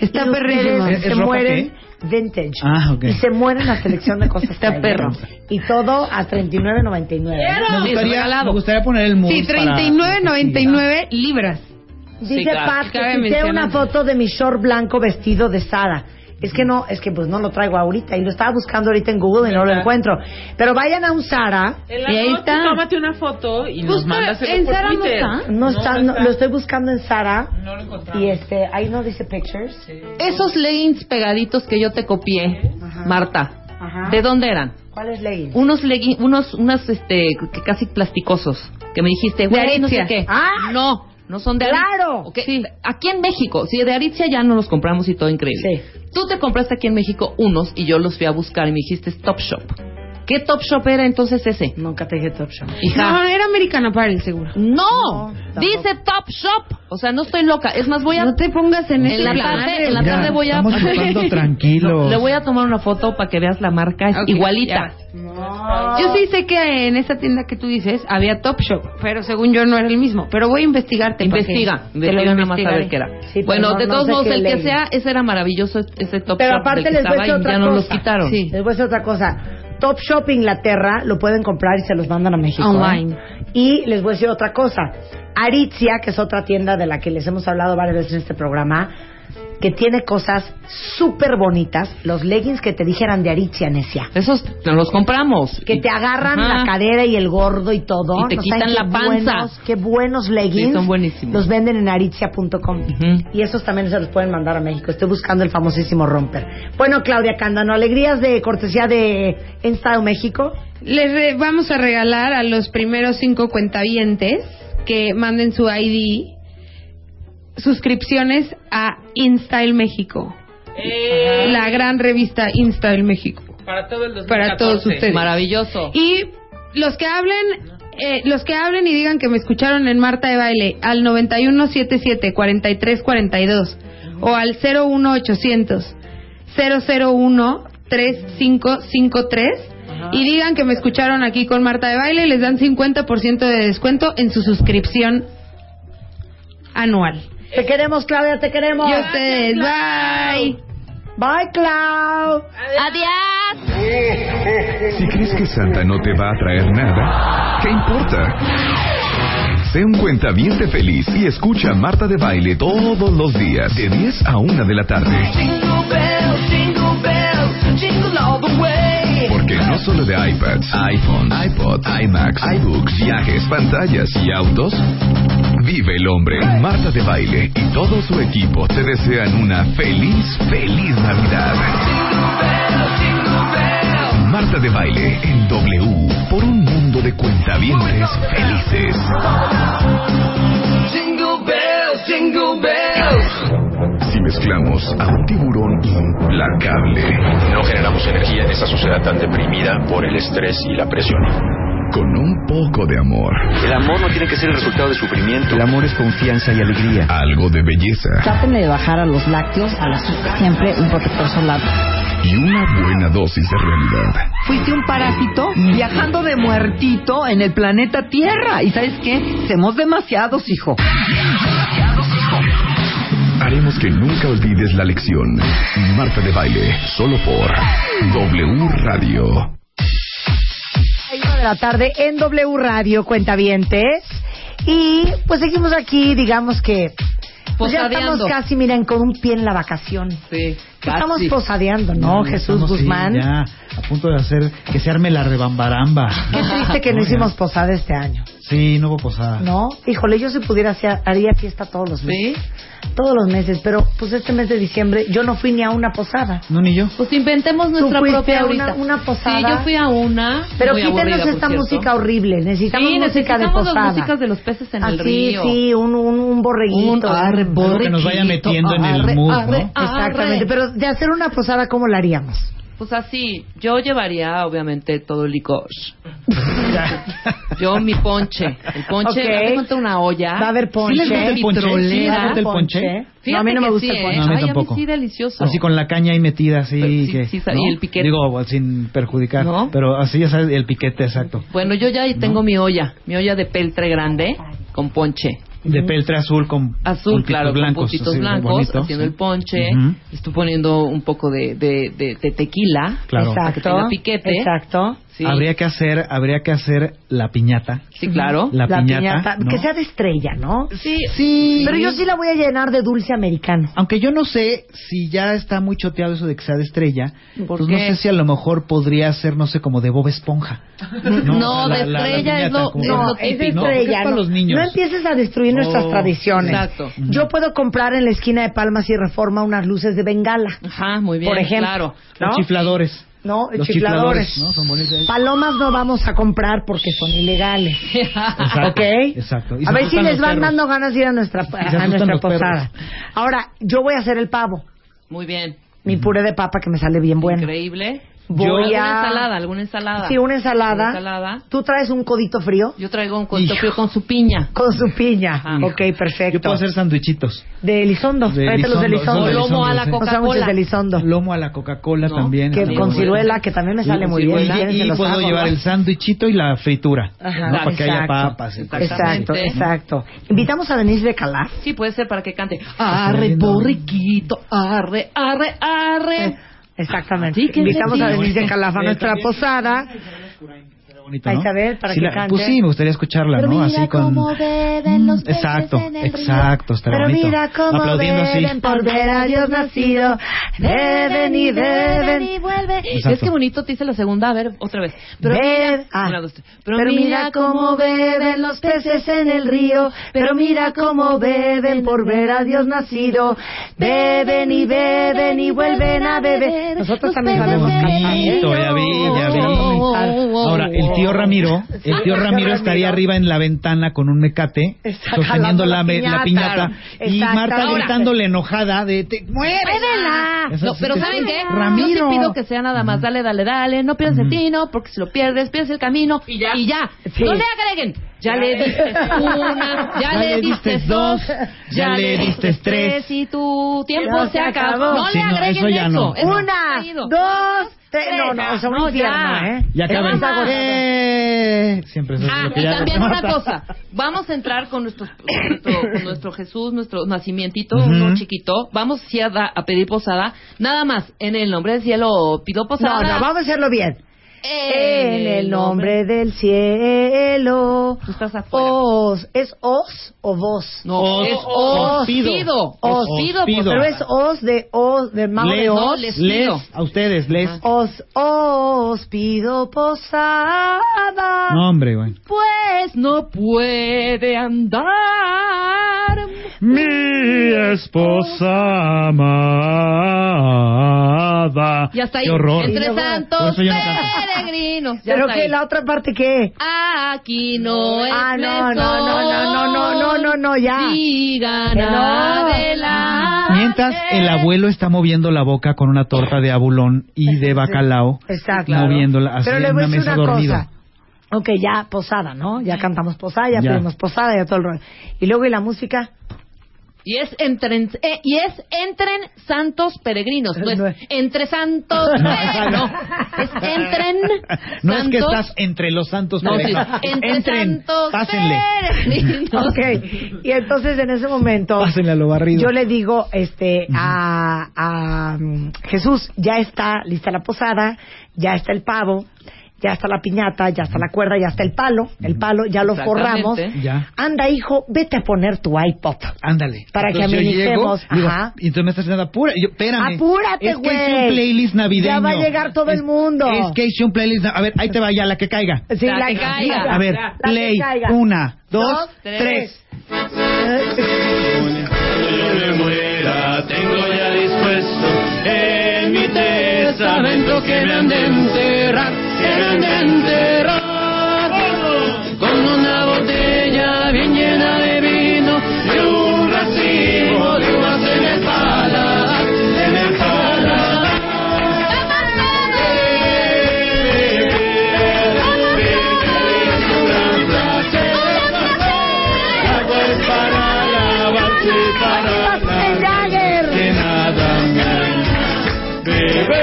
Speaker 6: Está
Speaker 5: Y ustedes
Speaker 6: perrísimo.
Speaker 9: ¿Es-
Speaker 5: Se
Speaker 9: es ropa
Speaker 5: mueren vintage.
Speaker 9: Ah, ok.
Speaker 5: Y se mueren la selección de cosas.
Speaker 7: [LAUGHS] Está
Speaker 5: que hay,
Speaker 7: perro.
Speaker 5: ¿no? Y todo a 39.99.
Speaker 9: Me
Speaker 7: Sí,
Speaker 9: gustaría,
Speaker 7: regalado.
Speaker 9: me gustaría poner el mood
Speaker 6: Sí,
Speaker 9: para-
Speaker 6: 39.99 libras.
Speaker 5: Dice
Speaker 7: claro.
Speaker 5: Pat que
Speaker 6: Cabe
Speaker 5: quité
Speaker 6: mencionar.
Speaker 5: una foto de mi short blanco vestido de Sara. Es que no, es que pues no lo traigo ahorita y lo estaba buscando ahorita en Google y no lo
Speaker 4: ¿Verdad?
Speaker 5: encuentro. Pero vayan a un Sara.
Speaker 4: En la
Speaker 6: Y ahí
Speaker 4: noche,
Speaker 6: está.
Speaker 4: tómate una foto y nos
Speaker 6: Busca,
Speaker 4: mandas
Speaker 6: ¿en
Speaker 4: por
Speaker 6: Zara no
Speaker 4: Twitter.
Speaker 6: está?
Speaker 5: No está, no-
Speaker 4: está.
Speaker 5: lo estoy buscando en Sara.
Speaker 4: No lo encontramos.
Speaker 5: Y este, ahí no dice pictures.
Speaker 7: Esos leggings pegaditos que yo te copié,
Speaker 5: Ajá.
Speaker 7: Marta.
Speaker 5: Ajá.
Speaker 7: ¿De dónde eran?
Speaker 5: ¿Cuál es leggings?
Speaker 7: unos leggings, unos, unas, este, que casi plasticosos, que me dijiste, güey, no sé
Speaker 6: Aritzia.
Speaker 7: qué.
Speaker 5: ¡Ah!
Speaker 7: No, no son de
Speaker 5: ¡Claro!
Speaker 7: Ok, Aquí en México, sí, de Aritzia ya no los compramos y todo increíble. Tú te compraste aquí en México unos y yo los fui a buscar y me dijiste, es Top Shop. ¿Qué Top Shop era entonces ese?
Speaker 5: Nunca te dije Top Shop.
Speaker 6: No,
Speaker 7: Hija.
Speaker 6: era American Apparel seguro.
Speaker 7: No,
Speaker 5: No, tampoco.
Speaker 7: dice Top Shop. O sea, no estoy loca. Es más, voy a.
Speaker 6: No te pongas en, ese
Speaker 7: en la
Speaker 6: plan.
Speaker 7: tarde, en la
Speaker 9: Ya,
Speaker 7: tarde voy a. [LAUGHS]
Speaker 9: estamos chupando tranquilos.
Speaker 7: Le voy a tomar una foto para que veas la marca. Es
Speaker 6: Ok,
Speaker 7: igualita.
Speaker 6: Yo sí sé que en esa tienda que tú dices había Topshop, pero según yo no era el mismo. Pero voy a investigarte. para
Speaker 7: Investiga,
Speaker 6: que te lo
Speaker 7: investiga nada más a
Speaker 6: investigaré.
Speaker 7: ver qué era.
Speaker 5: Sí, pero
Speaker 7: bueno,
Speaker 5: no-
Speaker 7: de
Speaker 5: no
Speaker 7: todos
Speaker 5: sé
Speaker 7: modos,
Speaker 5: qué
Speaker 7: el que
Speaker 5: leggings.
Speaker 7: sea, ese era maravilloso, ese top
Speaker 5: Pero
Speaker 7: shop
Speaker 5: aparte
Speaker 7: del que
Speaker 5: les voy a
Speaker 7: estaba
Speaker 5: decir
Speaker 7: y
Speaker 5: otra
Speaker 7: ya no los
Speaker 5: cosa.
Speaker 7: quitaron.
Speaker 6: Sí.
Speaker 5: Les voy a decir otra cosa. Topshop Inglaterra lo pueden comprar y se los mandan a México. ¿eh?
Speaker 6: Online.
Speaker 5: Y les voy a decir otra cosa. Aritzia, que es otra tienda de la que les hemos hablado varias veces en este programa, que tiene cosas súper bonitas. Los leggings que te dijeran de Aritzia, necia.
Speaker 7: Esos te los compramos.
Speaker 5: Que te agarran
Speaker 7: Ajá.
Speaker 5: la cadera y el gordo y todo.
Speaker 7: Y te
Speaker 5: saben
Speaker 7: quitan
Speaker 5: qué
Speaker 7: la panza.
Speaker 5: Buenos, qué buenos leggings.
Speaker 7: Sí, son buenísimos.
Speaker 5: Los venden en aritzia.com.
Speaker 7: Ujú.
Speaker 5: Y esos también se los pueden mandar a México. Estoy buscando el famosísimo romper. Bueno, Claudia Cándano, alegrías de cortesía de Enstado México.
Speaker 6: Les re- vamos a regalar a los primeros cinco cuentavientes que manden su ID suscripciones a InStyle México,
Speaker 4: Eh,
Speaker 6: la gran revista InStyle México.
Speaker 4: Para todo el 2014.
Speaker 6: Para todos ustedes.
Speaker 7: Maravilloso.
Speaker 6: Y los que hablen, eh, los que hablen y digan que me escucharon en Marta de Baile al 9177-4342 o al 01800 001 3553 y digan que me escucharon aquí con Marta de Baile, les dan 50% de descuento en su suscripción anual.
Speaker 5: Te queremos, Claudia, te
Speaker 6: Y
Speaker 5: queremos.
Speaker 6: a ustedes, bye.
Speaker 5: Bye, Clau.
Speaker 1: Si crees que Santa no te va a traer nada, ¿qué importa? Sé un cuentaviente feliz y escucha a Marta de Baile todos los días, de 10 a 1 de la tarde. Porque no solo de iPads, iPhone, iPod, iMacs, iBooks, viajes, pantallas y autos, vive el hombre. Marta de Baile y todo su equipo te desean una feliz, feliz Navidad. Marta de Baile en W por un mundo de cuentavientes felices. Si mezclamos a un tiburón implacable
Speaker 10: No generamos energía en esta sociedad tan deprimida por el estrés y la presión.
Speaker 1: con un poco de amor,
Speaker 10: El amor no tiene que ser el resultado de sufrimiento.
Speaker 9: El amor es confianza y alegría.
Speaker 1: algo de belleza
Speaker 11: Traten de bajar a los lácteos, al azúcar. Siempre un protector solar.
Speaker 1: y una buena dosis de realidad.
Speaker 11: Fuiste un parásito viajando de muertito en el planeta Tierra. ¿Y sabes qué? Somos demasiados, hijo.
Speaker 1: Haremos que nunca olvides la lección. Marta de baile, solo por W Radio.
Speaker 5: A la una de la tarde en W Radio, Cuentavientes. Y pues seguimos aquí, digamos que pues ya estamos
Speaker 7: Posadeando.
Speaker 5: casi, miren, con un pie en la vacación.
Speaker 7: Sí,
Speaker 5: Estamos
Speaker 7: fácil.
Speaker 5: posadeando, ¿no, Jesús
Speaker 9: estamos, sí,
Speaker 5: Guzmán?
Speaker 9: ya, a punto de hacer que se arme la
Speaker 7: [LAUGHS]
Speaker 9: rebambaramba.
Speaker 5: Qué triste que no
Speaker 9: No,
Speaker 5: hicimos
Speaker 9: ya.
Speaker 5: posada este año,
Speaker 9: Sí, no hubo posada.
Speaker 5: ¿no? Híjole, yo si pudiera hacer- haría fiesta todos los meses.
Speaker 7: Sí.
Speaker 5: Todos los meses, pero pues este mes de diciembre yo no fui ni a una posada.
Speaker 9: No, ni yo.
Speaker 7: Pues inventemos nuestra
Speaker 5: fuiste
Speaker 7: propia
Speaker 5: a una-
Speaker 7: ahorita.
Speaker 5: una posada.
Speaker 7: Sí, yo fui a una.
Speaker 5: Pero
Speaker 7: muy
Speaker 5: quítenos
Speaker 7: aburrida, por
Speaker 5: esta
Speaker 7: cierto.
Speaker 5: música horrible. Necesitamos
Speaker 7: Sí,
Speaker 5: música de
Speaker 7: necesitamos
Speaker 5: posada.
Speaker 7: las músicas de los peces en el
Speaker 5: Así,
Speaker 7: río.
Speaker 5: sí, un, un, un
Speaker 7: Ah, Un
Speaker 5: borreguito.
Speaker 7: árbol
Speaker 9: Algo que nos vaya metiendo en el mood, ¿no?
Speaker 5: Exactamente, pero de hacer una posada, ¿cómo la haríamos?
Speaker 7: Pues así, yo llevaría obviamente todo
Speaker 9: [LAUGHS]
Speaker 7: el licor. yo mi ponche. El ponche,
Speaker 5: Ok.
Speaker 7: me cuenta una olla.
Speaker 5: Va a haber ponche.
Speaker 9: ¿Sí les gusta el ponche? ¿Sí les gusta el ponche?
Speaker 7: Fíjate
Speaker 5: No, a mí no
Speaker 7: que
Speaker 5: me gusta
Speaker 7: sí,
Speaker 5: el
Speaker 7: ¿eh?
Speaker 5: ponche.
Speaker 9: No, a mí
Speaker 7: Ay, a mí
Speaker 9: tampoco.
Speaker 7: sí, delicioso.
Speaker 9: Así con la caña ahí metida, así
Speaker 7: Pero sí,
Speaker 9: que...
Speaker 7: sí, sa- y el piquete.
Speaker 9: Digo, sin perjudicar.
Speaker 7: ¿No?
Speaker 9: Pero así ya sabes, el piquete, exacto.
Speaker 7: Bueno, yo ya ahí tengo mi olla, mi olla de peltre grande con ponche.
Speaker 9: De peltre azul con
Speaker 7: Azul,
Speaker 9: puntitos
Speaker 7: claro,
Speaker 9: blancos,
Speaker 7: con puntitos
Speaker 9: así,
Speaker 7: blancos,
Speaker 9: bonito,
Speaker 7: haciendo
Speaker 9: sí.
Speaker 7: el ponche,
Speaker 9: Ujú.
Speaker 7: estoy poniendo un poco de, de, de, de tequila.
Speaker 9: Claro.
Speaker 7: para que tenga piquete.
Speaker 5: Exacto.
Speaker 7: Sí,
Speaker 9: Habría que hacer, habría que hacer la piñata.
Speaker 7: sí, claro.
Speaker 9: La, piñata, ¿no?
Speaker 5: Que sea de estrella, ¿no?
Speaker 7: Sí,
Speaker 9: Sí.
Speaker 5: Pero yo sí la voy a
Speaker 9: [LAUGHS]
Speaker 5: llenar de dulce americano.
Speaker 9: Aunque yo no sé si ya está muy choteado eso de que sea de estrella,
Speaker 7: ¿Por
Speaker 9: pues no
Speaker 7: qué?
Speaker 9: sé si a lo mejor podría ser, no sé, como de Bob Esponja.
Speaker 7: No, de estrella es lo-
Speaker 9: como-
Speaker 7: es lo
Speaker 5: No,
Speaker 7: típico.
Speaker 5: es de estrella.
Speaker 9: es para
Speaker 5: no,
Speaker 9: los niños.
Speaker 5: No empieces a destruir nuestras
Speaker 9: Oh,
Speaker 5: tradiciones.
Speaker 7: exacto.
Speaker 5: Yo puedo comprar en la esquina de Palmas y Reforma unas luces de bengala,
Speaker 7: Ajá, muy bien.
Speaker 5: por ejemplo.
Speaker 7: Claro.
Speaker 9: Los chifladores.
Speaker 5: ¿No?
Speaker 9: Los
Speaker 5: chifladores.
Speaker 9: chifladores, ¿no? Son bonitos.
Speaker 5: Palomas no vamos a comprar porque son ilegales.
Speaker 9: [LAUGHS] Exacto,
Speaker 5: ¿Ok?
Speaker 9: exacto. Y
Speaker 5: A
Speaker 9: se
Speaker 5: ver si
Speaker 9: asustan
Speaker 5: les
Speaker 9: los
Speaker 5: van
Speaker 9: perros.
Speaker 5: dando ganas de ir a nuestra,
Speaker 9: se
Speaker 5: a
Speaker 9: asustan
Speaker 5: nuestra
Speaker 9: los perros.
Speaker 5: posada. Ahora, yo voy a hacer el pavo.
Speaker 7: Muy bien.
Speaker 5: Mi puré de papa que me sale bien bueno.
Speaker 7: Increíble.
Speaker 5: Voy
Speaker 7: ¿Alguna
Speaker 5: a-
Speaker 7: ensalada? ¿Alguna ensalada?
Speaker 5: Sí, una ensalada.
Speaker 7: Una ensalada.
Speaker 5: ¿Tú traes un codito frío?
Speaker 7: Yo traigo un cotopio con su piña.
Speaker 5: Con su piña.
Speaker 7: Ajá.
Speaker 5: Ok, perfecto.
Speaker 9: Yo puedo hacer sanduichitos.
Speaker 5: De Elizondo.
Speaker 9: De
Speaker 5: Tráete los de
Speaker 9: Elizondo,
Speaker 5: Elizondo.
Speaker 9: esos de
Speaker 7: Lomo a la
Speaker 9: Elizondo,
Speaker 5: Los
Speaker 7: Coca-Cola.
Speaker 5: sándwiches de Elizondo.
Speaker 9: sí. Lomo a la Coca-Cola
Speaker 7: No,
Speaker 9: también.
Speaker 5: Que
Speaker 9: está
Speaker 5: con
Speaker 9: muy bueno.
Speaker 5: ciruela, que también me
Speaker 7: Sí,
Speaker 5: sale
Speaker 7: con
Speaker 5: muy
Speaker 9: Y,
Speaker 5: bien.
Speaker 7: ciruela.
Speaker 5: También
Speaker 9: y
Speaker 5: se los
Speaker 9: puedo
Speaker 5: hago,
Speaker 9: llevar
Speaker 5: ¿no?
Speaker 9: el sanduichito y la fritura.
Speaker 5: Ajá,
Speaker 9: ¿no? Para que haya
Speaker 5: exacto.
Speaker 9: papas. y cosas.
Speaker 5: Exacto,
Speaker 7: Exactamente.
Speaker 5: exacto. Invitamos a Denise de Calaf.
Speaker 9: Ah,
Speaker 7: Sí, puede ser para que cante. Arre, borriquito, arre, arre, arre.
Speaker 5: Eh, Exactamente.
Speaker 12: Sí, qué
Speaker 5: Invitamos a
Speaker 12: divertido.
Speaker 5: Denise de Calaf a
Speaker 12: Eh,
Speaker 5: nuestra
Speaker 12: también-
Speaker 5: posada.
Speaker 3: bonito,
Speaker 5: A
Speaker 3: ¿no?
Speaker 5: Isabel, para
Speaker 3: Sí,
Speaker 5: que
Speaker 3: la-
Speaker 5: cante.
Speaker 3: Pues sí, me gustaría escucharla, ¿no? Así con... Exacto, exacto, estaría
Speaker 5: Pero
Speaker 3: bonito.
Speaker 5: mira cómo
Speaker 3: Aplaudiendo así.
Speaker 5: beben por ver a Dios nacido. Beben y beben.
Speaker 7: y vuelven.
Speaker 5: Exacto.
Speaker 7: Es que bonito te hice la segunda, a ver, otra vez. Pero
Speaker 5: Bebe-
Speaker 7: mira,
Speaker 5: ah.
Speaker 7: Una, dos, tres.
Speaker 5: Pero, mira cómo beben los peces en el río, pero mira cómo beben por ver a Dios nacido. Beben y beben y vuelven a beber. Nosotros también sabemos
Speaker 3: Bonito,
Speaker 5: cantar.
Speaker 3: ya vi, ya vi. Ahora, el tío Ramiro, el tío Ramiro estaría arriba en la ventana con un mecate,
Speaker 5: Está
Speaker 3: sosteniendo
Speaker 5: jalando
Speaker 3: la, me- la piñata,
Speaker 5: piñata.
Speaker 3: y Marta
Speaker 7: Ahora.
Speaker 3: gritándole enojada de... te-
Speaker 7: ¡Muévela!
Speaker 3: Eso
Speaker 7: Ah, No,
Speaker 3: sí
Speaker 7: pero
Speaker 3: que-
Speaker 7: ¿saben qué?
Speaker 3: Ramiro.
Speaker 7: Yo te pido que sea nada más, dale, dale, dale, no pierdas el tino, porque si lo pierdes, pierdes el camino y ya. Y ya.
Speaker 12: Sí.
Speaker 7: No le agreguen. Ya le diste una, ya, le diste dos,
Speaker 3: ya le diste tres.
Speaker 7: y tu tiempo
Speaker 5: Ya
Speaker 7: se acabó. No
Speaker 3: Sí,
Speaker 7: le
Speaker 3: no,
Speaker 7: agreguen
Speaker 3: eso ya no.
Speaker 7: eso.
Speaker 5: Una, dos, tres. No, no, eso no es infierno, ¿eh?
Speaker 3: Ya
Speaker 5: Eso
Speaker 3: acaben.
Speaker 5: es agotador.
Speaker 3: Eh, Siempre eso es
Speaker 7: Ah,
Speaker 3: lo que
Speaker 7: y
Speaker 3: ya
Speaker 7: también una
Speaker 3: Marta.
Speaker 7: cosa, vamos a entrar con nuestro, con nuestro, con nuestro Jesús, nuestro nacimientito,
Speaker 3: Ujú.
Speaker 7: uno chiquito, vamos sí a, da- a pedir posada, nada más, en el nombre del cielo pido
Speaker 5: No,
Speaker 7: posada.
Speaker 5: no, vamos a hacerlo bien. En el nombre del cielo. Os. ¿Es os o vos?
Speaker 7: No, Os, es os, os pido.
Speaker 5: Os.
Speaker 3: Os pido, pues.
Speaker 5: Pero es os de os, de mago de
Speaker 3: Les,
Speaker 5: os.
Speaker 3: les, Ah. a ustedes, les.
Speaker 5: Os, os pido posada.
Speaker 3: No, hombre, güey.
Speaker 7: Pues no puede andar.
Speaker 3: Mi esposa amada.
Speaker 7: Y hasta ahí,
Speaker 3: Qué horror.
Speaker 7: entre
Speaker 3: Por
Speaker 7: santos
Speaker 3: eso ya no canto.
Speaker 7: peregrinos.
Speaker 5: Pero
Speaker 7: hasta
Speaker 5: que
Speaker 7: ahí.
Speaker 5: la otra parte qué?
Speaker 7: Aquí no es
Speaker 5: Ah, no, no, no, no, no, no, no, no, no, ya.
Speaker 7: Sigan
Speaker 5: Que no.
Speaker 7: adelante.
Speaker 3: Mientras el abuelo está moviendo la boca con una torta de abulón y de bacalao,
Speaker 5: Exacto.
Speaker 3: moviéndola así
Speaker 5: Pero le
Speaker 3: en una
Speaker 5: voy a decir
Speaker 3: mesa
Speaker 5: una
Speaker 3: dormida.
Speaker 5: cosa. Ok, ya posada, ¿no? Ya cantamos posada, ya,
Speaker 3: Ya.
Speaker 5: pedimos posada, ya todo el rollo. Y luego, ¿y la música?
Speaker 7: Y es entren, eh, y es entren santos peregrinos, no es entre santos,
Speaker 5: [LAUGHS]
Speaker 7: peregrinos, no, es entren
Speaker 3: No es
Speaker 7: santos,
Speaker 3: que estás entre los santos,
Speaker 7: No,
Speaker 3: pero-
Speaker 7: sí, entre
Speaker 3: entren, [LAUGHS]
Speaker 7: santos
Speaker 3: pásenle.
Speaker 7: peregrinos.
Speaker 5: Ok, y entonces en ese momento
Speaker 3: Pásenle a lo barrido.
Speaker 5: yo le digo este a, a, mm, Jesús, ya está lista la posada, ya está el pavo, ya está la piñata, ya está la cuerda, ya está el palo, el palo, ya lo
Speaker 3: Exactamente.
Speaker 5: forramos.
Speaker 3: Ya.
Speaker 5: Anda, hijo, vete a poner tu iPod.
Speaker 3: Ándale.
Speaker 5: Para que
Speaker 3: Entonces yo
Speaker 5: amenicemos,
Speaker 3: llego, digo,
Speaker 5: ajá.
Speaker 3: Y entonces me estás haciendo apura. Yo, espérame.
Speaker 5: Apúrate,
Speaker 3: Es que
Speaker 5: güey.
Speaker 3: hice un playlist navideño.
Speaker 5: Ya va a llegar todo el mundo.
Speaker 3: Es que hice un playlist. na- A ver, ahí te va ya, la que caiga.
Speaker 5: Sí, la que caiga.
Speaker 3: A ver,
Speaker 5: La que
Speaker 3: play.
Speaker 5: caiga.
Speaker 3: Una, dos,
Speaker 5: Dos,
Speaker 3: tres.
Speaker 5: tres.
Speaker 8: yo me muera, tengo ya dispuesto en mi testamento que me han de enterrar, que me han de enterrar con una botella bien llena de vino y un racimo de uvas en el paladar, en el paladar. Agua es para lavarse, para lavarse, nada más. Beber,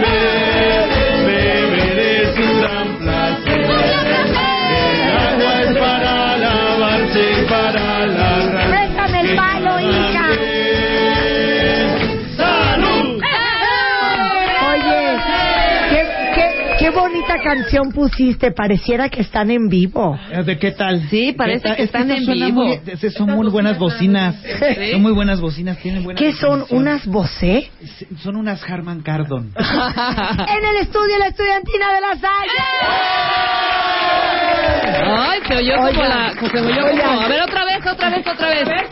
Speaker 8: beber, beber es un gran placer. El agua es para lavarse, para lavarse.
Speaker 5: Préstame el palo, hija.
Speaker 8: ¡Salud!
Speaker 5: Oye, qué, qué, qué bonita canción pusiste. Pareciera que están en vivo.
Speaker 3: ¿De qué tal? Sí,
Speaker 5: parece que están en vivo.
Speaker 3: son muy buenas bocinas.
Speaker 5: Sí.
Speaker 3: Son muy buenas bocinas. Tienen buena
Speaker 5: ¿Qué son? eh?
Speaker 3: definición.
Speaker 5: ¿Unas vocé?
Speaker 3: Son unas Harman Kardon.
Speaker 5: en el estudio, la estudiantina de la salle.
Speaker 7: Ay, se oyó como
Speaker 5: Oigan,
Speaker 7: la, como se oyó como-
Speaker 5: oigan.
Speaker 7: a ver otra vez, otra vez, otra vez. ¡Eh!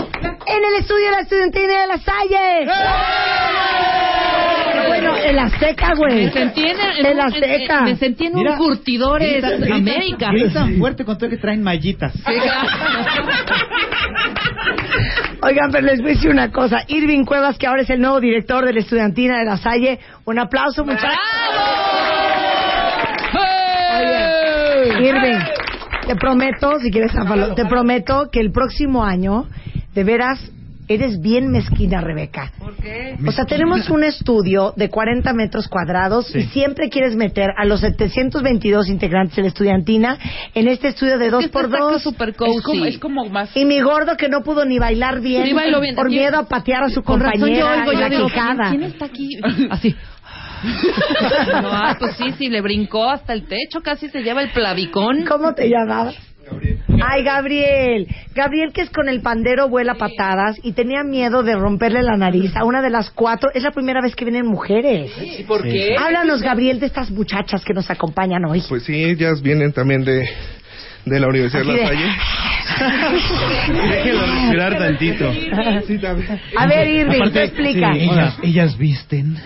Speaker 5: En el estudio, la estudiantina de la salle. Bueno, en la seca, güey.
Speaker 7: Me sentí en, en
Speaker 5: En la
Speaker 7: un- en- en-
Speaker 5: seca.
Speaker 7: me sentí en un curtidores
Speaker 3: gritan- gritan-
Speaker 7: América.
Speaker 3: Gritan fuerte con todo que traen
Speaker 7: [LAUGHS]
Speaker 3: mallitas.
Speaker 5: Oigan, pero les voy a decir una cosa. Irving Cuevas, que ahora es el nuevo director de la estudiantina de la salle. Un aplauso, muchachos. Oye, Irving, te prometo, si quieres, záfalo, te prometo que el próximo año, de veras, Eres bien mezquina, Rebeca.
Speaker 6: ¿Por qué?
Speaker 5: O sea, tenemos un estudio de 40 metros cuadrados y siempre quieres meter a los 722 integrantes de la estudiantina en este estudio de 2 por 2
Speaker 13: Es como, es como más...
Speaker 5: Y mi gordo que no pudo ni bailar bien,
Speaker 13: Ni bailó bien.
Speaker 5: por
Speaker 13: ¿Quién?
Speaker 5: miedo a patear a su
Speaker 13: Con razón
Speaker 5: compañera
Speaker 13: yo oigo,
Speaker 5: en la
Speaker 13: yo digo,
Speaker 5: quijada.
Speaker 7: ¿Quién está aquí? [LAUGHS] Así. No, ah, pues sí, sí, le brincó hasta el techo, casi se lleva el plavicón.
Speaker 5: ¿Cómo te llamabas? Ay, Gabriel. Gabriel que es con el pandero vuela patadas y tenía miedo de romperle la nariz a una de las cuatro. Es la primera vez que vienen mujeres.
Speaker 4: ¿Y por Sí. qué?
Speaker 5: Háblanos, Gabriel, de estas muchachas que nos acompañan hoy.
Speaker 4: Pues sí, ellas vienen también de, de la Universidad
Speaker 5: Así
Speaker 4: de La
Speaker 5: de-
Speaker 4: Salle.
Speaker 3: Déjelo respirar tantito. [LAUGHS]
Speaker 4: Sí, también.
Speaker 5: A ver, Irving,
Speaker 3: Aparte,
Speaker 5: te explica.
Speaker 3: sí, ellas, ellas visten.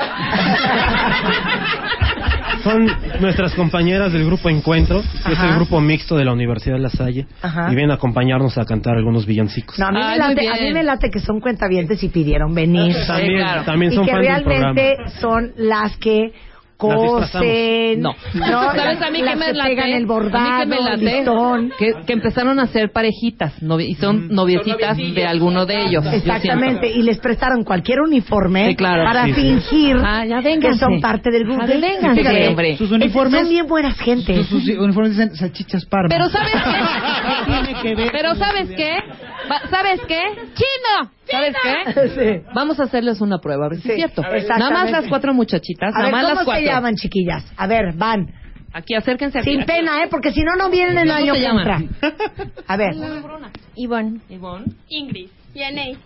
Speaker 14: Son nuestras compañeras del grupo Encuentro, que es
Speaker 5: Ajá.
Speaker 14: el grupo mixto de la Universidad de La Salle,
Speaker 5: Ajá.
Speaker 14: y vienen a acompañarnos a cantar algunos villancicos.
Speaker 5: No, a mí, me
Speaker 8: Ay, muy
Speaker 5: late,
Speaker 8: bien.
Speaker 5: a mí me late que son cuentavientes y pidieron venir.
Speaker 14: También- Sí, claro. también son
Speaker 5: y que
Speaker 14: fan del
Speaker 5: realmente son las que cosen.
Speaker 7: No.
Speaker 5: no,
Speaker 7: ¿Sabes a mí
Speaker 5: las
Speaker 7: que me
Speaker 5: que
Speaker 7: late?
Speaker 5: pegan el
Speaker 7: a mí
Speaker 5: bordado,
Speaker 7: que me
Speaker 5: el
Speaker 7: late. Que, que empezaron a ser parejitas novi- y son noviecitas de alguno de ellos. yo
Speaker 5: Exactamente,
Speaker 7: siento.
Speaker 5: y les prestaron cualquier uniforme
Speaker 7: Sí, claro.
Speaker 5: ¿eh? para
Speaker 7: Sí, sí.
Speaker 5: fingir
Speaker 7: ya
Speaker 5: que
Speaker 7: vénganse.
Speaker 5: son parte del grupo.
Speaker 7: Ah, vénganse,
Speaker 5: Fíjate,
Speaker 7: hombre.
Speaker 5: Sus uniformes son bien buenas gente.
Speaker 3: Sus uniformes dicen salchichas parmas.
Speaker 5: [LAUGHS]
Speaker 6: Pero ¿sabes qué? Pero ¿sabes qué? Va- ¿Sabes qué? ¡Chino!
Speaker 7: ¿Sabes
Speaker 5: qué?
Speaker 7: Vamos a hacerles una prueba, a ver si es cierto.
Speaker 5: exactamente.
Speaker 7: Nada más las cuatro muchachitas,
Speaker 5: A
Speaker 7: nada
Speaker 5: ver,
Speaker 7: más las
Speaker 5: ¿cómo se
Speaker 7: cuatro.
Speaker 5: llaman, chiquillas? A ver, van.
Speaker 7: Aquí, acérquense aquí.
Speaker 5: Sin
Speaker 7: Aquí.
Speaker 5: pena, ¿eh? Porque si no, no vienen el
Speaker 7: ¿Cómo
Speaker 5: año
Speaker 7: se
Speaker 5: que entra.
Speaker 7: llaman?
Speaker 5: A ver.
Speaker 15: Ivonne. Ingrid. Yanei.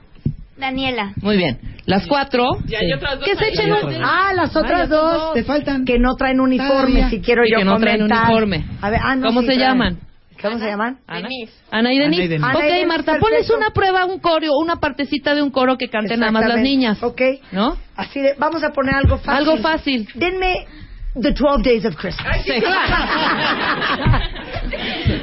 Speaker 15: Daniela.
Speaker 7: Muy bien. Las cuatro.
Speaker 15: Ya,
Speaker 7: Sí.
Speaker 15: y otras dos
Speaker 7: Que se
Speaker 15: ahí.
Speaker 7: echen un-
Speaker 5: Ah, las otras
Speaker 7: las
Speaker 5: dos,
Speaker 7: dos.
Speaker 5: te faltan. que no traen uniforme,
Speaker 7: Todavía.
Speaker 5: si quiero
Speaker 7: Sí,
Speaker 5: yo
Speaker 7: que no traen
Speaker 5: comentar.
Speaker 7: uniforme.
Speaker 5: A ver, ah, no,
Speaker 7: ¿Cómo
Speaker 5: sí
Speaker 7: se
Speaker 5: traen.
Speaker 7: llaman?
Speaker 5: ¿Cómo se llaman?
Speaker 7: Ana. Ana y Denise.
Speaker 5: Ana y Denise.
Speaker 7: Ok,
Speaker 5: Ana y Denise,
Speaker 7: Marta,
Speaker 5: perfecto.
Speaker 7: ponles una prueba, un coreo, una partecita de un coro que canten nada más las
Speaker 5: Exactamente.
Speaker 7: niñas.
Speaker 5: Ok.
Speaker 7: ¿No?
Speaker 5: Así de, vamos a poner algo fácil.
Speaker 7: Algo fácil.
Speaker 5: Denme The 12 Days of Christmas.
Speaker 7: Sí.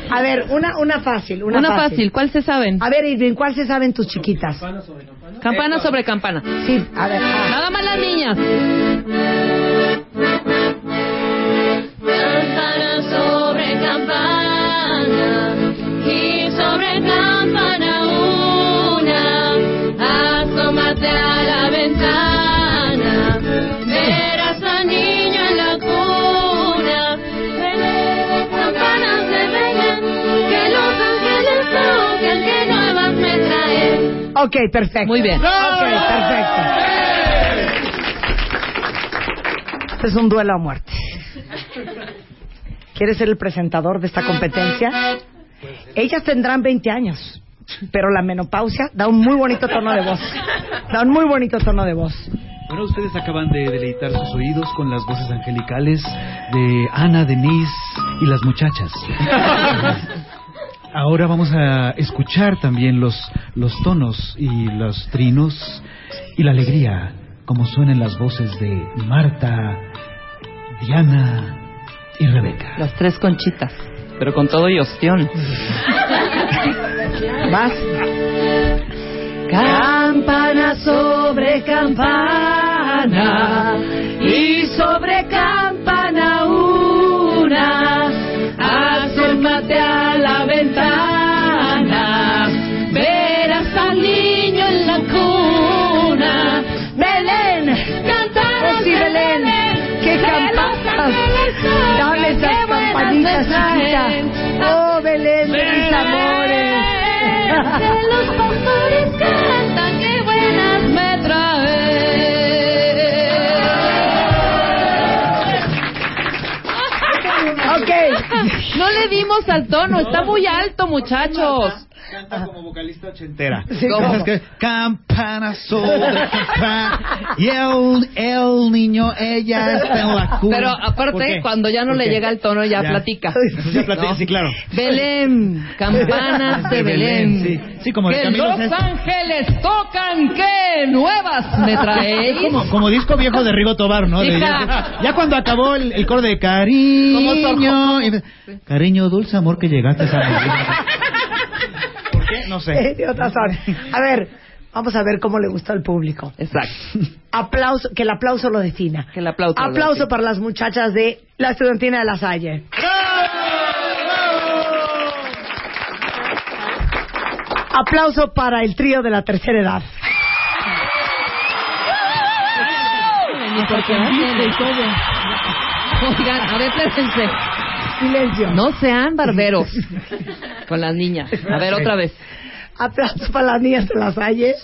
Speaker 5: A ver, una, una fácil, una,
Speaker 7: Una fácil, ¿cuál se saben?
Speaker 5: A ver, Irving, ¿cuál se saben tus chiquitas? Campana sobre campana.
Speaker 7: Campana sobre campana.
Speaker 5: Sí, a ver.
Speaker 7: Nada más las niñas.
Speaker 8: Campana sobre campana y sobre campana una, asómate a la ventana, verás al niño en la cuna, Belén, campanas de Belén, que los ángeles tocan, que nuevas me traen.
Speaker 5: Ok, perfecto. Muy bien. Ok, perfecto. Este es un duelo a muerte.
Speaker 8: [LAUGHS]
Speaker 5: ¿Quieres ser el presentador de esta competencia? Ellas tendrán 20 años, pero la menopausia da un muy bonito tono de voz. Da un muy bonito tono de voz.
Speaker 3: Bueno, ustedes acaban de deleitar sus oídos con las voces angelicales de Ana, Denise y las muchachas. Ahora vamos a escuchar también los, los tonos y los trinos y la alegría, como suenan las voces de Marta, Diana y Rebeca.
Speaker 7: Las tres conchitas. Pero con todo y
Speaker 5: [LAUGHS]
Speaker 7: ostión.
Speaker 5: Vas.
Speaker 8: Campana sobre campana y sobre campana una, acércate a la ventana, verás al niño en la cuna. Belén, cantar
Speaker 5: Oh, sí, Belén. Qué campanas. Dame esas campanitas chiquitas. Oh, Belén, de mis amores.
Speaker 8: Que los pastores cantan, qué buenas me
Speaker 7: ok. No le dimos al tono, está muy alto, muchachos.
Speaker 3: como vocalista ochentera.
Speaker 7: Sí, ¿cómo?
Speaker 3: Es que Campana [LAUGHS] sobre campana. Y el, el niño, ella está en
Speaker 7: [LAUGHS]
Speaker 3: la cuna.
Speaker 7: Pero
Speaker 3: ¿Por
Speaker 7: aparte,
Speaker 3: qué?
Speaker 7: cuando ya no
Speaker 3: ¿Por
Speaker 7: le
Speaker 3: qué?
Speaker 7: llega el tono, ya,
Speaker 3: Ya.
Speaker 7: platica.
Speaker 3: [LAUGHS] Ya platica,
Speaker 7: ¿No?
Speaker 3: sí, claro.
Speaker 7: Belén,
Speaker 3: [LAUGHS]
Speaker 7: campanas de Belén.
Speaker 3: Sí, sí como de
Speaker 7: que
Speaker 3: Camilo
Speaker 7: los
Speaker 3: Sesto.
Speaker 7: ángeles tocan, que
Speaker 3: [LAUGHS]
Speaker 7: nuevas me traéis.
Speaker 3: Como, como disco viejo de Rigo Tobar, ¿no? De-
Speaker 7: Hija.
Speaker 3: ya cuando acabó el, el coro de cariño. y- Cariño, dulce amor que llegaste
Speaker 5: [LAUGHS]
Speaker 3: a ¿Por qué? No sé.
Speaker 5: De otras horas. A ver, vamos a ver cómo le gustó al público.
Speaker 7: Exacto.
Speaker 5: Aplauso, que el aplauso lo defina. Que el aplauso.
Speaker 7: lo
Speaker 5: Aplauso
Speaker 7: defina.
Speaker 5: para las muchachas de la estudiantina de la Salle. Aplauso para el trío de la tercera edad.
Speaker 7: ni porque y todo. Ah, Oigan, a ver, espérense.
Speaker 5: Silencio.
Speaker 7: No
Speaker 3: [LAUGHS]
Speaker 7: sean barberos con las niñas. A ver, otra vez.
Speaker 5: Aplausos para las niñas de las Salle.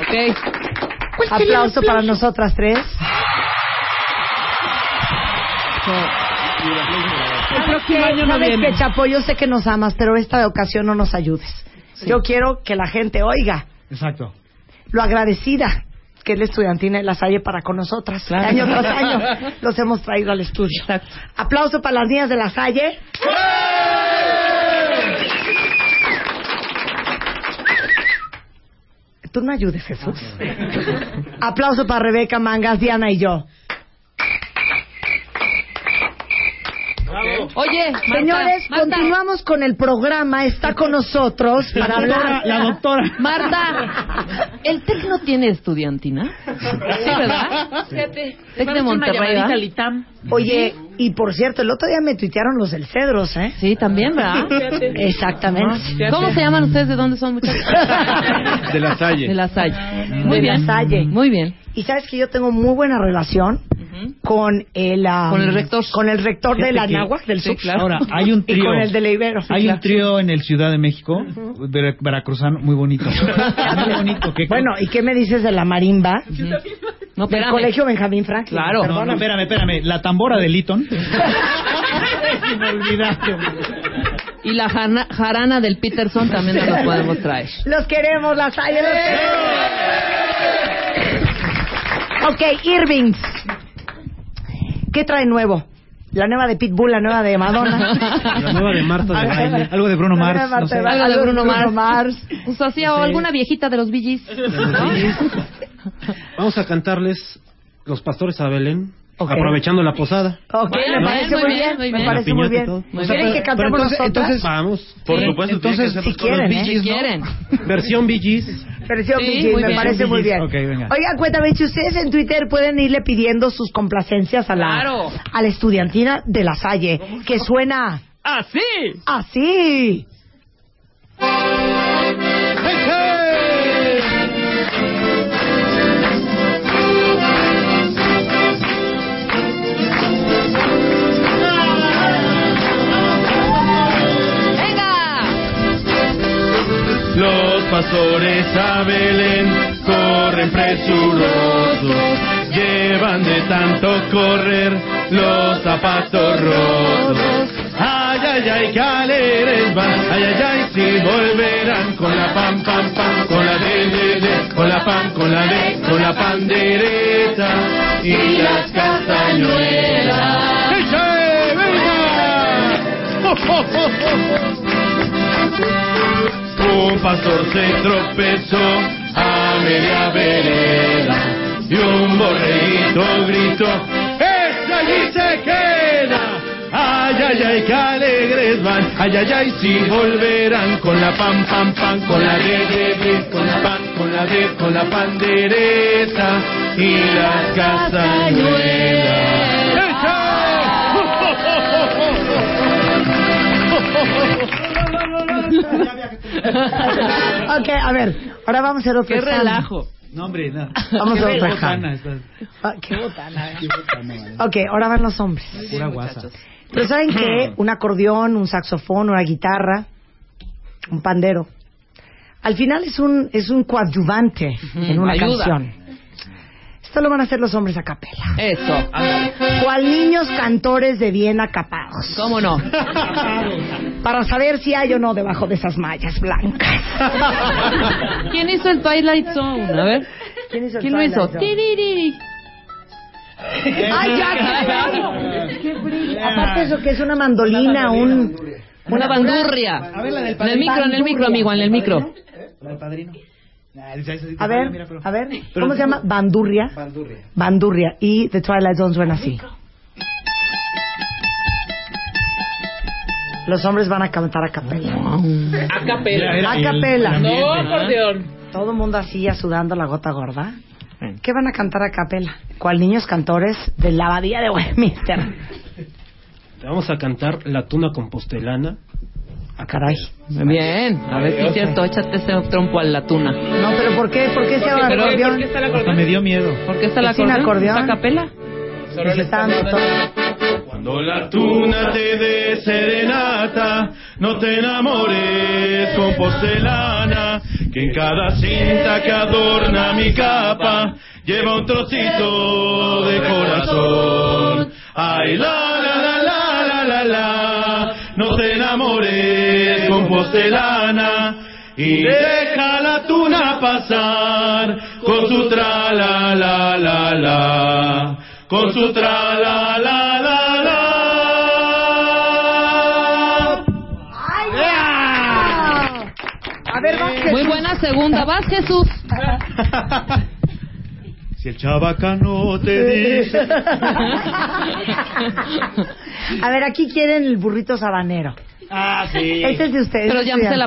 Speaker 7: Ok.
Speaker 5: Aplauso para nosotras tres.
Speaker 4: El próximo
Speaker 5: ¿Sabes
Speaker 4: año no
Speaker 5: ¿Sabes
Speaker 4: viene.
Speaker 5: qué, Chapo? Yo sé que nos amas, pero esta ocasión no nos ayudes. Yo quiero que la gente oiga
Speaker 9: Exacto.
Speaker 5: lo agradecida que es la estudiantina de la Salle para con nosotras. Que Año tras
Speaker 4: [LAUGHS]
Speaker 5: año los hemos traído al estudio. Aplauso para las niñas de la Salle. Tú no ayudes,
Speaker 4: [LAUGHS]
Speaker 5: Jesús. Aplauso para Rebeca Mangas, Diana y yo.
Speaker 7: Oye,
Speaker 5: Señores, continuamos con el programa. Está con nosotros para hablar.
Speaker 7: Marta, ¿el TEC no tiene estudiantina? Sí, ¿verdad? Fíjate. Tec de
Speaker 4: Vamos a una
Speaker 7: Monterrey,
Speaker 4: llamadita
Speaker 7: ¿verdad?
Speaker 4: al ITAM.
Speaker 5: Oye, y por cierto, el otro día me tuitearon los del Cedros, ¿eh?
Speaker 7: Sí, también, ¿verdad?
Speaker 5: [LAUGHS]
Speaker 4: Ah,
Speaker 5: Exactamente.
Speaker 7: ¿Cómo se llaman ustedes? ¿De dónde son,
Speaker 4: [LAUGHS]
Speaker 7: muchachos?
Speaker 14: De la
Speaker 7: De
Speaker 14: Salle.
Speaker 7: la Salle. Muy
Speaker 5: Mm. De la
Speaker 7: bien.
Speaker 5: Salle.
Speaker 7: Muy bien.
Speaker 5: Y sabes que yo tengo muy buena relación con el ah,
Speaker 7: Con el rector.
Speaker 5: con el rector de
Speaker 9: Fíjate
Speaker 5: la
Speaker 9: que-
Speaker 5: Nahuac del
Speaker 9: sí,
Speaker 5: Sur.
Speaker 9: claro. Ahora, hay un
Speaker 5: Y
Speaker 9: trío.
Speaker 5: con el de la Ibero.
Speaker 9: Hay un [LAUGHS] trío en el Ciudad de México, vera- veracruzano, muy
Speaker 5: [LAUGHS]
Speaker 9: bonito. muy bonito. que-
Speaker 5: Bueno, ¿y qué me dices de la marimba?
Speaker 7: No,
Speaker 5: Del
Speaker 9: espérame.
Speaker 5: colegio Benjamín Franklin.
Speaker 9: Claro. No, no,
Speaker 5: Perdóname.
Speaker 9: espérame, espérame. La tambora de Litton. Es inolvidable.
Speaker 7: Y la jana- jarana del Peterson también nos la podemos traer.
Speaker 5: Los queremos, las hay.
Speaker 4: ¡Eh!
Speaker 5: los queremos. Ok, Irvings. ¿Qué trae nuevo? La nueva de Pitbull, la nueva
Speaker 9: [LAUGHS]
Speaker 5: de Madonna.
Speaker 9: La nueva de Marta de baile. Algo de Bruno
Speaker 5: La nueva
Speaker 9: Mars.
Speaker 5: Marta
Speaker 9: no sé.
Speaker 5: de Baile,
Speaker 7: Algo de Bruno
Speaker 5: Mars.
Speaker 7: Pues así, o
Speaker 9: Sí.
Speaker 7: alguna viejita de los BGs.
Speaker 14: Vamos a cantarles Los Pastores a Belén, aprovechando la posada.
Speaker 5: Ok, me
Speaker 7: Bueno,
Speaker 5: parece
Speaker 7: muy
Speaker 5: muy
Speaker 7: bien,
Speaker 5: bien.
Speaker 7: muy
Speaker 5: Me
Speaker 7: bien.
Speaker 5: parece
Speaker 14: La
Speaker 5: muy
Speaker 14: piñata y
Speaker 5: bien.
Speaker 14: todo.
Speaker 7: Muy
Speaker 5: ¿Quieren
Speaker 7: bien.
Speaker 5: que
Speaker 14: Pero
Speaker 5: cantemos
Speaker 14: entonces-
Speaker 5: nosotras?
Speaker 14: entonces- vamos, por
Speaker 5: Sí.
Speaker 14: supuesto.
Speaker 5: Entonces,
Speaker 14: tiene que ser
Speaker 5: si
Speaker 14: con los
Speaker 5: quieren, ¿eh?
Speaker 14: Bee Gees, ¿no?
Speaker 7: Quieren.
Speaker 14: Versión Bee Gees.
Speaker 5: Versión
Speaker 7: Sí,
Speaker 5: Bee Gees,
Speaker 7: muy
Speaker 5: me
Speaker 7: bien.
Speaker 5: parece muy bien.
Speaker 9: Ok, venga.
Speaker 5: Oigan, cuéntame, si ustedes en Twitter pueden irle pidiendo sus complacencias a la,
Speaker 7: Claro.
Speaker 5: a la estudiantina de la Salle, que suena
Speaker 4: Ah,
Speaker 7: ¡Así! [LAUGHS]
Speaker 5: así.
Speaker 7: ¡Venga!
Speaker 8: Ah. Los pastores a Belén corren presurosos, llevan de tanto correr los zapatos rotos. Ay, ay, ay, qué alegres van, ay, ay, ay, si volverán con la pam, pam, pam, con la de, de, de, con la pam, con la de, con la pandereta y las castañuelas. ¡Eche, venga! ¡Oh, oh, oh, oh, oh! Un pastor se tropezó [LAUGHS] a media vereda y un borreguito gritó, ¡Este allí se queda! Ay, ay, ay, qué alegres van, ay, ay, ay, si volverán con la pam, pam, pam, con la de, de, de, con la pan, con la de, con la pandereta y las castañuelas. ¡Eso!
Speaker 5: Ok, a ver, ahora vamos a hacer otro
Speaker 7: ¡Qué
Speaker 5: examen.
Speaker 7: relajo!
Speaker 9: No, hombre, nada.
Speaker 5: Vamos a
Speaker 9: Qué
Speaker 5: otra
Speaker 9: botana
Speaker 5: jana.
Speaker 9: estás.
Speaker 5: Ah, qué botana.
Speaker 9: Qué botana, vale.
Speaker 5: Ok, ahora van los hombres.
Speaker 9: Pura guasa.
Speaker 5: Pero ¿saben
Speaker 7: [CLEARS THROAT]
Speaker 5: qué? Un acordeón, un saxofón, una guitarra, un pandero. Al final es un, es un coadyuvante en una
Speaker 7: ayuda.
Speaker 5: canción. Esto lo van a hacer los hombres a capela.
Speaker 7: Eso.
Speaker 5: Cual niños cantores de Viena capados.
Speaker 7: ¿Cómo no?
Speaker 5: Para saber si hay o no debajo de esas mallas blancas.
Speaker 7: [LAUGHS] ¿Quién hizo el Twilight Zone? A ver.
Speaker 5: ¿Quién hizo? el
Speaker 7: ¿Quién lo
Speaker 5: Twilight
Speaker 7: hizo?
Speaker 5: Zone?
Speaker 7: Tiriri.
Speaker 5: ¡Ay, ya, qué brillo! Aparte eso que es una mandolina, un...
Speaker 7: Una bandurria.
Speaker 9: A ver, la del
Speaker 7: En el micro, en el micro,
Speaker 5: Bandurria.
Speaker 7: amigo, en el micro.
Speaker 9: La del padrino. Nah, esa- esa- esa-
Speaker 5: ¿Eh? A ver,
Speaker 9: mira, pero-
Speaker 5: a ver,
Speaker 9: Pero-
Speaker 5: ¿cómo se llama? Bandurria.
Speaker 9: Bandurria.
Speaker 5: Bandurria. Y The Twilight Zone suena así. Los hombres van a cantar a capela.
Speaker 4: A capela.
Speaker 9: Mira,
Speaker 5: A capela.
Speaker 4: No, acordeón.
Speaker 5: Todo el mundo así ya sudando la gota gorda. ¿Qué van a cantar a capela? ¿Cuál niños cantores de la abadía de Westminster?
Speaker 14: Vamos a cantar La Tuna Compostelana
Speaker 5: Ah, caray.
Speaker 7: Bien, a ver si es cierto, échate ese trompo a la tuna.
Speaker 5: No, pero ¿por qué? ¿Por qué se llama
Speaker 7: Porque-
Speaker 5: acordeón?
Speaker 7: porque está el acordeón. Hasta me dio
Speaker 14: miedo.
Speaker 7: ¿Por qué está la
Speaker 5: ¿Es sin acordeón? Pues
Speaker 7: ¿Es a capela?
Speaker 14: Solo le están
Speaker 5: dando
Speaker 14: Cuando la
Speaker 8: Tuna te dé serenata, no te enamores con porcelana, que en cada cinta que adorna mi capa lleva un trocito de corazón. Ay, la, la, la, la, la, la, la, no te enamores con porcelana. Y deja la tuna pasar con su tra la la la la, con su tra la la la la.
Speaker 5: A ver, va
Speaker 7: Muy buena segunda, vas Jesús.
Speaker 8: Si el chabacano te dice.
Speaker 5: A ver, aquí quieren el burrito sabanero.
Speaker 8: Ah, sí.
Speaker 5: Este es de ustedes.
Speaker 7: Pero ya se la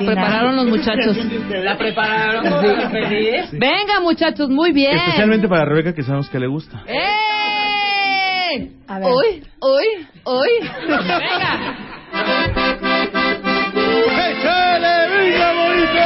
Speaker 5: [LAUGHS]
Speaker 7: prepararon los muchachos. La prepararon. Venga, muchachos, muy bien.
Speaker 16: Especialmente para Rebeca, que sabemos que le gusta.
Speaker 7: ¡Eh! Uy, uy, uy. Venga.
Speaker 8: ¡Échale, venga, bonito!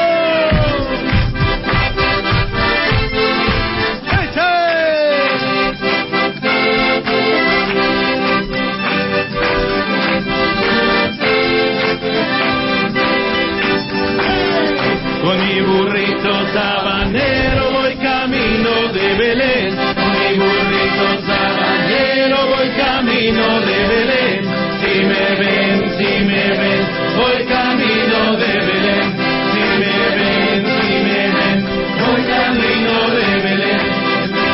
Speaker 8: Con mi burrito sabanero voy camino de Belén. Con mi burrito sabanero voy camino de Belén. Si me ven, si me ven, voy camino de Belén. Si me ven, si me ven, voy camino de Belén.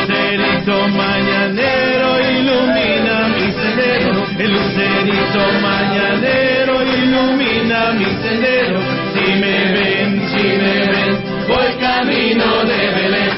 Speaker 8: Lucerito mañanero ilumina mi sendero. El lucerito mañanero ilumina mi sendero. Si me ven, si me ven, voy camino de Belén.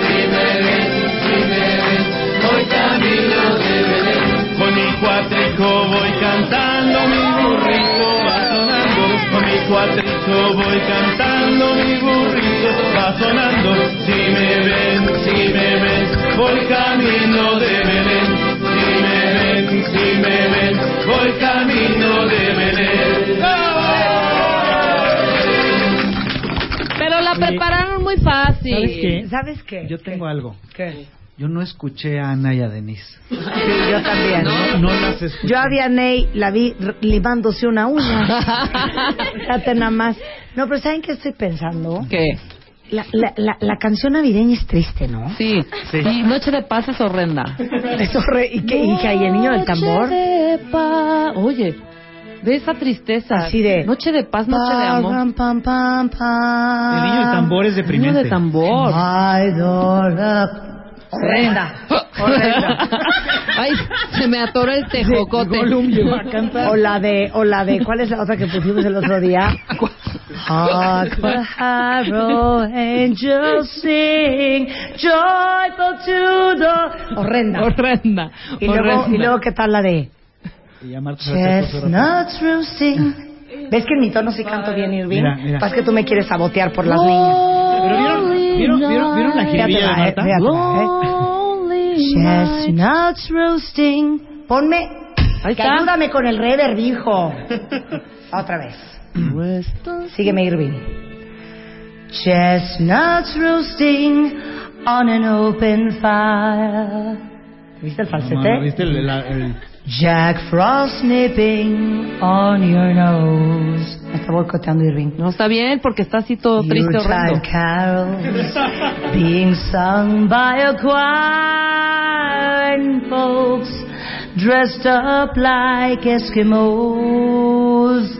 Speaker 8: Si me ven, si me ven, voy camino de Belén. Con mi cuatrico voy cantando, mi burrito va sonando. Con mi cuatrico voy cantando, mi burrito va sonando. Si me ven, si me ven, voy camino de Belén. Si me ven, si me ven, voy camino de Belén.
Speaker 7: Pero la
Speaker 9: Oye,
Speaker 7: prepararon muy fácil.
Speaker 9: ¿sabes qué?
Speaker 5: ¿Sabes qué?
Speaker 9: Yo tengo algo.
Speaker 5: ¿Qué?
Speaker 9: Yo no escuché a Ana y a Denise.
Speaker 5: Sí, yo también.
Speaker 9: No, no las escuché.
Speaker 5: Yo a Vianey la vi r- limándose
Speaker 9: [LAUGHS]
Speaker 5: una uña. Fíjate nada más. No, pero ¿saben qué estoy pensando?
Speaker 7: ¿Qué?
Speaker 5: La, la, la, la canción navideña es triste, ¿no?
Speaker 7: Sí. Y Noche de Paz es horrenda.
Speaker 5: Es horre- ¿Y qué, hija? ¿Y el niño del tambor?
Speaker 7: Noche de paz. Oye, de esa tristeza.
Speaker 5: Así de-
Speaker 7: Noche de paz, noche de amor.
Speaker 5: Pam, pam, pam, pam.
Speaker 7: El niño del tambor es deprimente. El niño del tambor.
Speaker 5: Ay, Dora. Horrenda. [LAUGHS] Horrenda.
Speaker 7: Ay, se me atoró el tejocote.
Speaker 5: O la de, o la de, ¿cuál es la otra que pusimos el
Speaker 9: [LAUGHS]
Speaker 5: otro día? Ah, Harrow
Speaker 9: [LAUGHS]
Speaker 5: angels sing, joyful to the... Horrenda.
Speaker 7: Horrenda.
Speaker 5: Y luego,
Speaker 7: horrenda.
Speaker 5: y luego, ¿qué tal la de?
Speaker 9: Y a Marta Sánchez Cordero.
Speaker 5: Chestnuts roosting. ¿Ves que en mi tono sí canto bien, Irving?
Speaker 9: Mira, mira.
Speaker 5: Pasa que tú me quieres sabotear por las líneas.
Speaker 9: Pero vieron, vieron, vieron, vieron la jiribilla de Marta.
Speaker 5: eh, Chestnuts roasting. Ponme. que
Speaker 8: está.
Speaker 5: ayúdame con el
Speaker 9: [LAUGHS]
Speaker 5: rever, hijo. Otra vez. Sígueme, Irving. Chestnuts roasting on an open fire. ¿Viste el
Speaker 9: No,
Speaker 5: falsete?
Speaker 9: no, ¿Viste el- la- el-
Speaker 5: Jack Frost nipping on your nose. Me está boicoteando Irving.
Speaker 7: No está bien porque está así todo triste, horrendo.
Speaker 5: Yuletide carols being sung by a choir and folks dressed up like Eskimos.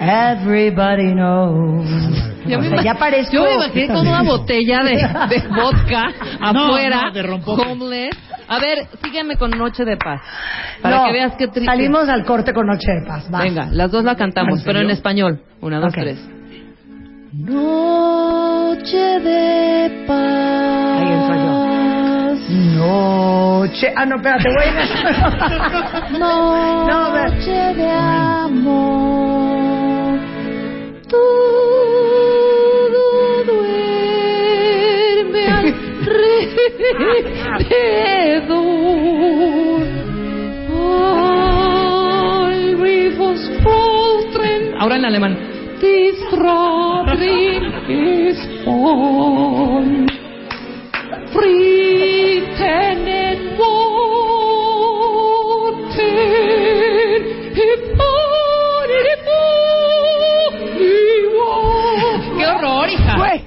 Speaker 5: Everybody knows.
Speaker 7: Yo me
Speaker 5: O sea,
Speaker 7: ima-
Speaker 5: ya parezco...
Speaker 7: Yo me imaginé con una botella de, de vodka
Speaker 5: [LAUGHS] No,
Speaker 7: afuera,
Speaker 5: no, de rompope.
Speaker 7: homeless. A ver, sígueme con Noche de Paz. Para
Speaker 5: No,
Speaker 7: que veas qué triste.
Speaker 5: Salimos al corte con Noche de Paz. va.
Speaker 7: Venga, las dos la cantamos,
Speaker 5: ¿En
Speaker 7: pero en
Speaker 5: serio?
Speaker 7: español. Una, dos, tres.
Speaker 5: Noche de paz. Ahí entro yo. Noche. Ah, no, espérate, [LAUGHS] güey. no, Noche de amor.
Speaker 8: Todo
Speaker 7: duerme alrededor. Ay, rifos postren. Ahora en alemán. Distrabring ist on. Frieden in Worten. Im Boden, im Boden, im Boden. ¡Qué horror, hija!
Speaker 5: Güey.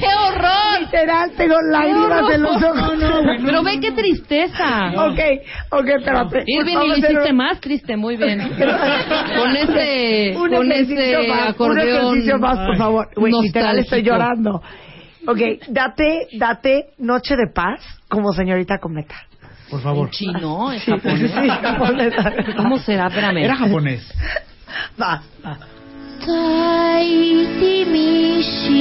Speaker 7: ¡Qué horror!
Speaker 5: Literal, tengo lágrimas en los ojos.
Speaker 7: No, no, güey, no, Pero ve qué tristeza.
Speaker 5: Ok, ok, pero...
Speaker 7: Irving, y
Speaker 5: vamos
Speaker 7: lo
Speaker 5: a hacer
Speaker 7: hiciste
Speaker 5: un-
Speaker 7: más triste, muy
Speaker 5: [LAUGHS]
Speaker 7: bien. con ese,
Speaker 5: Un
Speaker 7: con
Speaker 5: ejercicio
Speaker 7: ese
Speaker 5: más,
Speaker 7: acordeón.
Speaker 5: Un ejercicio más, por
Speaker 7: Ay,
Speaker 5: favor. Güey, literal, estoy
Speaker 7: nostálgico.
Speaker 5: llorando. Ok, date, date Noche de Paz como señorita cometa.
Speaker 9: Por favor.
Speaker 7: Chino, es
Speaker 5: Sí,
Speaker 7: japonés.
Speaker 5: sí, japonés.
Speaker 7: ¿Cómo será? Espérame.
Speaker 9: Era japonés.
Speaker 5: Va, va.
Speaker 8: Taitimishi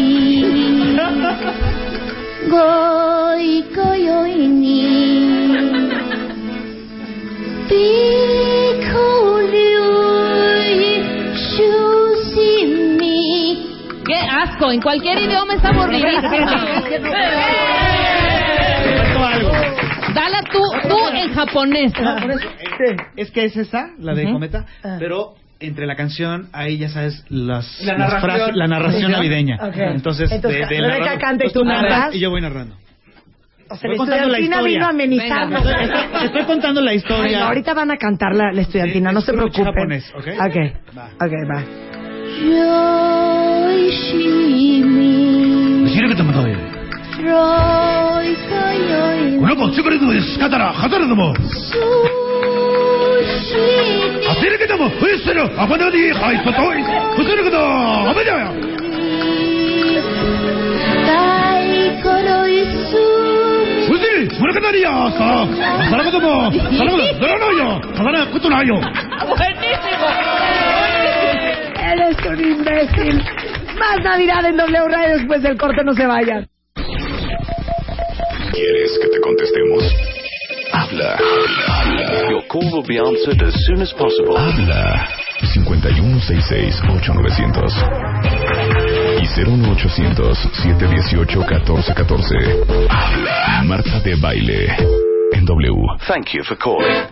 Speaker 8: Goiko yoini Pikurui Shushimi
Speaker 7: ¡Qué asco! En cualquier idioma está aburridísimo. Dala tú, tú en japonés.
Speaker 9: Es que es esa, la de
Speaker 7: Ujú.
Speaker 9: Cometa, pero entre la canción, ahí ya sabes, las,
Speaker 8: Ah. La
Speaker 9: las
Speaker 8: narración.
Speaker 9: frases- la narración
Speaker 8: ¿Ya?
Speaker 9: navideña.
Speaker 8: Ok.
Speaker 9: Entonces,
Speaker 8: Entonces,
Speaker 9: de, de
Speaker 8: Rebeca
Speaker 9: narrando.
Speaker 8: canta y
Speaker 9: Entonces,
Speaker 8: tú
Speaker 9: narras
Speaker 8: narras.
Speaker 9: Y yo voy narrando.
Speaker 5: O sea,
Speaker 9: Voy contando
Speaker 5: la
Speaker 9: la
Speaker 5: estudiantina
Speaker 9: historia.
Speaker 5: vino a amenizarnos.
Speaker 9: Venga,
Speaker 8: pues,
Speaker 9: estoy- estoy contando la historia.
Speaker 5: Ay, no, ahorita van a cantar la, la estudiantina, no se
Speaker 9: Escucha
Speaker 5: preocupen.
Speaker 9: japonés, ¿ok?
Speaker 5: Ok,
Speaker 9: Va.
Speaker 5: ok, va.
Speaker 8: Yoishimi
Speaker 9: 知ることもない。
Speaker 8: Roiko yoini
Speaker 17: この子、作るのです。かたら、はたるのも。あてるけども、ふえする。あばなに、はい、ととい。ふせるけど、あばじゃよ。ふせる、
Speaker 8: Pues
Speaker 17: それかなりや、さ。さらけども、さらけど、ならないよ。ただなことないよ。
Speaker 5: Eres un imbécil. Más Navidad en W Radio después del corte, no se vayan.
Speaker 1: ¿Quieres que te contestemos? Habla. Habla. Your call will be answered as soon as possible. Habla. 5166-8900 y 01800-718-1414. Habla. Marta de Baile. En W. Thank you for calling.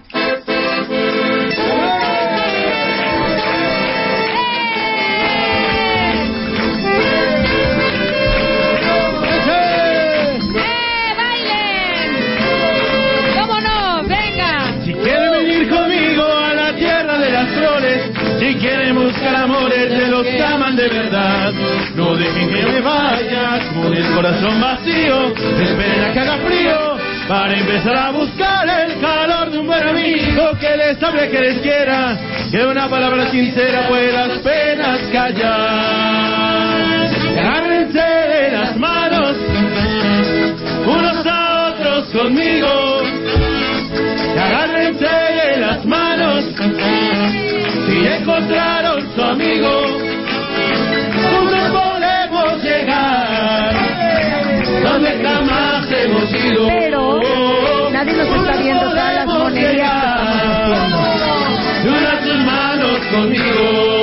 Speaker 7: ¿Cómo no? Venga.
Speaker 8: Si quieren venir conmigo a la tierra de las flores, si quieren buscar amores de los que aman de verdad, no dejen que me vaya con el corazón vacío, esperen a que haga frío para empezar a buscar el calor de un buen amigo que les hable que les quiera, que una palabra sincera puede las penas callar. Agárrense de las manos unos a otros conmigo. Que agárrense de las manos si encontraron su amigo juntos podemos llegar donde jamás hemos ido
Speaker 5: Pero nadie nos está viendo todas las
Speaker 8: Podemos
Speaker 5: monerías que estamos haciendo.
Speaker 8: llegar de una tus manos conmigo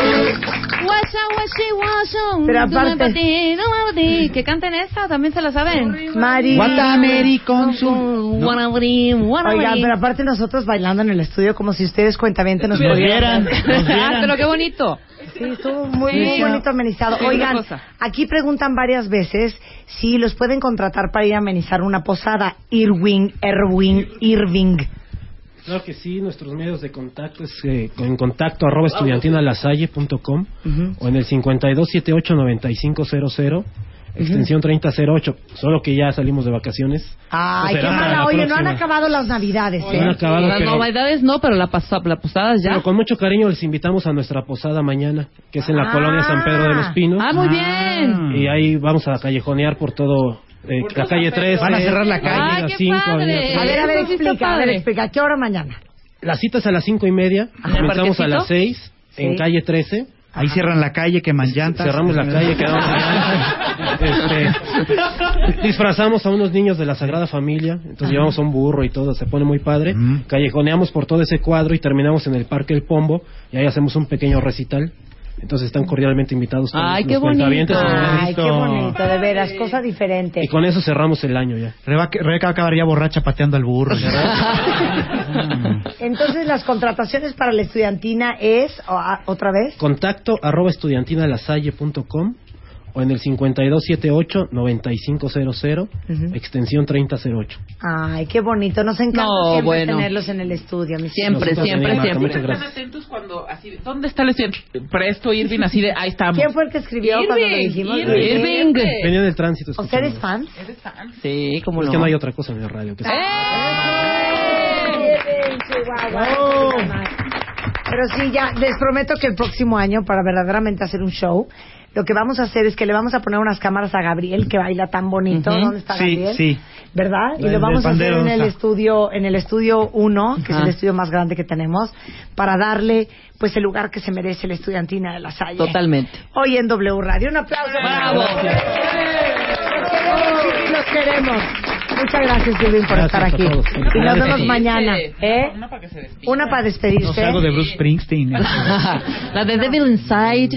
Speaker 7: Washa, washi, washa.
Speaker 5: Pero
Speaker 7: Duma
Speaker 5: aparte-
Speaker 7: pa' ti, duma pa' ti. Que canten esa, también se la saben.
Speaker 5: Mari.
Speaker 7: Wanna be, wanna
Speaker 5: Oiga,
Speaker 7: be.
Speaker 5: pero aparte nosotros bailando en el estudio como si ustedes cuentamente nos
Speaker 7: Nos
Speaker 5: pudieran.
Speaker 7: Ah, pero qué bonito.
Speaker 5: Sí, estuvo muy,
Speaker 7: Sí,
Speaker 5: muy
Speaker 7: sí.
Speaker 5: bonito amenizado.
Speaker 7: Sí,
Speaker 5: Oigan,
Speaker 7: otra cosa.
Speaker 5: aquí preguntan varias veces si los pueden contratar para ir a amenizar una posada. Irwin, Erwin, Irving.
Speaker 14: Claro que sí, nuestros medios de contacto es eh, en contacto arroba estudiantinalasalle.com o en el 5278-9500, extensión 3008. Solo que ya salimos de vacaciones. Pues
Speaker 5: Ay,
Speaker 14: Será
Speaker 5: qué
Speaker 14: para
Speaker 5: mala.
Speaker 14: la
Speaker 5: Oye, no han
Speaker 14: próxima.
Speaker 5: acabado las navidades, ¿eh?
Speaker 14: No han acabado,
Speaker 7: Las
Speaker 14: pero,
Speaker 7: novedades no, pero la, pas- la posada ya.
Speaker 14: pero con mucho cariño les invitamos a nuestra posada mañana, que es en la
Speaker 7: Ah.
Speaker 14: colonia San Pedro de los Pinos.
Speaker 7: Ah, muy bien.
Speaker 14: Y ahí vamos a callejonear por todo. eh, la calle 3.
Speaker 9: Van a cerrar la calle.
Speaker 7: Ay, qué padre.
Speaker 5: A ver, a ver,
Speaker 7: Eso sí está
Speaker 5: explica, a ver,
Speaker 7: padre.
Speaker 5: explica. ¿A qué hora mañana?
Speaker 14: La cita es a las cinco y media.
Speaker 5: Ajá.
Speaker 14: Comenzamos a las
Speaker 5: ¿Parquecito?
Speaker 14: 6 en
Speaker 5: Sí.
Speaker 14: calle 13.
Speaker 9: Ahí cierran la calle, que llantas.
Speaker 14: Cerramos la calle, quedamos Este,
Speaker 8: [LAUGHS]
Speaker 14: disfrazamos a unos niños de la Sagrada Familia, entonces
Speaker 9: Ajá.
Speaker 14: llevamos a un burro y todo, se pone muy padre. Callejoneamos por todo ese cuadro y terminamos en el Parque El Pombo y ahí hacemos un pequeño recital. Entonces están cordialmente invitados todos
Speaker 5: Ay,
Speaker 14: los
Speaker 5: qué bonito.
Speaker 14: cuentavientes a ver
Speaker 5: Ay,
Speaker 14: esto.
Speaker 5: qué bonito, de veras, cosa diferente.
Speaker 14: Y con eso cerramos el año ya.
Speaker 9: Rebeca, Rebeca va a acabar ya borracha pateando al burro.
Speaker 5: Entonces, las contrataciones para la estudiantina es, o- a- otra vez,
Speaker 14: Contacto arroba estudiantinalasalle.com o en el 5278-9500, extensión 3008.
Speaker 5: ay, qué bonito, nos encanta
Speaker 4: No,
Speaker 5: siempre
Speaker 4: bueno.
Speaker 5: tenerlos en el estudio. mis
Speaker 4: Siempre,
Speaker 5: hijos.
Speaker 4: siempre,
Speaker 14: Marta,
Speaker 4: siempre.
Speaker 14: muchas gracias.
Speaker 4: Están atentos cuando así, ¿dónde está el estudiante? Eh, Presto Irving así de, ahí estamos. ¿Quién
Speaker 5: fue el que escribió
Speaker 4: Irving,
Speaker 5: cuando lo dijimos?
Speaker 4: Irving. Irving.
Speaker 14: Venía del tránsito.
Speaker 5: ¿O sea, eres fan? ¡Eh!
Speaker 7: Sí, como
Speaker 14: Es
Speaker 7: no.
Speaker 14: que no hay otra cosa en la radio. Que sea.
Speaker 5: Irving, Chihuahua, Pero sí, ya les prometo que el próximo año, para verdaderamente hacer un show, lo que vamos a hacer es que le vamos a poner unas cámaras a Gabriel, que baila tan bonito.
Speaker 8: Ujú.
Speaker 5: ¿Dónde está
Speaker 8: Sí,
Speaker 5: Gabriel?
Speaker 8: sí.
Speaker 5: ¿Verdad?
Speaker 8: El
Speaker 5: y lo
Speaker 8: del
Speaker 5: vamos a hacer
Speaker 8: pandero,
Speaker 5: en el
Speaker 8: ajá.
Speaker 5: estudio, en el estudio 1, que es
Speaker 8: Ajá.
Speaker 5: el estudio más grande que tenemos, para darle pues el lugar que se merece la estudiantina de la Salle.
Speaker 7: Totalmente.
Speaker 5: Hoy en W Radio. Un aplauso. para
Speaker 7: ¡Bravo!
Speaker 5: Los queremos, chiquis, los queremos. Muchas gracias, Irving, por
Speaker 9: Gracias
Speaker 5: estar
Speaker 9: a
Speaker 5: aquí.
Speaker 9: todos.
Speaker 5: Y nos vemos
Speaker 9: Sí.
Speaker 5: mañana. ¿eh? Una para despedirse.
Speaker 9: No sé,
Speaker 5: [LAUGHS]
Speaker 9: algo de Bruce Springsteen. ¿eh?
Speaker 8: [LAUGHS]
Speaker 7: la de Devil Inside,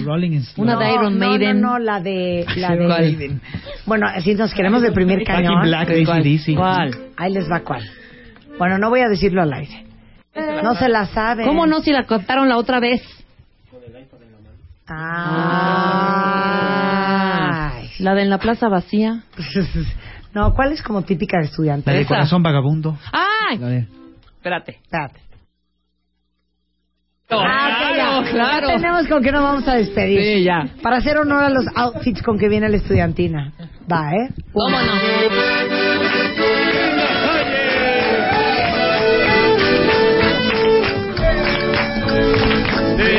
Speaker 7: una de
Speaker 5: No,
Speaker 7: Iron
Speaker 5: no,
Speaker 7: Maiden.
Speaker 5: No, no, la de... La de
Speaker 7: ¿Cuál?
Speaker 5: Bueno, así nos queremos deprimir
Speaker 7: Back in
Speaker 5: cañón.
Speaker 7: Black de ¿Cuál? AC/DC. ¿Cuál?
Speaker 5: Ahí les va cuál. Bueno, no voy a decirlo al aire. No se la sabe.
Speaker 7: ¿Cómo no si la contaron la otra vez?
Speaker 5: Ay.
Speaker 7: La de en la plaza vacía.
Speaker 5: [LAUGHS] No, ¿cuál es como típica de estudiante?
Speaker 9: La de Corazón Vagabundo.
Speaker 7: ¡Ay!
Speaker 9: La de-
Speaker 7: Espérate.
Speaker 5: Espérate.
Speaker 7: Claro,
Speaker 5: ya.
Speaker 7: claro.
Speaker 5: Ya tenemos con qué nos vamos a despedir. Sí, ya. Para hacer honor a los outfits con que viene la estudiantina. Va, ¿eh?
Speaker 7: ¿Cómo no?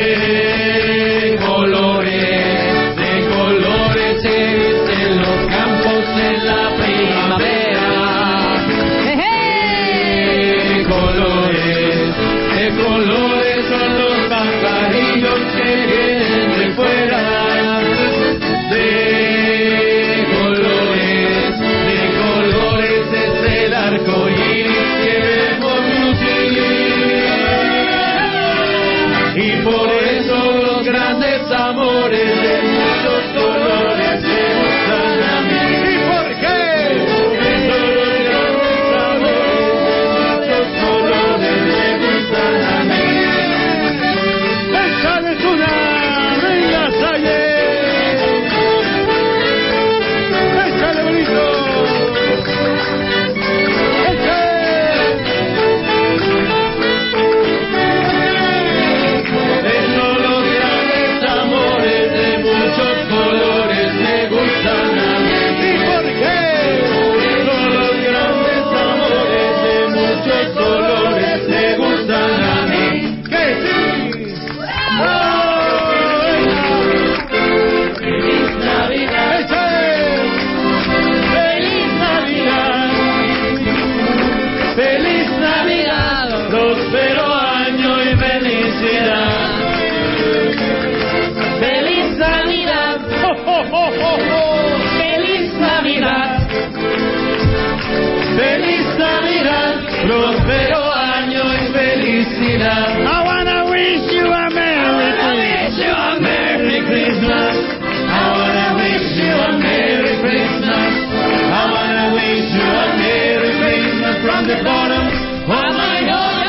Speaker 8: De colores, de colores se visten los campos en la primavera. De colores, de colores son los pajarillos que vienen de fuera. De colores, de colores es el arco iris que vemos lucir. Y por eso los grandes amores de muchos colores me gustan a mí. ¿Y por qué? Por eso los grandes amores de muchos colores me gustan a mí. ¡Échale una reina Salle! ¡Échale bonito! Eso los grandes amores de muchos colores me gustan a mí. ¿Y por qué? Eso los grandes amores de muchos colores me gustan a mí. ¡Que sí! ¡Bravo! ¡Feliz Navidad! ¡Eso es! ¡Feliz Navidad! ¡Feliz Navidad! ¡Prospero año y felicidad! ¡Feliz Navidad! ¡Oh, oh, oh, oh, oh! ¡Feliz Navidad! ¡Feliz Navidad! ¡Prospero año y felicidad! I wanna wish you a Merry Christmas! wish you a Merry Christmas! I wanna wish you a Merry Christmas! I wanna wish you a Merry Christmas from the bottom of my heart!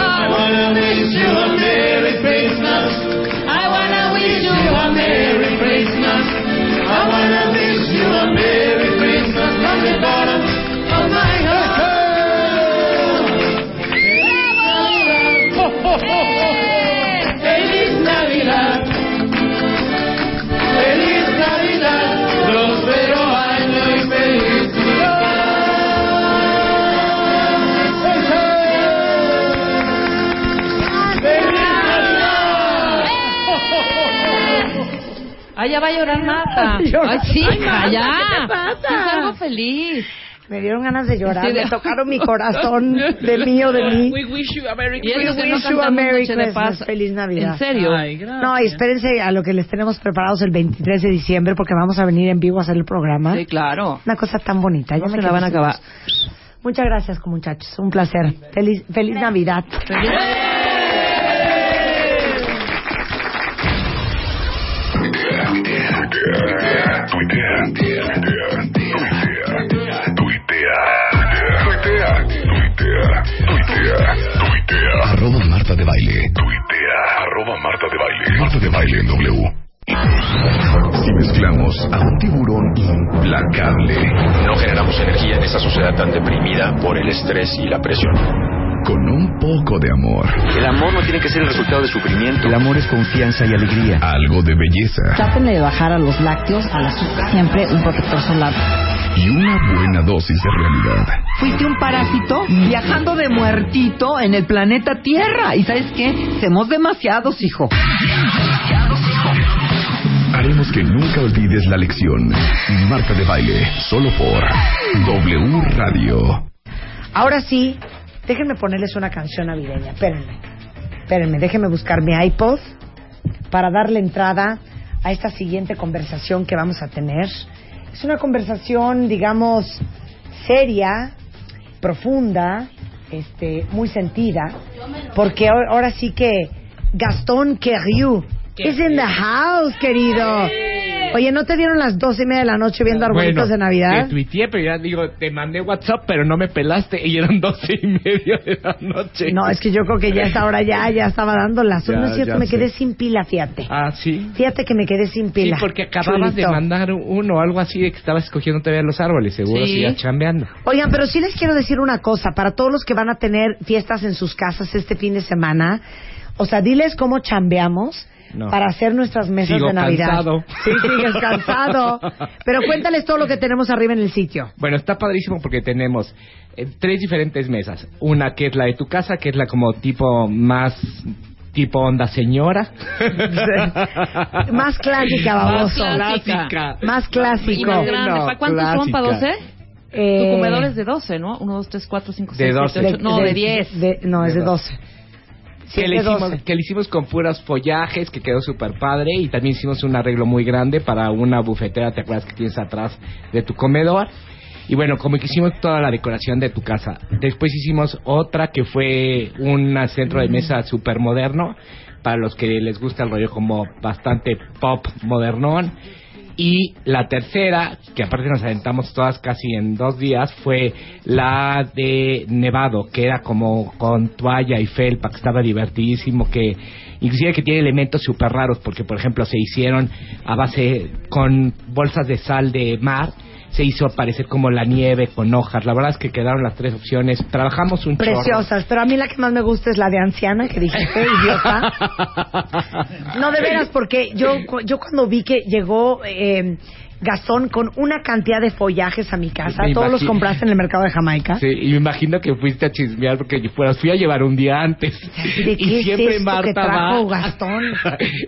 Speaker 8: I wanna wish you a Merry Christmas! I wanna wish you a Merry Christmas. I wanna wish you a Merry Christmas from the bottom of my heart. Oh, oh, oh, oh. Feliz Navidad. Feliz Navidad. Prospero año y felicidad. Feliz Oh.
Speaker 7: ¡Eh!
Speaker 8: Navidad.
Speaker 7: Ay, ya va a llorar Marta.
Speaker 5: Llora.
Speaker 7: Ay, sí,
Speaker 5: Ay, Marta, ¿qué
Speaker 7: ya.
Speaker 5: te pasa?
Speaker 7: Es algo feliz.
Speaker 5: Me dieron ganas de llorar,
Speaker 7: Sí, de-
Speaker 5: me tocaron
Speaker 7: [LAUGHS]
Speaker 5: mi corazón de mí o de mí.
Speaker 4: We wish you a Merry
Speaker 5: We
Speaker 4: Christmas.
Speaker 5: wish you a Merry Christmas. Feliz Navidad.
Speaker 4: ¿En serio?
Speaker 5: no, espérense a lo que les tenemos preparados el 23 de diciembre porque vamos a venir en vivo a hacer el programa. Sí,
Speaker 7: claro.
Speaker 5: Una cosa tan bonita. ya
Speaker 7: No
Speaker 5: me
Speaker 7: se la van a
Speaker 5: quedé
Speaker 7: acabar.
Speaker 5: sin voz. Muchas gracias, muchachos. Un placer. Feliz, feliz Navidad.
Speaker 1: Arroba Marta de Baile. Tuitea. Arroba Marta de Baile. Marta de Baile en W. Si mezclamos a un tiburón implacable
Speaker 10: No generamos energía en esa sociedad tan deprimida por el estrés y la presión.
Speaker 1: con un poco de amor,
Speaker 10: El amor no tiene que ser el resultado de sufrimiento.
Speaker 1: el amor es confianza y alegría, algo de belleza
Speaker 18: Traten de bajar a los lácteos, al azúcar, siempre un protector solar.
Speaker 1: y una buena dosis de realidad.
Speaker 11: Fuiste un parásito viajando de muertito en el planeta Tierra. ¿Y sabes qué? Somos demasiados, hijo.
Speaker 1: Haremos que nunca olvides la lección. Marta de Baile, solo por W Radio.
Speaker 5: Ahora sí, déjenme ponerles una canción navideña. Espérenme. Espérenme, déjenme buscar mi iPod para darle entrada a esta siguiente conversación que vamos a tener. Es una conversación, digamos, seria, profunda, este, muy sentida, porque ahor- ahora sí que Gastón Querriu es in the house, querido. Oye, ¿no te dieron las doce y media de la noche viendo arbolitos de Navidad?
Speaker 19: Te tuiteé, pero ya digo, te mandé WhatsApp, pero no me pelaste y eran [LAUGHS] doce y media de la noche.
Speaker 5: No, es que yo creo que ya esta hora ya, ya estaba dando las.
Speaker 19: Ya,
Speaker 5: No es cierto,
Speaker 19: ya
Speaker 5: me
Speaker 19: sé.
Speaker 5: quedé sin pila, fíjate.
Speaker 19: Ah, sí.
Speaker 5: Fíjate que me quedé sin pila.
Speaker 19: Sí, porque acababas de
Speaker 5: Chulito.
Speaker 19: mandar uno o algo así de que estabas escogiendo todavía los árboles, seguro,
Speaker 5: Sí.
Speaker 19: sí. ya chambeando.
Speaker 5: Oigan, pero sí les quiero decir una cosa, para todos los que van a tener fiestas en sus casas este fin de semana, o sea, diles cómo chambeamos
Speaker 19: No.
Speaker 5: para hacer nuestras mesas
Speaker 19: Sigo
Speaker 5: de Navidad.
Speaker 19: cansado.
Speaker 5: Sí, sigues cansado.
Speaker 19: [LAUGHS]
Speaker 5: Pero cuéntales todo lo que tenemos arriba en el sitio.
Speaker 19: Bueno, está padrísimo porque tenemos eh, tres diferentes mesas. Una que es la de tu casa, que es la como tipo más tipo onda señora.
Speaker 5: Más clásica, baboso.
Speaker 7: Más
Speaker 19: clásica.
Speaker 5: Más
Speaker 7: Y
Speaker 5: clásico.
Speaker 7: más grande. ¿Para cuántos son? ¿Para 12?
Speaker 5: Eh,
Speaker 7: Tu comedor es de 12, ¿no? 1, 2, 3, 4, 5, 6,
Speaker 19: De
Speaker 7: 7,
Speaker 19: 12.
Speaker 7: 8. No, de 10.
Speaker 5: de- no, es de 12.
Speaker 19: que, le
Speaker 5: Siete,
Speaker 19: hicimos,
Speaker 5: doce.
Speaker 19: que le hicimos con puras follajes, que quedó súper padre. Y también hicimos un arreglo muy grande para una bufetera, ¿te acuerdas que tienes atrás de tu comedor? Y bueno, como que hicimos toda la decoración de tu casa. Después hicimos otra que fue un centro de mesa súper moderno, para los que les gusta el rollo como bastante pop modernón. Y la tercera, que aparte nos aventamos todas casi en dos días, fue la de Nevado, que era como con toalla y felpa, que estaba divertidísimo, que inclusive que tiene elementos súper raros, porque por ejemplo se hicieron a base con bolsas de sal de mar, se hizo aparecer como la nieve con hojas, la verdad es que quedaron las tres opciones, trabajamos un chorro.
Speaker 5: Preciosas, pero a mí la que más me gusta es la de anciana
Speaker 19: [LAUGHS]
Speaker 5: que dijiste, idiota. No, de veras, porque yo, cu- yo cuando vi que llegó eh, Gastón con una cantidad de follajes a mi casa,
Speaker 19: Me
Speaker 5: todos los
Speaker 19: imagino.
Speaker 5: compraste en el mercado de Jamaica.
Speaker 19: Sí, y me imagino que fuiste a chismear porque yo fuera- fui a llevar un día
Speaker 8: [LAUGHS]
Speaker 19: antes.
Speaker 5: ¿De
Speaker 19: y
Speaker 5: qué
Speaker 19: siempre
Speaker 5: es esto
Speaker 19: Marta
Speaker 5: que trajo
Speaker 19: va.
Speaker 5: Gastón?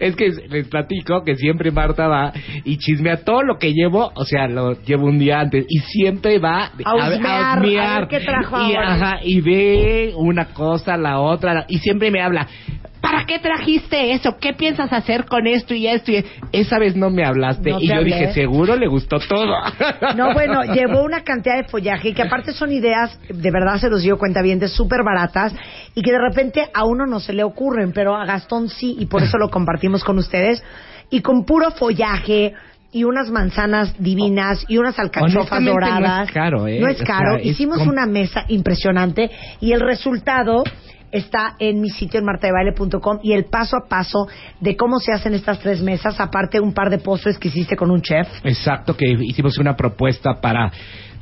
Speaker 19: es que les platico que siempre Marta va y chismea todo lo que llevo, o sea, lo llevo un día antes y siempre va
Speaker 8: A husmear, a ver
Speaker 19: husmear.
Speaker 8: qué trajo
Speaker 19: y,
Speaker 8: ahora.
Speaker 19: ajá, y ve una cosa, la otra, la- y siempre me habla. ¿Para qué trajiste eso? ¿Qué piensas hacer con esto y esto? Y esa vez no me hablaste
Speaker 5: No
Speaker 19: y
Speaker 5: te
Speaker 19: yo
Speaker 5: hablé.
Speaker 19: dije, seguro le gustó todo.
Speaker 5: No, bueno, llevó una cantidad de follaje que aparte son ideas, de verdad se los dio cuenta bien, de súper baratas y que de repente a uno no se le ocurren, pero a Gastón sí y por eso lo compartimos con ustedes. Y con puro follaje y unas manzanas divinas y unas alcachofas
Speaker 19: Honestamente, no es
Speaker 5: doradas.
Speaker 19: caro, ¿eh?
Speaker 5: No es
Speaker 19: O sea,
Speaker 5: caro.
Speaker 19: es
Speaker 5: Hicimos
Speaker 19: com-
Speaker 5: una mesa impresionante y el resultado está en mi sitio en martadebaile.com y el paso a paso de cómo se hacen estas tres mesas, aparte un par de postres que hiciste con un chef.
Speaker 19: Exacto, que hicimos una propuesta para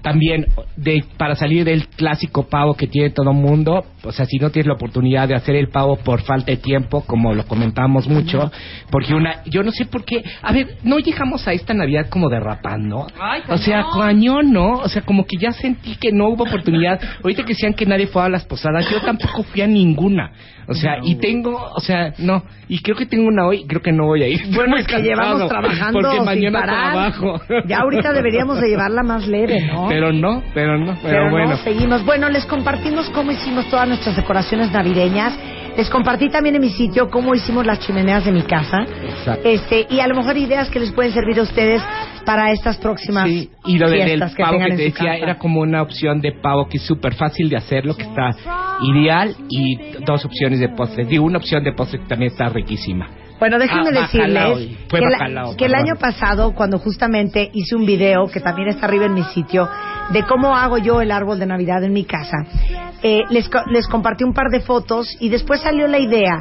Speaker 19: también de para salir del clásico pavo que tiene todo mundo, o sea, si no tienes la oportunidad de hacer el pavo por falta de tiempo, como lo comentamos mucho, porque una yo no sé por qué, a ver, no llegamos a esta Navidad como derrapando.
Speaker 8: Ay,
Speaker 19: O sea, cañón, ¿no? O sea, como que ya sentí que no hubo oportunidad. Ahorita que decían que nadie fue a las posadas, yo tampoco fui a ninguna. O sea, y tengo, o sea, no. Y creo que tengo una hoy, creo que no voy a ir. Estoy
Speaker 5: Bueno,
Speaker 19: muy
Speaker 5: es que
Speaker 19: cansado,
Speaker 5: llevamos trabajando
Speaker 19: Porque
Speaker 5: sin
Speaker 19: mañana
Speaker 5: parar.
Speaker 19: trabajo.
Speaker 5: Ya
Speaker 19: [LAUGHS]
Speaker 5: ahorita deberíamos de llevarla más leve, ¿no?
Speaker 19: Pero no, pero no, pero,
Speaker 5: Pero no,
Speaker 19: bueno.
Speaker 5: seguimos. Bueno, les compartimos cómo hicimos todas nuestras decoraciones navideñas. Les compartí también en mi sitio cómo hicimos las chimeneas de mi casa.
Speaker 19: Exacto.
Speaker 5: Este, y a lo mejor ideas que les pueden servir a ustedes para estas próximas
Speaker 19: Y lo de- del
Speaker 5: fiestas que
Speaker 19: pavo que,
Speaker 5: tengan
Speaker 19: te
Speaker 5: en su
Speaker 19: decía
Speaker 5: casa.
Speaker 19: era como una opción de pavo que es súper fácil de hacerlo, que está ideal, y dos opciones de postre. Digo, una opción de postre que también está riquísima.
Speaker 5: Bueno, déjenme
Speaker 19: Ah, bacalao,
Speaker 5: decirles que,
Speaker 19: fue
Speaker 5: la-
Speaker 19: bacalao,
Speaker 5: que el
Speaker 19: perdón.
Speaker 5: año pasado, cuando justamente hice un video, que también está arriba en mi sitio, de cómo hago yo el árbol de Navidad en mi casa, eh, les, co- les compartí un par de fotos y después salió la idea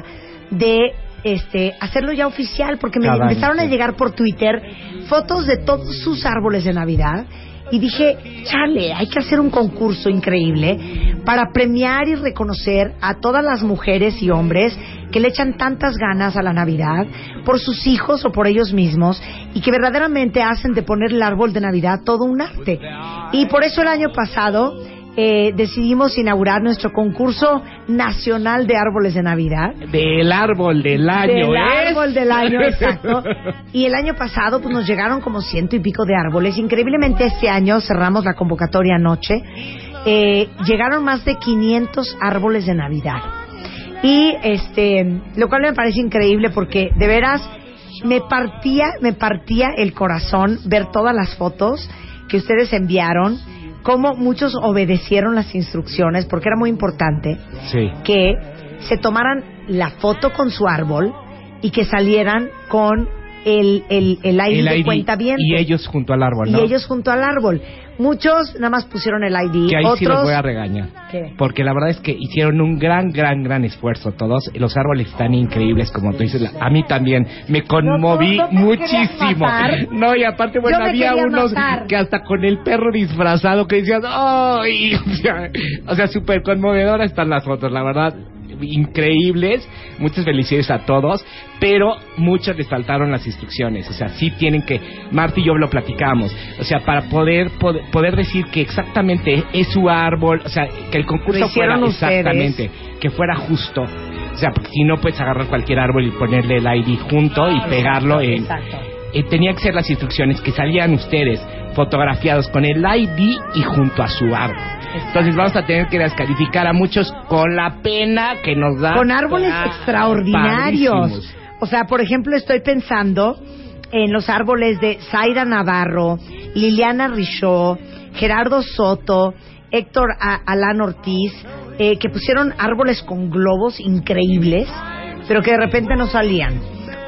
Speaker 5: de este hacerlo ya oficial, porque me
Speaker 8: Cada año,
Speaker 5: empezaron a llegar por Twitter fotos de todos sus árboles de Navidad. Y dije, chale, hay que hacer un concurso increíble para premiar y reconocer a todas las mujeres y hombres que le echan tantas ganas a la Navidad por sus hijos o por ellos mismos y que verdaderamente hacen de poner el árbol de Navidad todo un arte. Y por eso el año pasado eh, decidimos inaugurar nuestro concurso nacional de árboles de Navidad.
Speaker 19: Del árbol del año,
Speaker 5: Del
Speaker 19: ¿eh?
Speaker 5: árbol
Speaker 19: [LAUGHS]
Speaker 5: del año, exacto. Y el año pasado pues nos llegaron como ciento y pico de árboles. Increíblemente este año cerramos la convocatoria anoche. Eh, llegaron más de 500 árboles de Navidad. Y este, lo cual me parece increíble porque de veras me partía, me partía el corazón ver todas las fotos que ustedes enviaron, cómo muchos obedecieron las instrucciones porque era muy importante
Speaker 19: Sí.
Speaker 5: que se tomaran la foto con su árbol y que salieran con el, el, el ID
Speaker 19: El
Speaker 5: de
Speaker 19: ID
Speaker 5: cuenta bien.
Speaker 19: y ellos junto al árbol, ¿no?
Speaker 5: ellos junto al árbol. Muchos nada más pusieron el ID,
Speaker 19: que ahí
Speaker 5: otros...
Speaker 19: sí los voy a regañar.
Speaker 5: ¿Qué?
Speaker 19: Porque la verdad es que hicieron un gran, gran, gran esfuerzo todos. Los árboles están increíbles, como tú dices. La- A mí también. Me conmoví
Speaker 8: No, tú no te querías
Speaker 19: muchísimo.
Speaker 8: matar.
Speaker 19: No, y aparte,
Speaker 8: Yo
Speaker 19: bueno,
Speaker 8: me
Speaker 19: había
Speaker 8: quería
Speaker 19: unos
Speaker 8: matar.
Speaker 19: que hasta con el perro disfrazado que decías, ¡ay! [LAUGHS] O sea, o sea, súper conmovedoras están las fotos, la verdad. Increíbles. Muchas felicidades a todos. Pero muchas les faltaron las instrucciones. O sea, sí tienen que. Marta y yo lo platicamos. O sea, para poder, pod- poder decir que exactamente es su árbol. O sea, que el concurso
Speaker 5: Lo hicieron
Speaker 19: fuera
Speaker 5: ustedes.
Speaker 19: exactamente que fuera justo. O sea, porque si no puedes agarrar cualquier árbol y ponerle el ID junto y pegarlo en... Eh, tenía que ser las instrucciones que salían ustedes fotografiados con el ID y junto a su árbol. Entonces vamos a tener que descalificar a muchos con la pena que nos da.
Speaker 5: Con árboles
Speaker 19: Ah,
Speaker 5: extraordinarios.
Speaker 19: padrísimos.
Speaker 5: O sea, por ejemplo, estoy pensando en los árboles de Zaira Navarro, Liliana Richaud, Gerardo Soto, Héctor A- Alán Ortiz, eh, que pusieron árboles con globos increíbles, pero que de repente no salían.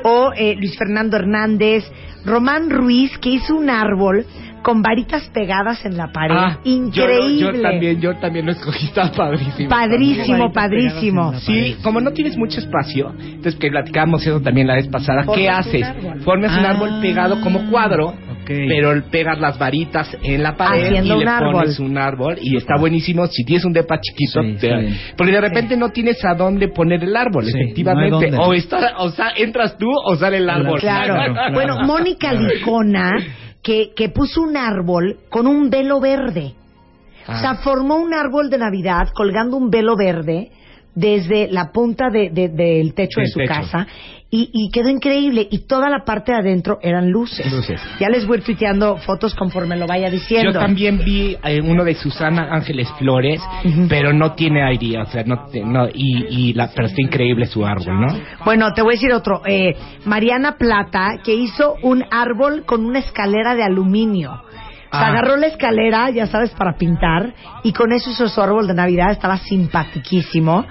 Speaker 5: O eh, Luis Fernando Hernández, Román Ruiz, que hizo un árbol con varitas pegadas en la pared.
Speaker 19: Ah, yo lo-
Speaker 5: Increíble.
Speaker 19: Yo, también, yo también lo escogí, [LAUGHS] está padrísimo.
Speaker 5: Padrísimo, padrísimo.
Speaker 19: Sí, como no tienes mucho espacio, entonces que platicamos eso también la vez pasada, ¿qué
Speaker 5: Formas un
Speaker 19: haces?
Speaker 5: árbol.
Speaker 19: Formas un árbol pegado como cuadro, pero el- pegas las varitas en la pared
Speaker 5: Haciendo
Speaker 19: y le
Speaker 5: un árbol.
Speaker 19: pones un árbol y está buenísimo si tienes un depa chiquito, te-
Speaker 8: está bien.
Speaker 19: porque de repente no tienes a dónde poner el árbol,
Speaker 8: no hay
Speaker 19: efectivamente,
Speaker 8: dónde.
Speaker 19: o está, o sea, entras tú o sale el árbol. [LAUGHS]
Speaker 5: Claro. [LAUGHS] Bueno, Mónica Licona, que, que puso un árbol con un velo verde. O
Speaker 19: Ah.
Speaker 5: sea, formó un árbol de Navidad colgando un velo verde desde la punta de- de- del techo
Speaker 19: Del
Speaker 5: de su
Speaker 19: techo.
Speaker 5: casa y, y quedó increíble. Y toda la parte de adentro eran luces.
Speaker 19: Luces.
Speaker 5: Ya les voy tuiteando fotos conforme lo vaya diciendo.
Speaker 19: Yo también vi eh, uno de Susana Ángeles Flores, pero no tiene aire, o sea, no, te- no y, y la, pero está increíble su árbol, ¿no?
Speaker 5: Bueno, te voy a decir otro. Eh, Mariana Plata, que hizo un árbol con una escalera de aluminio. O sea,
Speaker 19: Ah.
Speaker 5: agarró la escalera, ya sabes, para pintar, y con eso hizo su árbol de Navidad, estaba simpatiquísimo.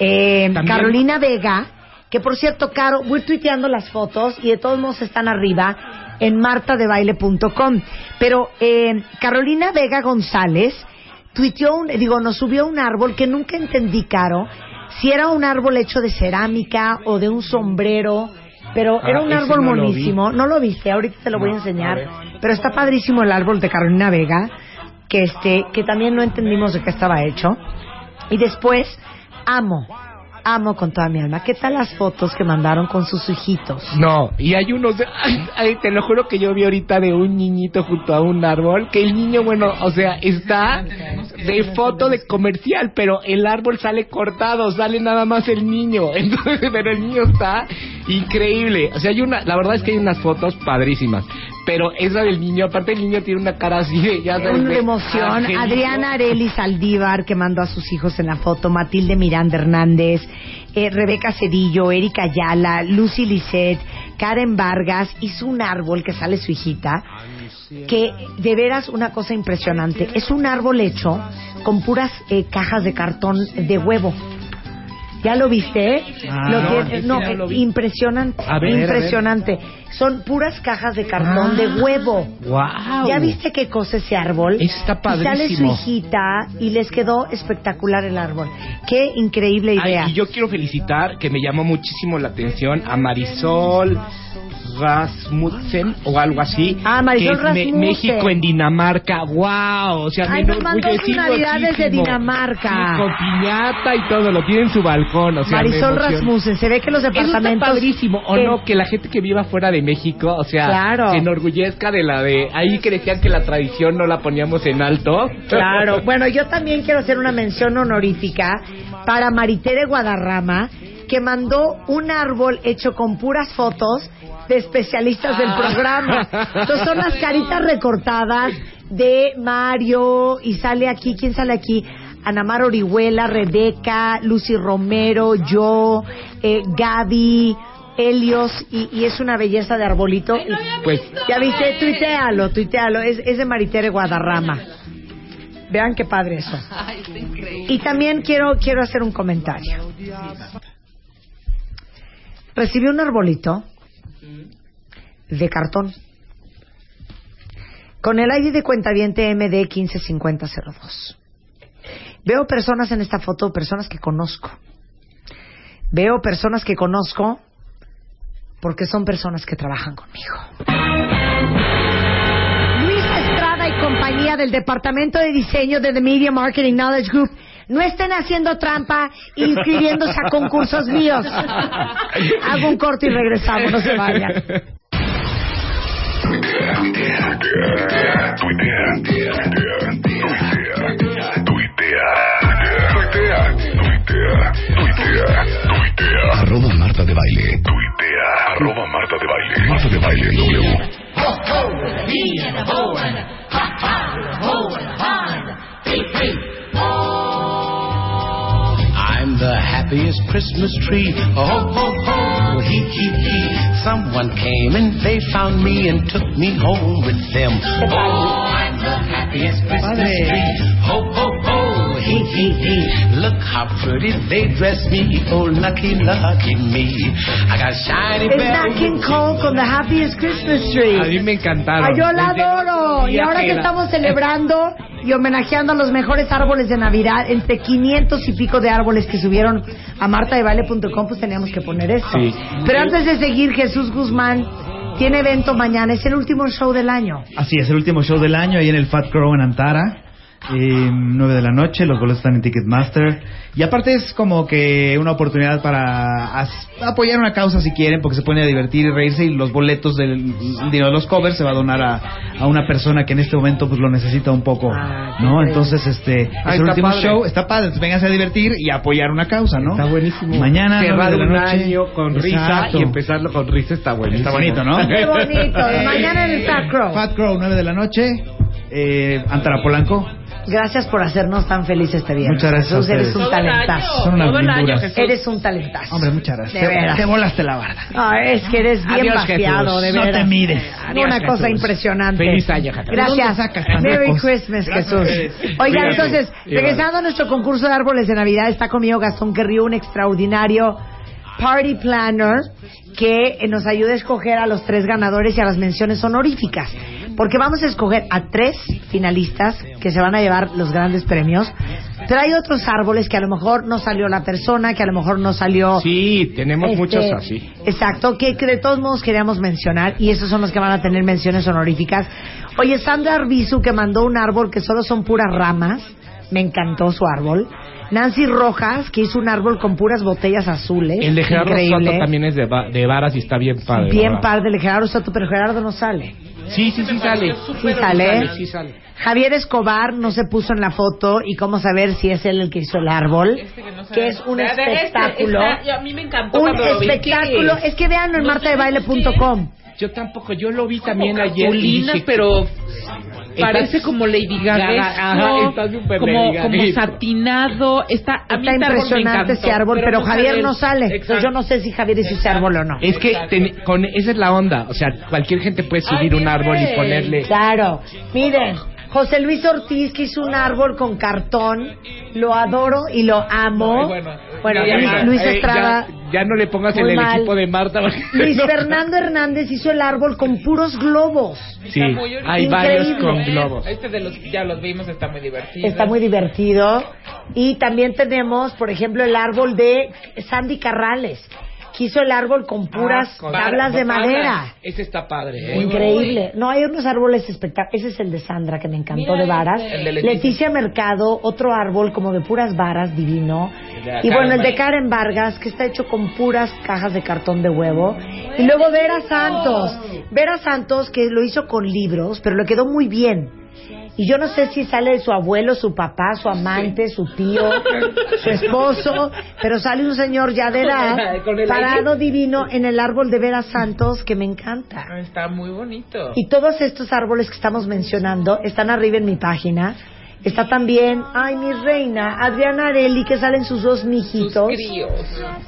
Speaker 5: Eh,
Speaker 8: También-
Speaker 5: Carolina Vega, que por cierto, Caro, voy tuiteando las fotos y de todos modos están arriba en martadebaile.com. Pero eh, Carolina Vega González tuiteó, un, digo, nos subió un árbol que nunca entendí, Caro, si era un árbol hecho de cerámica o de un sombrero, pero
Speaker 8: Ah,
Speaker 5: era un
Speaker 8: ese
Speaker 5: árbol
Speaker 8: no lo vi.
Speaker 5: monísimo. No lo viste, ahorita te lo voy a
Speaker 8: No,
Speaker 5: enseñar.
Speaker 8: a ver.
Speaker 5: pero está padrísimo el árbol de Carolina Vega, que, este, que también no entendimos de qué estaba hecho. Y después, amo, amo con toda mi alma. ¿Qué tal las fotos que mandaron con sus hijitos?
Speaker 19: No, y hay unos, de- ay, ay, te lo juro que yo vi ahorita de un niñito junto a un árbol, que el niño, bueno, o sea, está de foto de comercial, pero el árbol sale cortado, sale nada más el niño, [LAUGHS] entonces, pero el niño está increíble, o sea, hay una, la verdad es que hay unas fotos padrísimas, pero esa del niño, aparte el niño tiene una cara así de, ya sabes,
Speaker 5: Un de emoción.
Speaker 19: angelito.
Speaker 5: Adriana Areli Saldívar, que mandó a sus hijos en la foto. Matilde Miranda Hernández, eh, Rebeca Cedillo, Erika Ayala, Lucy Lisset, Karen Vargas. Hizo un árbol que sale su hijita. Que de veras una cosa impresionante. Es un árbol hecho con puras eh, cajas de cartón de huevo. ¿Ya lo viste?
Speaker 7: Ah,
Speaker 5: Lo
Speaker 7: no,
Speaker 5: tiene-
Speaker 7: ese
Speaker 5: no, eh,
Speaker 7: ya lo vi.
Speaker 5: impresionante.
Speaker 7: A ver, Ah. a ver.
Speaker 5: impresionante. Son puras cajas de cartón de huevo.
Speaker 7: Wow.
Speaker 5: ¿Ya viste qué cosa ese árbol? Está Y sale su
Speaker 19: padrísimo.
Speaker 5: hijita y les quedó espectacular el árbol. Qué increíble
Speaker 19: Ay,
Speaker 5: idea.
Speaker 19: y yo quiero felicitar, que me llamó muchísimo la atención, a Marisol Rasmussen o algo así.
Speaker 5: Ah, Marisol
Speaker 19: que es Me-
Speaker 5: Rasmussen.
Speaker 19: México en Dinamarca. ¡Wow! O sea,
Speaker 5: Ay,
Speaker 19: me
Speaker 5: nos mandó sus
Speaker 19: enorgullece
Speaker 5: navidades de
Speaker 19: muchísimo.
Speaker 5: Dinamarca.
Speaker 19: Sí, con piñata y todo, lo tiene en su balcón. O sea, me
Speaker 5: Marisol
Speaker 19: emociona.
Speaker 5: Rasmussen, se ve que los
Speaker 19: Eso está
Speaker 5: departamentos...
Speaker 19: padrísimo, o
Speaker 5: Eh,
Speaker 19: no, que la gente que viva fuera de México, o sea,
Speaker 5: Claro.
Speaker 19: se enorgullezca de la de... Ahí que decían que la tradición no la poníamos en alto.
Speaker 5: Claro, bueno, yo también quiero hacer una mención honorífica para Marité de Guadarrama, que mandó un árbol hecho con puras fotos de especialistas del
Speaker 7: Ah.
Speaker 5: programa. Entonces son las caritas recortadas de Mario y sale aquí, ¿quién sale aquí? Anamar Orihuela, Rebeca, Lucy Romero, yo, eh, Gaby, Helios, y, y es una belleza de arbolito.
Speaker 19: Pues
Speaker 5: Ya viste, tuitealo, tuitealo. Es, es de Maritere Guadarrama. Vean qué padre eso. Y también quiero, quiero hacer un comentario. Recibí un arbolito de cartón con el ID de cuentaviente MD 155002. Veo personas en esta foto, personas que conozco. Veo personas que conozco porque son personas que trabajan conmigo. Luisa Estrada y compañía del Departamento de Diseño de The Media Marketing Knowledge Group no estén haciendo trampa e inscribiéndose a concursos míos. Hago un corte y regresamos, no se vayan.
Speaker 1: Arroba Marta de Baile. Tuitea. Arroba Marta de Baile. Marta de Baile en W.
Speaker 19: Ah,
Speaker 8: I'm the happiest Christmas tree. Oh, ho, ho, ho, hee, hee, hee. Someone came and they found me and took me home with them. Oh, I'm the happiest Christmas tree. Ho, ho, ho, hee, hee, hee. Look how pretty they dress me. Oh, lucky, lucky me. I got shiny
Speaker 5: Es
Speaker 8: bells.
Speaker 5: Nat King Cole con The Happiest Christmas Tree.
Speaker 19: A mí me encantaron.
Speaker 5: Ay, yo la
Speaker 19: Desde-
Speaker 5: adoro. Y
Speaker 19: Ya
Speaker 5: ahora que
Speaker 19: era.
Speaker 5: estamos celebrando y homenajeando a los mejores árboles de Navidad, entre 500 y pico de árboles que subieron a martadebaile.com, pues teníamos que poner esto.
Speaker 7: Sí.
Speaker 5: Pero antes de seguir, Jesús Guzmán tiene evento mañana. Es el último show del año.
Speaker 3: Así es, el último show del año ahí en el Fat Crow en Antara. eh, 9 de la noche, los boletos están en Ticketmaster. Y aparte es como que una oportunidad para as- apoyar una causa si quieren, porque se pone a divertir y reírse. Y los boletos del dinero de los covers se va a donar a, a una persona que en este momento pues lo necesita un poco,
Speaker 19: Ah,
Speaker 3: ¿no?
Speaker 2: padre.
Speaker 3: Entonces, este es
Speaker 2: Ah,
Speaker 3: el
Speaker 2: está
Speaker 3: último
Speaker 2: padre.
Speaker 3: show, está padre. Entonces, vénganse a divertir y a apoyar una causa, ¿no? Está buenísimo. Mañana,
Speaker 19: cerrar
Speaker 3: 9 de
Speaker 19: un
Speaker 3: la noche.
Speaker 19: año con
Speaker 3: Exacto.
Speaker 19: risa y empezarlo con risa está bueno.
Speaker 3: Está bonito, ¿no?
Speaker 5: Qué bonito.
Speaker 3: [LAUGHS]
Speaker 5: Mañana en el Fat Crow.
Speaker 3: Fat Crow, 9 de la noche. Eh, Antara Polanco.
Speaker 5: Gracias por hacernos tan felices este viernes.
Speaker 3: Muchas gracias a
Speaker 5: Jesús, eres
Speaker 3: ustedes.
Speaker 5: un
Speaker 3: Todo el año,
Speaker 5: talentazo.
Speaker 3: Son unas todo el año, linduras. Jesús.
Speaker 5: Eres un talentazo.
Speaker 3: Hombre, muchas gracias.
Speaker 5: De
Speaker 3: Te-
Speaker 5: veras.
Speaker 3: Te volaste la barda.
Speaker 5: Ah, es que eres bien
Speaker 3: Adiós,
Speaker 5: vaciado,
Speaker 3: Jesús.
Speaker 5: de
Speaker 3: No
Speaker 5: veras.
Speaker 3: te mires.
Speaker 5: Una
Speaker 3: Adiós,
Speaker 5: cosa
Speaker 3: Jesús.
Speaker 5: impresionante.
Speaker 3: Feliz año, Jacob. ¿De dónde
Speaker 5: Gracias.
Speaker 3: sacas tan
Speaker 5: Merry
Speaker 3: locos?
Speaker 5: Christmas,
Speaker 3: Gracias,
Speaker 5: Jesús.
Speaker 3: Pérez.
Speaker 5: Oigan,
Speaker 3: Cuídate.
Speaker 5: entonces,
Speaker 3: Y
Speaker 5: regresando a nuestro concurso de árboles de Navidad, está conmigo Gastón Querrío, un extraordinario party planner que eh, nos ayuda a escoger a los tres ganadores y a las menciones honoríficas. Porque vamos a escoger a tres finalistas que se van a llevar los grandes premios. Pero hay otros árboles que a lo mejor no salió la persona, que a lo mejor no salió
Speaker 19: Sí, tenemos
Speaker 5: este,
Speaker 19: muchos así.
Speaker 5: Exacto, que, que de todos modos queríamos mencionar y esos son los que van a tener menciones honoríficas. Oye, Sandra Arbizu que mandó un árbol que solo son puras ramas, me encantó su árbol. Nancy Rojas que hizo un árbol con puras botellas azules.
Speaker 19: El de Gerardo
Speaker 5: increíble.
Speaker 19: Soto también es de, va- de varas y está bien padre.
Speaker 5: Bien
Speaker 19: ¿verdad?
Speaker 5: padre el de Gerardo Soto, pero Gerardo no sale.
Speaker 19: Sí, sí, sí sale.
Speaker 5: Sí sale.
Speaker 19: Sí sale.
Speaker 5: Javier Escobar no se puso en la foto y cómo saber si es él el que hizo el árbol, que es un
Speaker 4: Ve, ve, este,
Speaker 5: espectáculo.
Speaker 4: está- yo- a mí me encantó
Speaker 5: Un
Speaker 4: cuando lo vi.
Speaker 5: espectáculo. Es que veanlo en
Speaker 4: No sé
Speaker 5: martadebaile.com.
Speaker 19: Yo tampoco, yo lo vi también
Speaker 4: Como
Speaker 19: ayer. y
Speaker 4: Capulina,
Speaker 19: dije,
Speaker 4: pero Parece
Speaker 19: Estás-
Speaker 4: como Lady Gaga,
Speaker 19: Gaga,
Speaker 4: ¿no?
Speaker 19: ajá, está súper
Speaker 4: como,
Speaker 19: Lady Gaga.
Speaker 4: como satinado, está, a
Speaker 5: Está
Speaker 4: mí este árbol me
Speaker 5: impresionante
Speaker 4: encantó,
Speaker 5: ese árbol, pero, Javier no sale.
Speaker 19: Exacto.
Speaker 5: Entonces yo no sé si Javier hizo ese árbol o no.
Speaker 19: Es que ten- con esa es la onda. O sea, cualquier gente puede subir un árbol y ponerle.
Speaker 5: Claro. Miren, José Luis Ortiz que hizo un árbol con cartón. Lo adoro y lo amo.
Speaker 19: Ay,
Speaker 5: bueno,
Speaker 19: bueno.
Speaker 5: Luis-
Speaker 19: Marta,
Speaker 5: Luis
Speaker 19: eh, [LAUGHS]
Speaker 5: Estrada.
Speaker 19: Ya, ya no le pongas
Speaker 5: muy
Speaker 19: en el
Speaker 5: mal.
Speaker 19: equipo de Marta. porque [LAUGHS]
Speaker 5: Luis
Speaker 19: no.
Speaker 5: Fernando Hernández hizo el árbol con puros globos.
Speaker 19: Sí, hay
Speaker 5: Increíble.
Speaker 19: varios con globos.
Speaker 4: Este de los, ya los vimos, está muy divertido.
Speaker 5: Está muy divertido. Y también tenemos, por ejemplo, el árbol de Sandy Carrales, que hizo el árbol con puras
Speaker 19: Ah, con-
Speaker 5: tablas de
Speaker 19: tablas.
Speaker 5: madera.
Speaker 19: Ese está padre. ¿eh?
Speaker 5: Increíble. No, hay unos árboles espectaculares. Ese es el de Sandra, que me encantó,
Speaker 19: Mira
Speaker 5: de varas.
Speaker 19: este. El de
Speaker 5: Leticia.
Speaker 19: Leticia.
Speaker 5: Mercado, otro árbol como de puras varas, divino. Y bueno, el de Karen Vargas, que está hecho con puras cajas de cartón de huevo. Y luego Vera Santos. Vera Santos, que lo hizo con libros, pero le quedó muy bien. Y yo no sé si sale de su abuelo, su papá, su amante, su tío, su esposo, pero sale un señor ya de edad,
Speaker 4: Con el
Speaker 5: parado divino en el árbol de Vera Santos, que me encanta.
Speaker 4: Está muy bonito.
Speaker 5: Y todos estos árboles que estamos mencionando están arriba en mi página. Está también, ay, mi reina, Adriana Areli, que salen sus dos mijitos.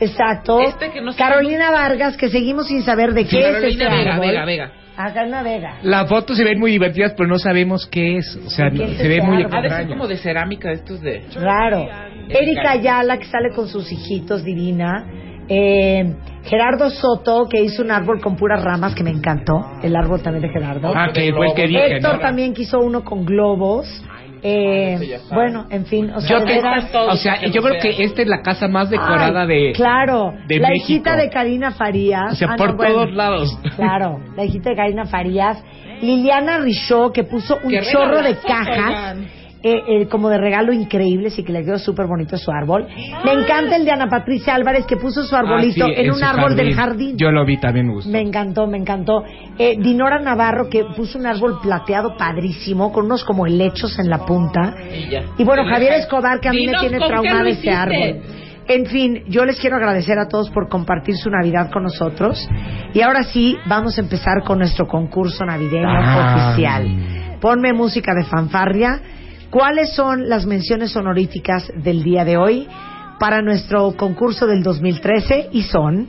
Speaker 5: Exacto.
Speaker 4: Este que no sé
Speaker 5: Carolina Vargas, que seguimos sin saber de qué es este
Speaker 19: Carolina Vega,
Speaker 5: árbol.
Speaker 19: Vega, Vega.
Speaker 5: Ah, Carolina Vega.
Speaker 19: Las fotos se ven muy divertidas, pero no sabemos qué es. O sea, no-
Speaker 5: ¿Qué es
Speaker 19: se ve
Speaker 5: ese
Speaker 19: muy
Speaker 5: árbol?
Speaker 4: Ha de ser
Speaker 19: extraño.
Speaker 4: como de cerámica, estos de...
Speaker 5: Claro. Erika Ayala, que sale con sus hijitos, divina. Eh, Gerardo Soto, que hizo un árbol con puras ramas, que me encantó. El árbol también de Gerardo.
Speaker 19: Ah, que fue el que dije,
Speaker 5: Héctor
Speaker 19: ¿no?
Speaker 5: también quiso uno con globos. Eh, bueno, en fin. O sea,
Speaker 19: yo,
Speaker 5: de
Speaker 19: que-
Speaker 5: veras-
Speaker 19: o sea, yo creo que esta es la casa más decorada
Speaker 5: Ay,
Speaker 19: de.
Speaker 5: Claro,
Speaker 19: de
Speaker 5: la
Speaker 19: México.
Speaker 5: hijita de Karina Farías.
Speaker 19: O sea,
Speaker 5: Ah, no,
Speaker 19: por
Speaker 5: bueno.
Speaker 19: todos lados.
Speaker 5: Claro, la hijita de Karina Farías. Liliana Richaud, que puso un
Speaker 4: Qué
Speaker 5: chorro de
Speaker 4: regalazos,
Speaker 5: cajas.
Speaker 4: oigan.
Speaker 5: eh, eh, como de regalo increíbles y que le quedó súper bonito su árbol. Me encanta el de Ana Patricia Álvarez que puso su arbolito
Speaker 19: Ah, sí,
Speaker 5: en, un
Speaker 19: su
Speaker 5: árbol del jardín.
Speaker 19: Yo lo vi también, me gustó.
Speaker 5: Me encantó, me encantó. Eh, Dinora Navarro que puso un árbol plateado padrísimo con unos como helechos en la punta.
Speaker 4: Y ya.
Speaker 5: Y bueno,
Speaker 4: Te
Speaker 5: Javier
Speaker 4: deja-
Speaker 5: Escobar, que a mí me
Speaker 4: Dinos
Speaker 5: tiene
Speaker 4: con qué
Speaker 5: traumado
Speaker 4: lo
Speaker 5: este
Speaker 4: hiciste.
Speaker 5: árbol. En fin, yo les quiero agradecer a todos por compartir su Navidad con nosotros. Y ahora sí, vamos a empezar con nuestro concurso navideño
Speaker 8: Ah.
Speaker 5: oficial. Ponme música de fanfarria. ¿Cuáles son las menciones honoríficas del día de hoy para nuestro concurso del 2013? Y son...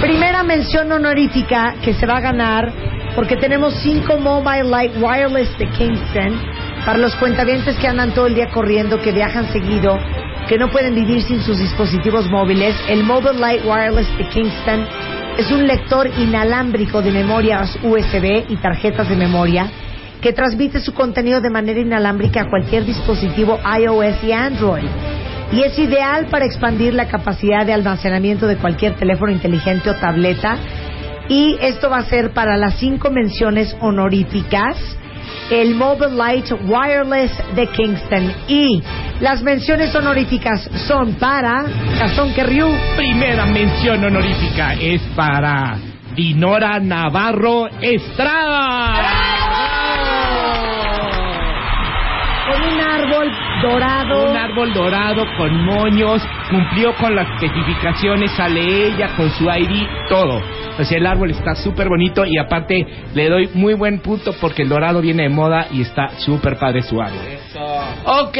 Speaker 5: Primera mención honorífica que se va a ganar porque tenemos cinco Mobile Light Wireless de Kingston para los cuentavientes que andan todo el día corriendo, que viajan seguido, que no pueden vivir sin sus dispositivos móviles. El Mobile Light Wireless de Kingston es un lector inalámbrico de memorias USB y tarjetas de memoria que transmite su contenido de manera inalámbrica a cualquier dispositivo iOS y Android y es ideal para expandir la capacidad de almacenamiento de cualquier teléfono inteligente o tableta. Y esto va a ser para las cinco menciones honoríficas. El Mobile Light Wireless de Kingston. Y las menciones honoríficas son para Gastón Querriu.
Speaker 19: Primera mención honorífica es para Dinora Navarro Estrada.
Speaker 5: Con un árbol dorado.
Speaker 19: Un árbol dorado con moños, cumplió con las especificaciones, sale ella con su ID, todo. O sea, el árbol está súper bonito y aparte le doy muy buen punto porque el dorado viene de moda y está súper padre su árbol. Ok,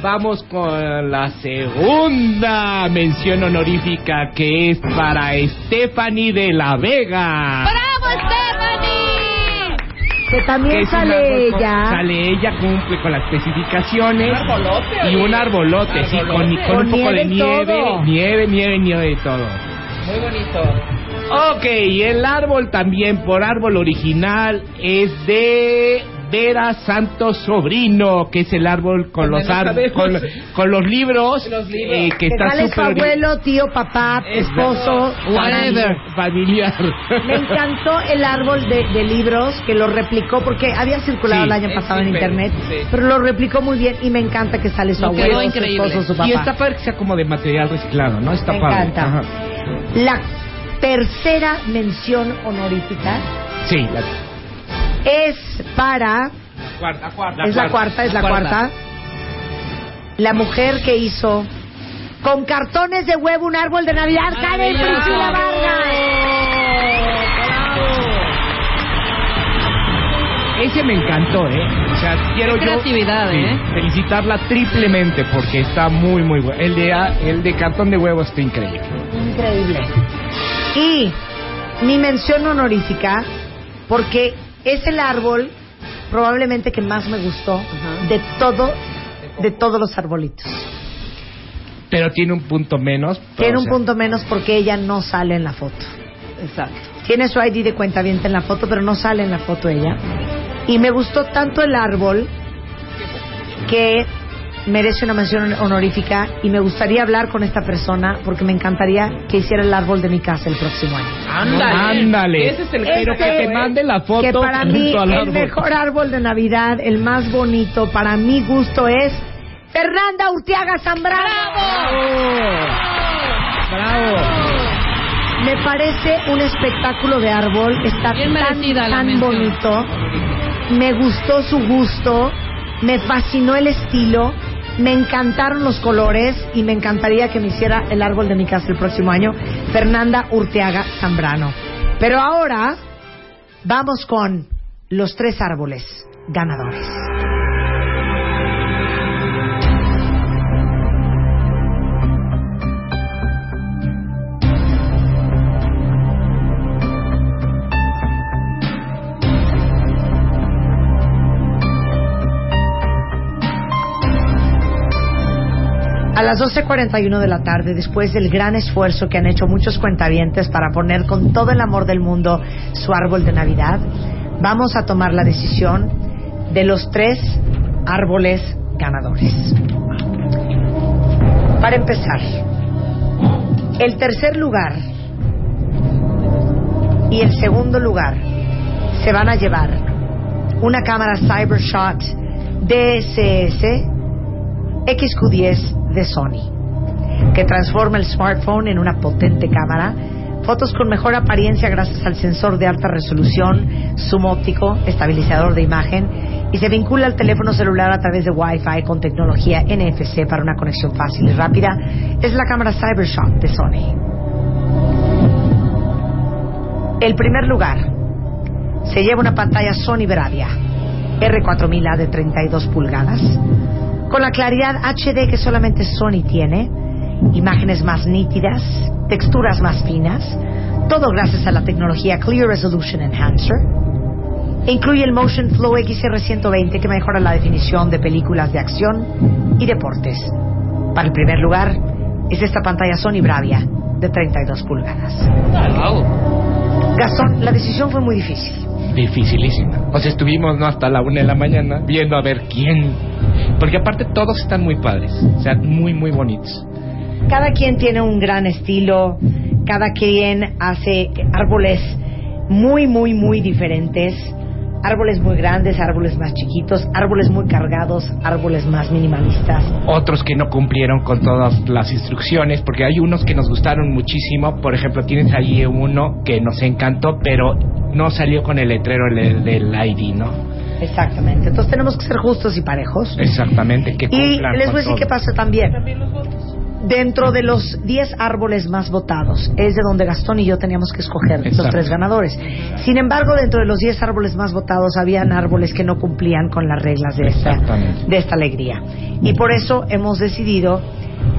Speaker 19: vamos con la segunda mención honorífica que es para Stephanie de la Vega.
Speaker 5: Que
Speaker 19: Ah. Que
Speaker 5: también
Speaker 19: es un árbol
Speaker 5: sale
Speaker 19: con-
Speaker 5: ella.
Speaker 19: Sale ella, cumple con las especificaciones.
Speaker 5: Un arbolote,
Speaker 19: Y
Speaker 5: oye.
Speaker 19: un arbolote, sí, con, con
Speaker 5: Con
Speaker 19: un poco
Speaker 5: nieve
Speaker 19: de
Speaker 5: y
Speaker 19: nieve,
Speaker 5: todo.
Speaker 19: nieve, nieve, nieve y todo.
Speaker 4: Muy bonito.
Speaker 19: Ok, y el árbol también, por árbol original, es de Vera Santos Sobrino, que es el árbol con
Speaker 4: Donde
Speaker 19: los
Speaker 4: no
Speaker 19: árboles,
Speaker 4: sabemos.
Speaker 19: con, los- con los libros, eh, que
Speaker 5: Que
Speaker 19: está
Speaker 5: sale su
Speaker 19: súper
Speaker 5: abuelo, tío, papá, esposo,
Speaker 19: whatever, familiar.
Speaker 5: Me encantó el árbol de, de libros que lo replicó porque había circulado
Speaker 19: Sí,
Speaker 5: el año
Speaker 19: es
Speaker 5: pasado en
Speaker 19: súper,
Speaker 5: internet,
Speaker 19: sí.
Speaker 5: pero lo replicó muy bien y me encanta que sale su
Speaker 19: Lo
Speaker 5: abuelo,
Speaker 19: quedó
Speaker 5: su
Speaker 19: increíble.
Speaker 5: esposo, su papá.
Speaker 19: Y está padre que sea como de material reciclado, ¿no? Está
Speaker 5: Me
Speaker 19: padre.
Speaker 5: encanta.
Speaker 19: Ajá.
Speaker 5: La tercera mención honorífica
Speaker 19: Sí, la
Speaker 5: es para
Speaker 19: cuarta,
Speaker 5: es la cuarta, es la cuarta. La mujer que hizo con cartones de huevo un árbol de Navidad, Karen Priscila Vargas.
Speaker 19: Ese me encantó, ¿eh? O sea, quiero
Speaker 7: Qué
Speaker 19: yo
Speaker 7: creatividad, ¿eh?
Speaker 19: felicitarla triplemente porque está muy, muy bueno. El de, el de cartón de huevos está increíble.
Speaker 5: Increíble. Y mi mención honorífica, porque es el árbol probablemente que más me gustó de todo, de todos los arbolitos.
Speaker 19: Pero tiene un punto menos. pero,
Speaker 5: Tiene
Speaker 19: o
Speaker 5: un
Speaker 19: sea,
Speaker 5: punto menos porque ella no sale en la foto. Exacto. Tiene su ID de cuenta en la foto, pero no sale en la foto ella. Y me gustó tanto el árbol que merece una mención honorífica y me gustaría hablar con esta persona porque me encantaría que hiciera el árbol de mi casa el próximo año. Este,
Speaker 19: Ándale. Ándale. Ese es el- pero que te mande la foto
Speaker 5: Que para mí
Speaker 19: junto al
Speaker 5: el
Speaker 19: árbol.
Speaker 5: mejor árbol de Navidad, el más bonito, para mi gusto es Fernanda Urtiaga Zambrano.
Speaker 19: Bravo.
Speaker 5: Me parece un espectáculo de árbol, está tan, tan bonito. Me gustó su gusto, me fascinó el estilo, me encantaron los colores y me encantaría que me hiciera el árbol de mi casa el próximo año, Fernanda Urteaga Zambrano. Pero ahora vamos con los tres árboles ganadores. A las 12.41 de la tarde, después del gran esfuerzo que han hecho muchos cuentavientes para poner con todo el amor del mundo su árbol de Navidad, vamos a tomar la decisión de los tres árboles ganadores. Para empezar, el tercer lugar y el segundo lugar se van a llevar una cámara Cybershot DSS XQ10 de Sony, que transforma el smartphone en una potente cámara. Fotos con mejor apariencia gracias al sensor de alta resolución, zoom óptico, estabilizador de imagen y se vincula al teléfono celular a través de Wi-Fi con tecnología NFC para una conexión fácil y rápida. Es la cámara Cybershot de Sony. El primer lugar se lleva una pantalla Sony Bravia R4000A de 32 pulgadas con la claridad HD que solamente Sony tiene, imágenes más nítidas, texturas más finas, todo gracias a la tecnología Clear Resolution Enhancer. Incluye el Motion Flow XR120 que mejora la definición de películas de acción y deportes. Para el primer lugar es esta pantalla Sony Bravia de 32 pulgadas. Gastón, la decisión fue muy difícil.
Speaker 19: Dificilísima. O sea, estuvimos no hasta la una de la mañana viendo a ver quién. Porque aparte todos están muy padres. O sea, muy, muy bonitos.
Speaker 5: Cada quien tiene un gran estilo, cada quien hace árboles muy, muy, muy diferentes. Árboles muy grandes, árboles más chiquitos, árboles muy cargados, árboles más minimalistas.
Speaker 19: Otros que no cumplieron con todas las instrucciones, porque hay unos que nos gustaron muchísimo. Por ejemplo, tienes ahí uno que nos encantó, pero no salió con el letrero del, del ID, ¿no?
Speaker 5: Exactamente. Entonces tenemos que ser justos y parejos.
Speaker 19: Exactamente. Que
Speaker 5: Y
Speaker 19: cumplan
Speaker 5: les
Speaker 19: con
Speaker 5: voy a decir
Speaker 19: todo.
Speaker 5: qué pasó también. Dentro de los 10 árboles más votados es de donde Gastón y yo teníamos que escoger los
Speaker 19: Exacto.
Speaker 5: tres ganadores. Sin embargo, dentro de los 10 árboles más votados habían árboles que no cumplían con las reglas de esta,
Speaker 19: Exactamente.
Speaker 5: de esta alegría. Y por eso hemos decidido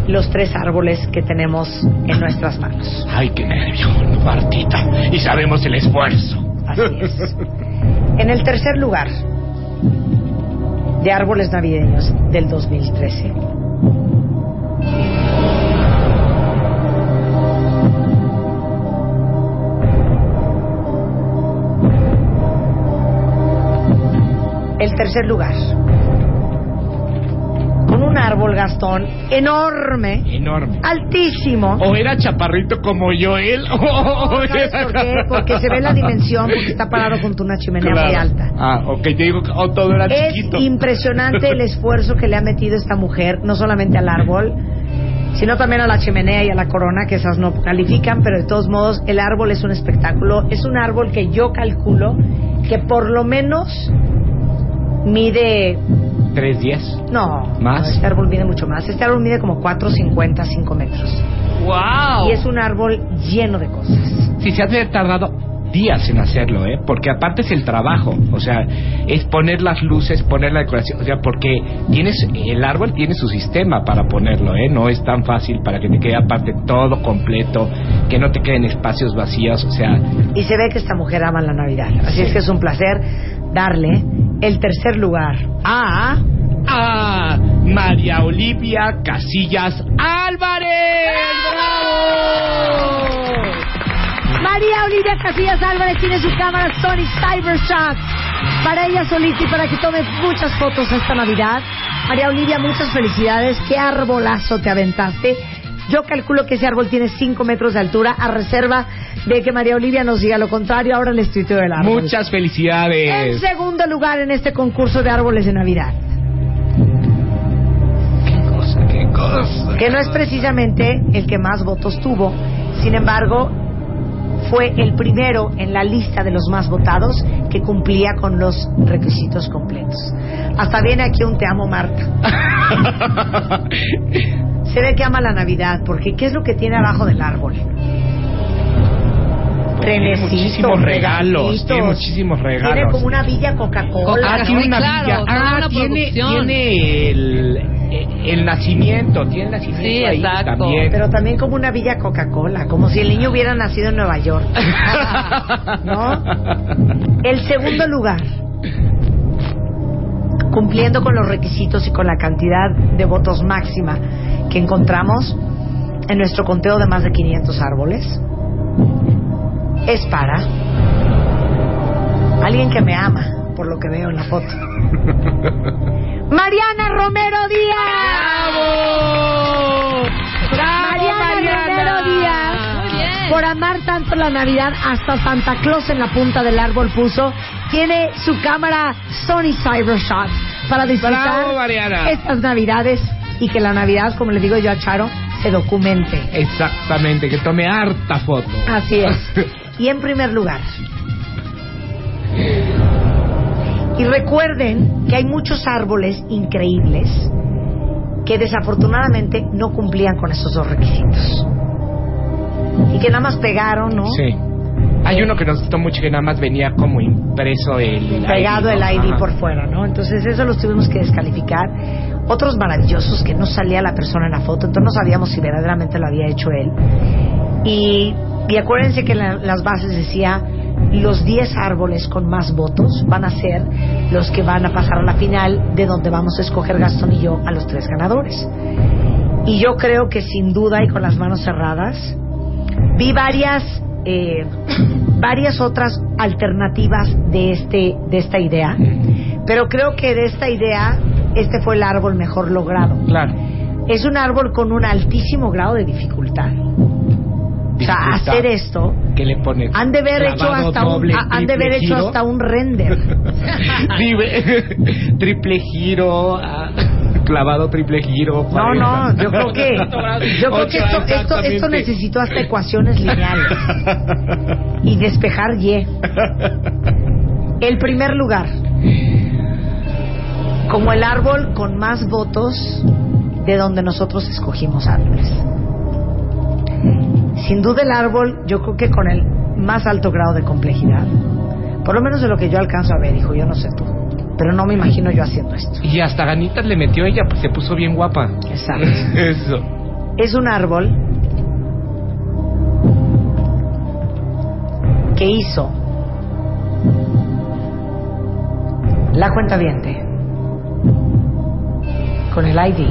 Speaker 5: los tres árboles que tenemos en nuestras manos.
Speaker 19: Ay, qué nervio, Martita. Y sabemos el esfuerzo.
Speaker 5: Así es. En el tercer lugar de árboles navideños del 2013. El tercer lugar. Con un árbol, Gastón, enorme,
Speaker 19: Enorme.
Speaker 5: altísimo.
Speaker 19: O era chaparrito como yo él. [LAUGHS] o
Speaker 5: No, ¿sabes
Speaker 19: era-
Speaker 5: por qué? Porque se ve la dimensión, porque está parado contra una chimenea muy
Speaker 19: Claro.
Speaker 5: alta.
Speaker 19: Ah, ok, te digo que oh, todo era
Speaker 5: Es
Speaker 19: chiquito.
Speaker 5: impresionante
Speaker 19: [LAUGHS]
Speaker 5: el esfuerzo que le ha metido esta mujer, no solamente al árbol, sino también a la chimenea y a la corona, que esas no califican, pero de todos modos el árbol es un espectáculo. Es un árbol que yo calculo que por lo menos mide...
Speaker 19: Tres días.
Speaker 5: No,
Speaker 19: ¿Más?
Speaker 5: no, este árbol mide mucho más. Este árbol mide como 4,50, 5 metros.
Speaker 19: ¡Wow!
Speaker 5: Y es un árbol lleno de cosas.
Speaker 19: Si se ha tardado días en hacerlo, ¿eh? Porque aparte es el trabajo, o sea, es poner las luces, poner la decoración, o sea, porque tienes el árbol tiene su sistema para ponerlo, ¿eh? No es tan fácil para que te quede aparte todo completo, que no te queden espacios vacíos, o sea,
Speaker 5: Y se ve que esta mujer ama la Navidad. Así es que es un placer darle el tercer lugar a...
Speaker 19: a María Olivia Casillas Álvarez.
Speaker 5: María Olivia Casillas Álvarez tiene su cámara Sony Cybershot para ella solita y para que tome muchas fotos esta Navidad. María Olivia, muchas felicidades. Qué arbolazo te aventaste. Yo calculo que ese árbol tiene 5 metros de altura, a reserva de que María Olivia nos diga lo contrario. Ahora les tuiteo el árbol.
Speaker 19: Muchas felicidades.
Speaker 5: En segundo lugar en este concurso de árboles de Navidad.
Speaker 19: Qué cosa.
Speaker 5: que no es precisamente el que más votos tuvo. Sin embargo, fue el primero en la lista de los más votados que cumplía con los requisitos completos. Hasta viene aquí un te amo,
Speaker 19: [LAUGHS]
Speaker 5: Marta. Se ve que ama la Navidad, porque ¿qué es lo que tiene abajo del árbol?
Speaker 19: Tiene
Speaker 5: Trenecitos,
Speaker 19: muchísimos regalos,
Speaker 5: regalitos.
Speaker 19: tiene muchísimos regalos.
Speaker 5: Tiene como una villa Coca-Cola.
Speaker 19: Ah, tiene una
Speaker 5: Claro,
Speaker 19: villa.
Speaker 5: toda
Speaker 19: Ah,
Speaker 5: una
Speaker 19: tiene,
Speaker 5: producción.
Speaker 19: tiene el, eh, el nacimiento, tiene el nacimiento ahí también.
Speaker 5: Pero también como una villa Coca-Cola, como si el niño hubiera nacido en
Speaker 19: [LAUGHS]
Speaker 5: Nueva York. ¿No? El segundo lugar, cumpliendo con los requisitos y con la cantidad de votos máxima que encontramos en nuestro conteo de más de 500 árboles, es para alguien que me ama, por lo que veo en
Speaker 19: [LAUGHS]
Speaker 5: la foto. Mariana Romero Díaz. Mariana, Romero Díaz. Por amar tanto la Navidad, hasta Santa Claus en la punta del árbol puso. Tiene su cámara Sony Cybershot para disfrutar
Speaker 19: Bravo, Mariana.
Speaker 5: estas Navidades y que la Navidad, como le digo yo a Charo, se documente.
Speaker 19: Exactamente, que tome harta foto.
Speaker 5: Así es. Y en primer lugar. Y recuerden que hay muchos árboles increíbles que desafortunadamente no cumplían con esos dos requisitos. Y que nada más pegaron, ¿no?
Speaker 19: Sí. Hay uno que nos gustó mucho que nada más venía como impreso el
Speaker 5: Pegado
Speaker 19: ID,
Speaker 5: el
Speaker 19: ¿no?
Speaker 5: ID
Speaker 19: Ajá.
Speaker 5: por fuera, ¿no? Entonces eso los tuvimos que descalificar. Otros maravillosos que no salía la persona en la foto, entonces no sabíamos si verdaderamente lo había hecho él. Y, y acuérdense que la- las bases decía los 10 árboles con más votos van a ser los que van a pasar a la final de donde vamos a escoger Gastón y yo a los tres ganadores. Y yo creo que sin duda y con las manos cerradas, vi varias, eh, varias otras alternativas de, este, de esta idea, pero creo que de esta idea este fue el árbol mejor logrado.
Speaker 19: Claro.
Speaker 5: Es un árbol con un altísimo grado de dificultad. O sea,
Speaker 19: Dificultad.
Speaker 5: hacer esto
Speaker 19: que le pone
Speaker 5: han de haber hecho
Speaker 19: clavado
Speaker 5: hasta un,
Speaker 19: doble,
Speaker 5: ah, han de haber
Speaker 19: triple
Speaker 5: hecho
Speaker 19: giro.
Speaker 5: hasta
Speaker 19: [LAUGHS]
Speaker 5: un render.
Speaker 19: Triple, [LAUGHS] triple giro, ah, [LAUGHS] clavado triple giro.
Speaker 5: No, no, yo creo
Speaker 19: [LAUGHS]
Speaker 5: que yo creo que esto, esto, esto
Speaker 19: Exactamente.
Speaker 5: necesitó hasta ecuaciones lineales y despejar y. El primer lugar, como el árbol con más votos de donde nosotros escogimos árboles. Sin duda el árbol, yo creo que con el más alto grado de complejidad, por lo menos de lo que yo alcanzo a ver, hijo, yo no sé tú, pero no me imagino yo haciendo esto.
Speaker 19: Y hasta ganitas le metió ella, pues se puso bien guapa.
Speaker 5: Exacto.
Speaker 19: [LAUGHS] Eso.
Speaker 5: es un árbol que hizo la cuenta viente con el ID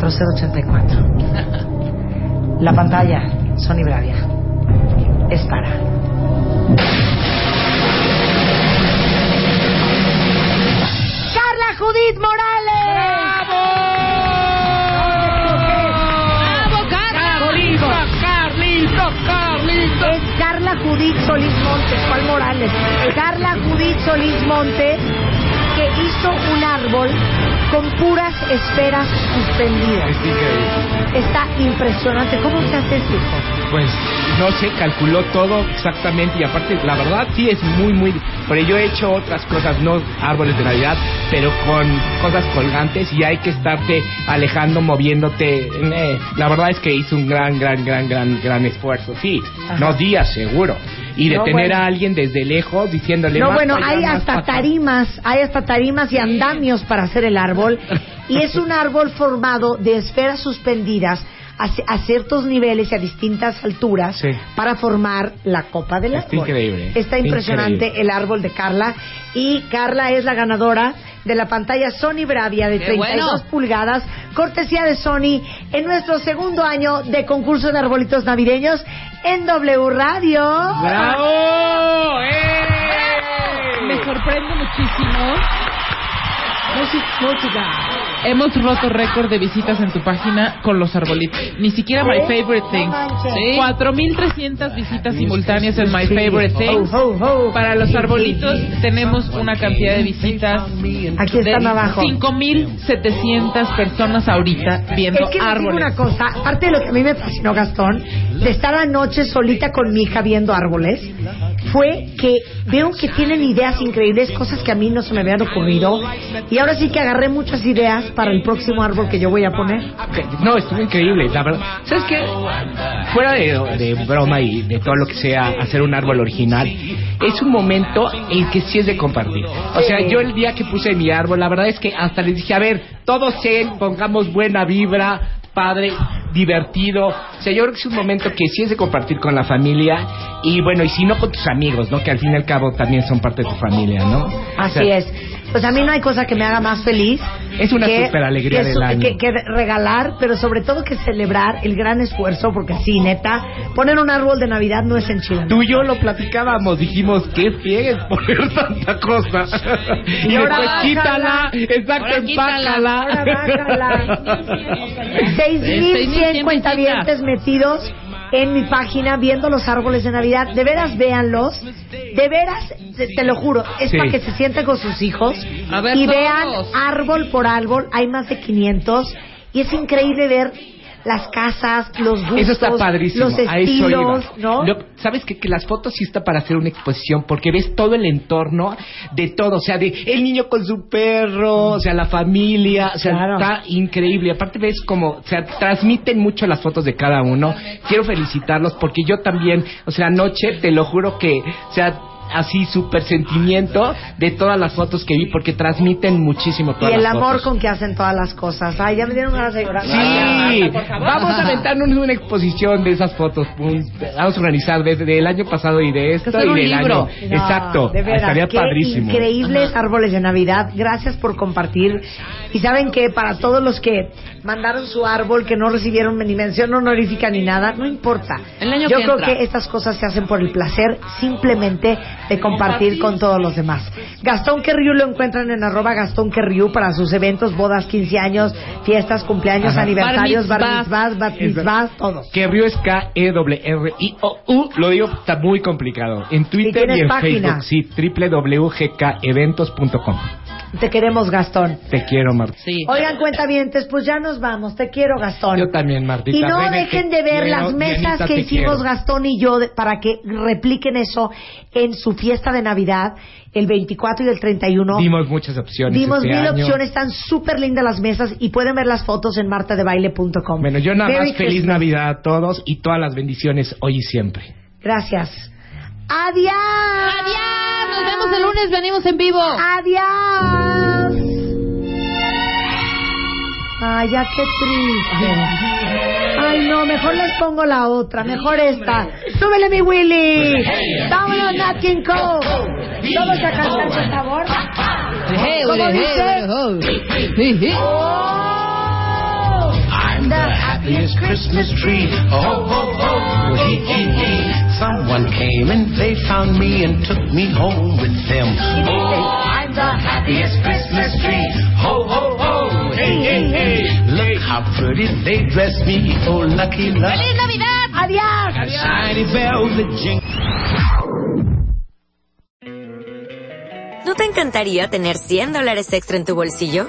Speaker 5: 44084. La pantalla Sony Bravia es para Carla Judith Morales. ¡Bravo! ¡Bravo, Carlito! ¡Carlito, Carlito! Es Carla Judith Solís Montes, ¿cuál Morales? Carla Judith Solís Montes, que hizo un árbol con puras esferas suspendidas. Está impresionante. ¿Cómo se hace eso? hijo?
Speaker 19: Pues no se calculó todo exactamente y aparte, la verdad sí es muy, muy... Pero yo he hecho otras cosas, no árboles de Navidad, pero con cosas colgantes y hay que estarte alejando, moviéndote. eh, la verdad es que hice un gran, gran, gran, gran, gran esfuerzo. Sí,
Speaker 5: Ajá.
Speaker 19: unos días seguro. Y de
Speaker 5: No,
Speaker 19: tener
Speaker 5: bueno.
Speaker 19: a alguien desde lejos diciéndole...
Speaker 5: No,
Speaker 19: "Más
Speaker 5: bueno,
Speaker 19: para allá,
Speaker 5: hay
Speaker 19: más para
Speaker 5: hasta
Speaker 19: acá".
Speaker 5: tarimas, hay hasta tarimas y andamios para hacer el árbol.
Speaker 19: [LAUGHS]
Speaker 5: Y es un árbol formado de esferas suspendidas a, ci- a ciertos niveles y a distintas alturas
Speaker 19: Sí.
Speaker 5: para formar la copa del
Speaker 19: Está
Speaker 5: árbol.
Speaker 19: increíble.
Speaker 5: Está impresionante
Speaker 19: Increíble.
Speaker 5: el árbol de Carla. Y Carla es la ganadora de la pantalla Sony Bravia de
Speaker 7: ¡Qué
Speaker 5: 32
Speaker 7: bueno!
Speaker 5: pulgadas, cortesía de Sony, en nuestro segundo año de concurso de arbolitos navideños en W Radio. [LAUGHS]
Speaker 8: ¡Bravo!
Speaker 7: ¡Eh!
Speaker 4: Me sorprende muchísimo. Hemos roto récord de visitas en tu página con los arbolitos. Ni siquiera My
Speaker 8: ¿Eh?
Speaker 4: Favorite Things.
Speaker 8: manches.
Speaker 4: Sí. 4.300 visitas simultáneas en My
Speaker 8: Sí.
Speaker 4: Favorite Things.
Speaker 8: Ho,
Speaker 4: Para los arbolitos tenemos una cantidad de visitas.
Speaker 5: Aquí están
Speaker 4: de
Speaker 5: abajo.
Speaker 4: 5.700 personas ahorita viendo
Speaker 5: es que les digo
Speaker 4: árboles.
Speaker 5: una cosa, aparte de lo que a mí me fascinó Gastón, de estar anoche solita con mi hija viendo árboles, fue que veo que tienen ideas increíbles, cosas que a mí no se me habían ocurrido, y ahora sí que agarré muchas ideas para el próximo árbol que yo voy a poner.
Speaker 19: No, estuvo increíble, la verdad. ¿Sabes qué? Fuera de, de broma y de todo lo que sea hacer un árbol original, es un momento en que sí es de compartir. O sea, yo el día que puse mi árbol, la verdad es que hasta les dije, a ver, todos zen, pongamos buena vibra, padre, divertido. O sea, yo creo que es un momento que sí es de compartir con la familia y bueno, y si no con tus amigos, ¿no? Que al fin y al cabo también son parte de tu familia, ¿no?
Speaker 5: Así es. Pues a mí no hay cosa que me haga más feliz.
Speaker 19: Es una superalegría
Speaker 5: que
Speaker 19: del
Speaker 5: su-
Speaker 19: año.
Speaker 5: Que, que regalar, pero sobre todo que celebrar el gran esfuerzo, porque sí, neta, poner un árbol de Navidad no es enchilada.
Speaker 19: Tú y yo lo platicábamos, dijimos, qué fiegues poner tanta cosa. y
Speaker 5: ahora
Speaker 19: después quítala,
Speaker 5: bájala. Ahora
Speaker 19: exacto,
Speaker 5: quítala,
Speaker 19: empácala. [LAUGHS]
Speaker 5: ahora
Speaker 19: Sí,
Speaker 5: 6.100 cuentavientes metidos en mi página viendo los árboles de Navidad. De veras, véanlos. De veras, te, te lo juro, es
Speaker 8: Sí.
Speaker 5: para que se sienten con sus hijos
Speaker 8: A ver,
Speaker 5: y
Speaker 8: todos.
Speaker 5: vean árbol por árbol. Hay más de 500 y es increíble ver las casas, los gustos,
Speaker 19: Eso está padrísimo.
Speaker 5: los
Speaker 19: a eso iba.
Speaker 5: estilos, ¿no?
Speaker 19: Lo- Sabes que, que las fotos sí está para hacer una exposición porque ves todo el entorno de todo, o sea, de el niño con su perro, o sea, la familia, o sea, está increíble. Aparte ves como, o sea, transmiten mucho las fotos de cada uno. Quiero felicitarlos porque yo también, o sea, anoche te lo juro que, o sea, así súper sentimiento de todas las fotos que vi porque transmiten muchísimo
Speaker 5: Y
Speaker 19: todas
Speaker 5: el
Speaker 19: las fotos.
Speaker 5: amor con que hacen todas las cosas. Ay, ya me dieron ganas de llorar.
Speaker 19: Sí, vamos a [LAUGHS] aventarnos una exposición de esas fotos. un- Vamos a organizar desde del año pasado y de esto
Speaker 5: Hacer
Speaker 19: y
Speaker 5: un
Speaker 19: del
Speaker 5: libro.
Speaker 19: año.
Speaker 5: No,
Speaker 19: Exacto,
Speaker 5: de veras,
Speaker 19: estaría
Speaker 5: qué
Speaker 19: padrísimo.
Speaker 5: Increíbles árboles de Navidad. Gracias por compartir. Y saben que para todos los que mandaron su árbol, que no recibieron ni mención honorífica ni nada, no importa.
Speaker 7: El año
Speaker 5: Yo
Speaker 7: que
Speaker 5: creo
Speaker 7: entra.
Speaker 5: que estas cosas se hacen por el placer simplemente de compartir con todos los demás. Gastón Querriu lo encuentran en arroba Gastón Querriu para sus eventos, bodas, 15 años, fiestas, cumpleaños,
Speaker 19: Ajá.
Speaker 5: aniversarios, bar
Speaker 19: Bar mitzvahs.
Speaker 5: mitzvahs, bat mitzvahs, todos.
Speaker 19: Que Río es E K-E-W-R-I-O-U. Lo digo, está muy complicado. En Twitter
Speaker 5: tienes
Speaker 19: y en
Speaker 5: página?
Speaker 19: Facebook, sí, www.gkeventos.com.
Speaker 5: Te queremos, Gastón.
Speaker 19: Te quiero, Marta.
Speaker 5: Oigan, cuentavientes, pues ya nos vamos. Te quiero, Gastón.
Speaker 19: Yo también, Martita.
Speaker 5: Y no
Speaker 19: Rebe,
Speaker 5: dejen
Speaker 19: te
Speaker 5: de ver
Speaker 19: quiero.
Speaker 5: las mesas
Speaker 19: Dianita,
Speaker 5: que
Speaker 19: te
Speaker 5: hicimos
Speaker 19: quiero.
Speaker 5: Gastón y yo de- para que repliquen eso en su fiesta de Navidad el 24 y el 31.
Speaker 19: Dimos muchas opciones.
Speaker 5: Dimos
Speaker 19: este
Speaker 5: mil
Speaker 19: año.
Speaker 5: opciones, están súper lindas las mesas y pueden ver las fotos en martadebaile.com.
Speaker 19: Bueno, yo nada
Speaker 5: Merry
Speaker 19: más feliz
Speaker 5: Christmas.
Speaker 19: Navidad a todos y todas las bendiciones hoy y siempre.
Speaker 5: Gracias. Adiós. Adiós.
Speaker 6: Nos vemos el lunes, venimos en vivo.
Speaker 5: Adiós. Ay, ya qué triste. Ay, no, mejor les pongo la otra, mejor esta. ¡Súbele, mi Willy! ¡Vámonos, Nat King Cole! Todos a cantar, por favor. ¿Cómo dice? Oh.
Speaker 20: I'm the happiest Christmas tree. Oh, Ho, ho, ho. Well, hee, hee, hee. Someone came and they found me and took me home with them. Oh, I'm the happiest Christmas tree. Ho, ho, ho. Hey, hey, hey. Look how pretty they dress me. Oh, lucky, lucky.
Speaker 5: Navidad! ¡Adiós!
Speaker 20: Got shiny bells that jingle.
Speaker 15: ¿No te encantaría tener 100 dólares extra en tu bolsillo?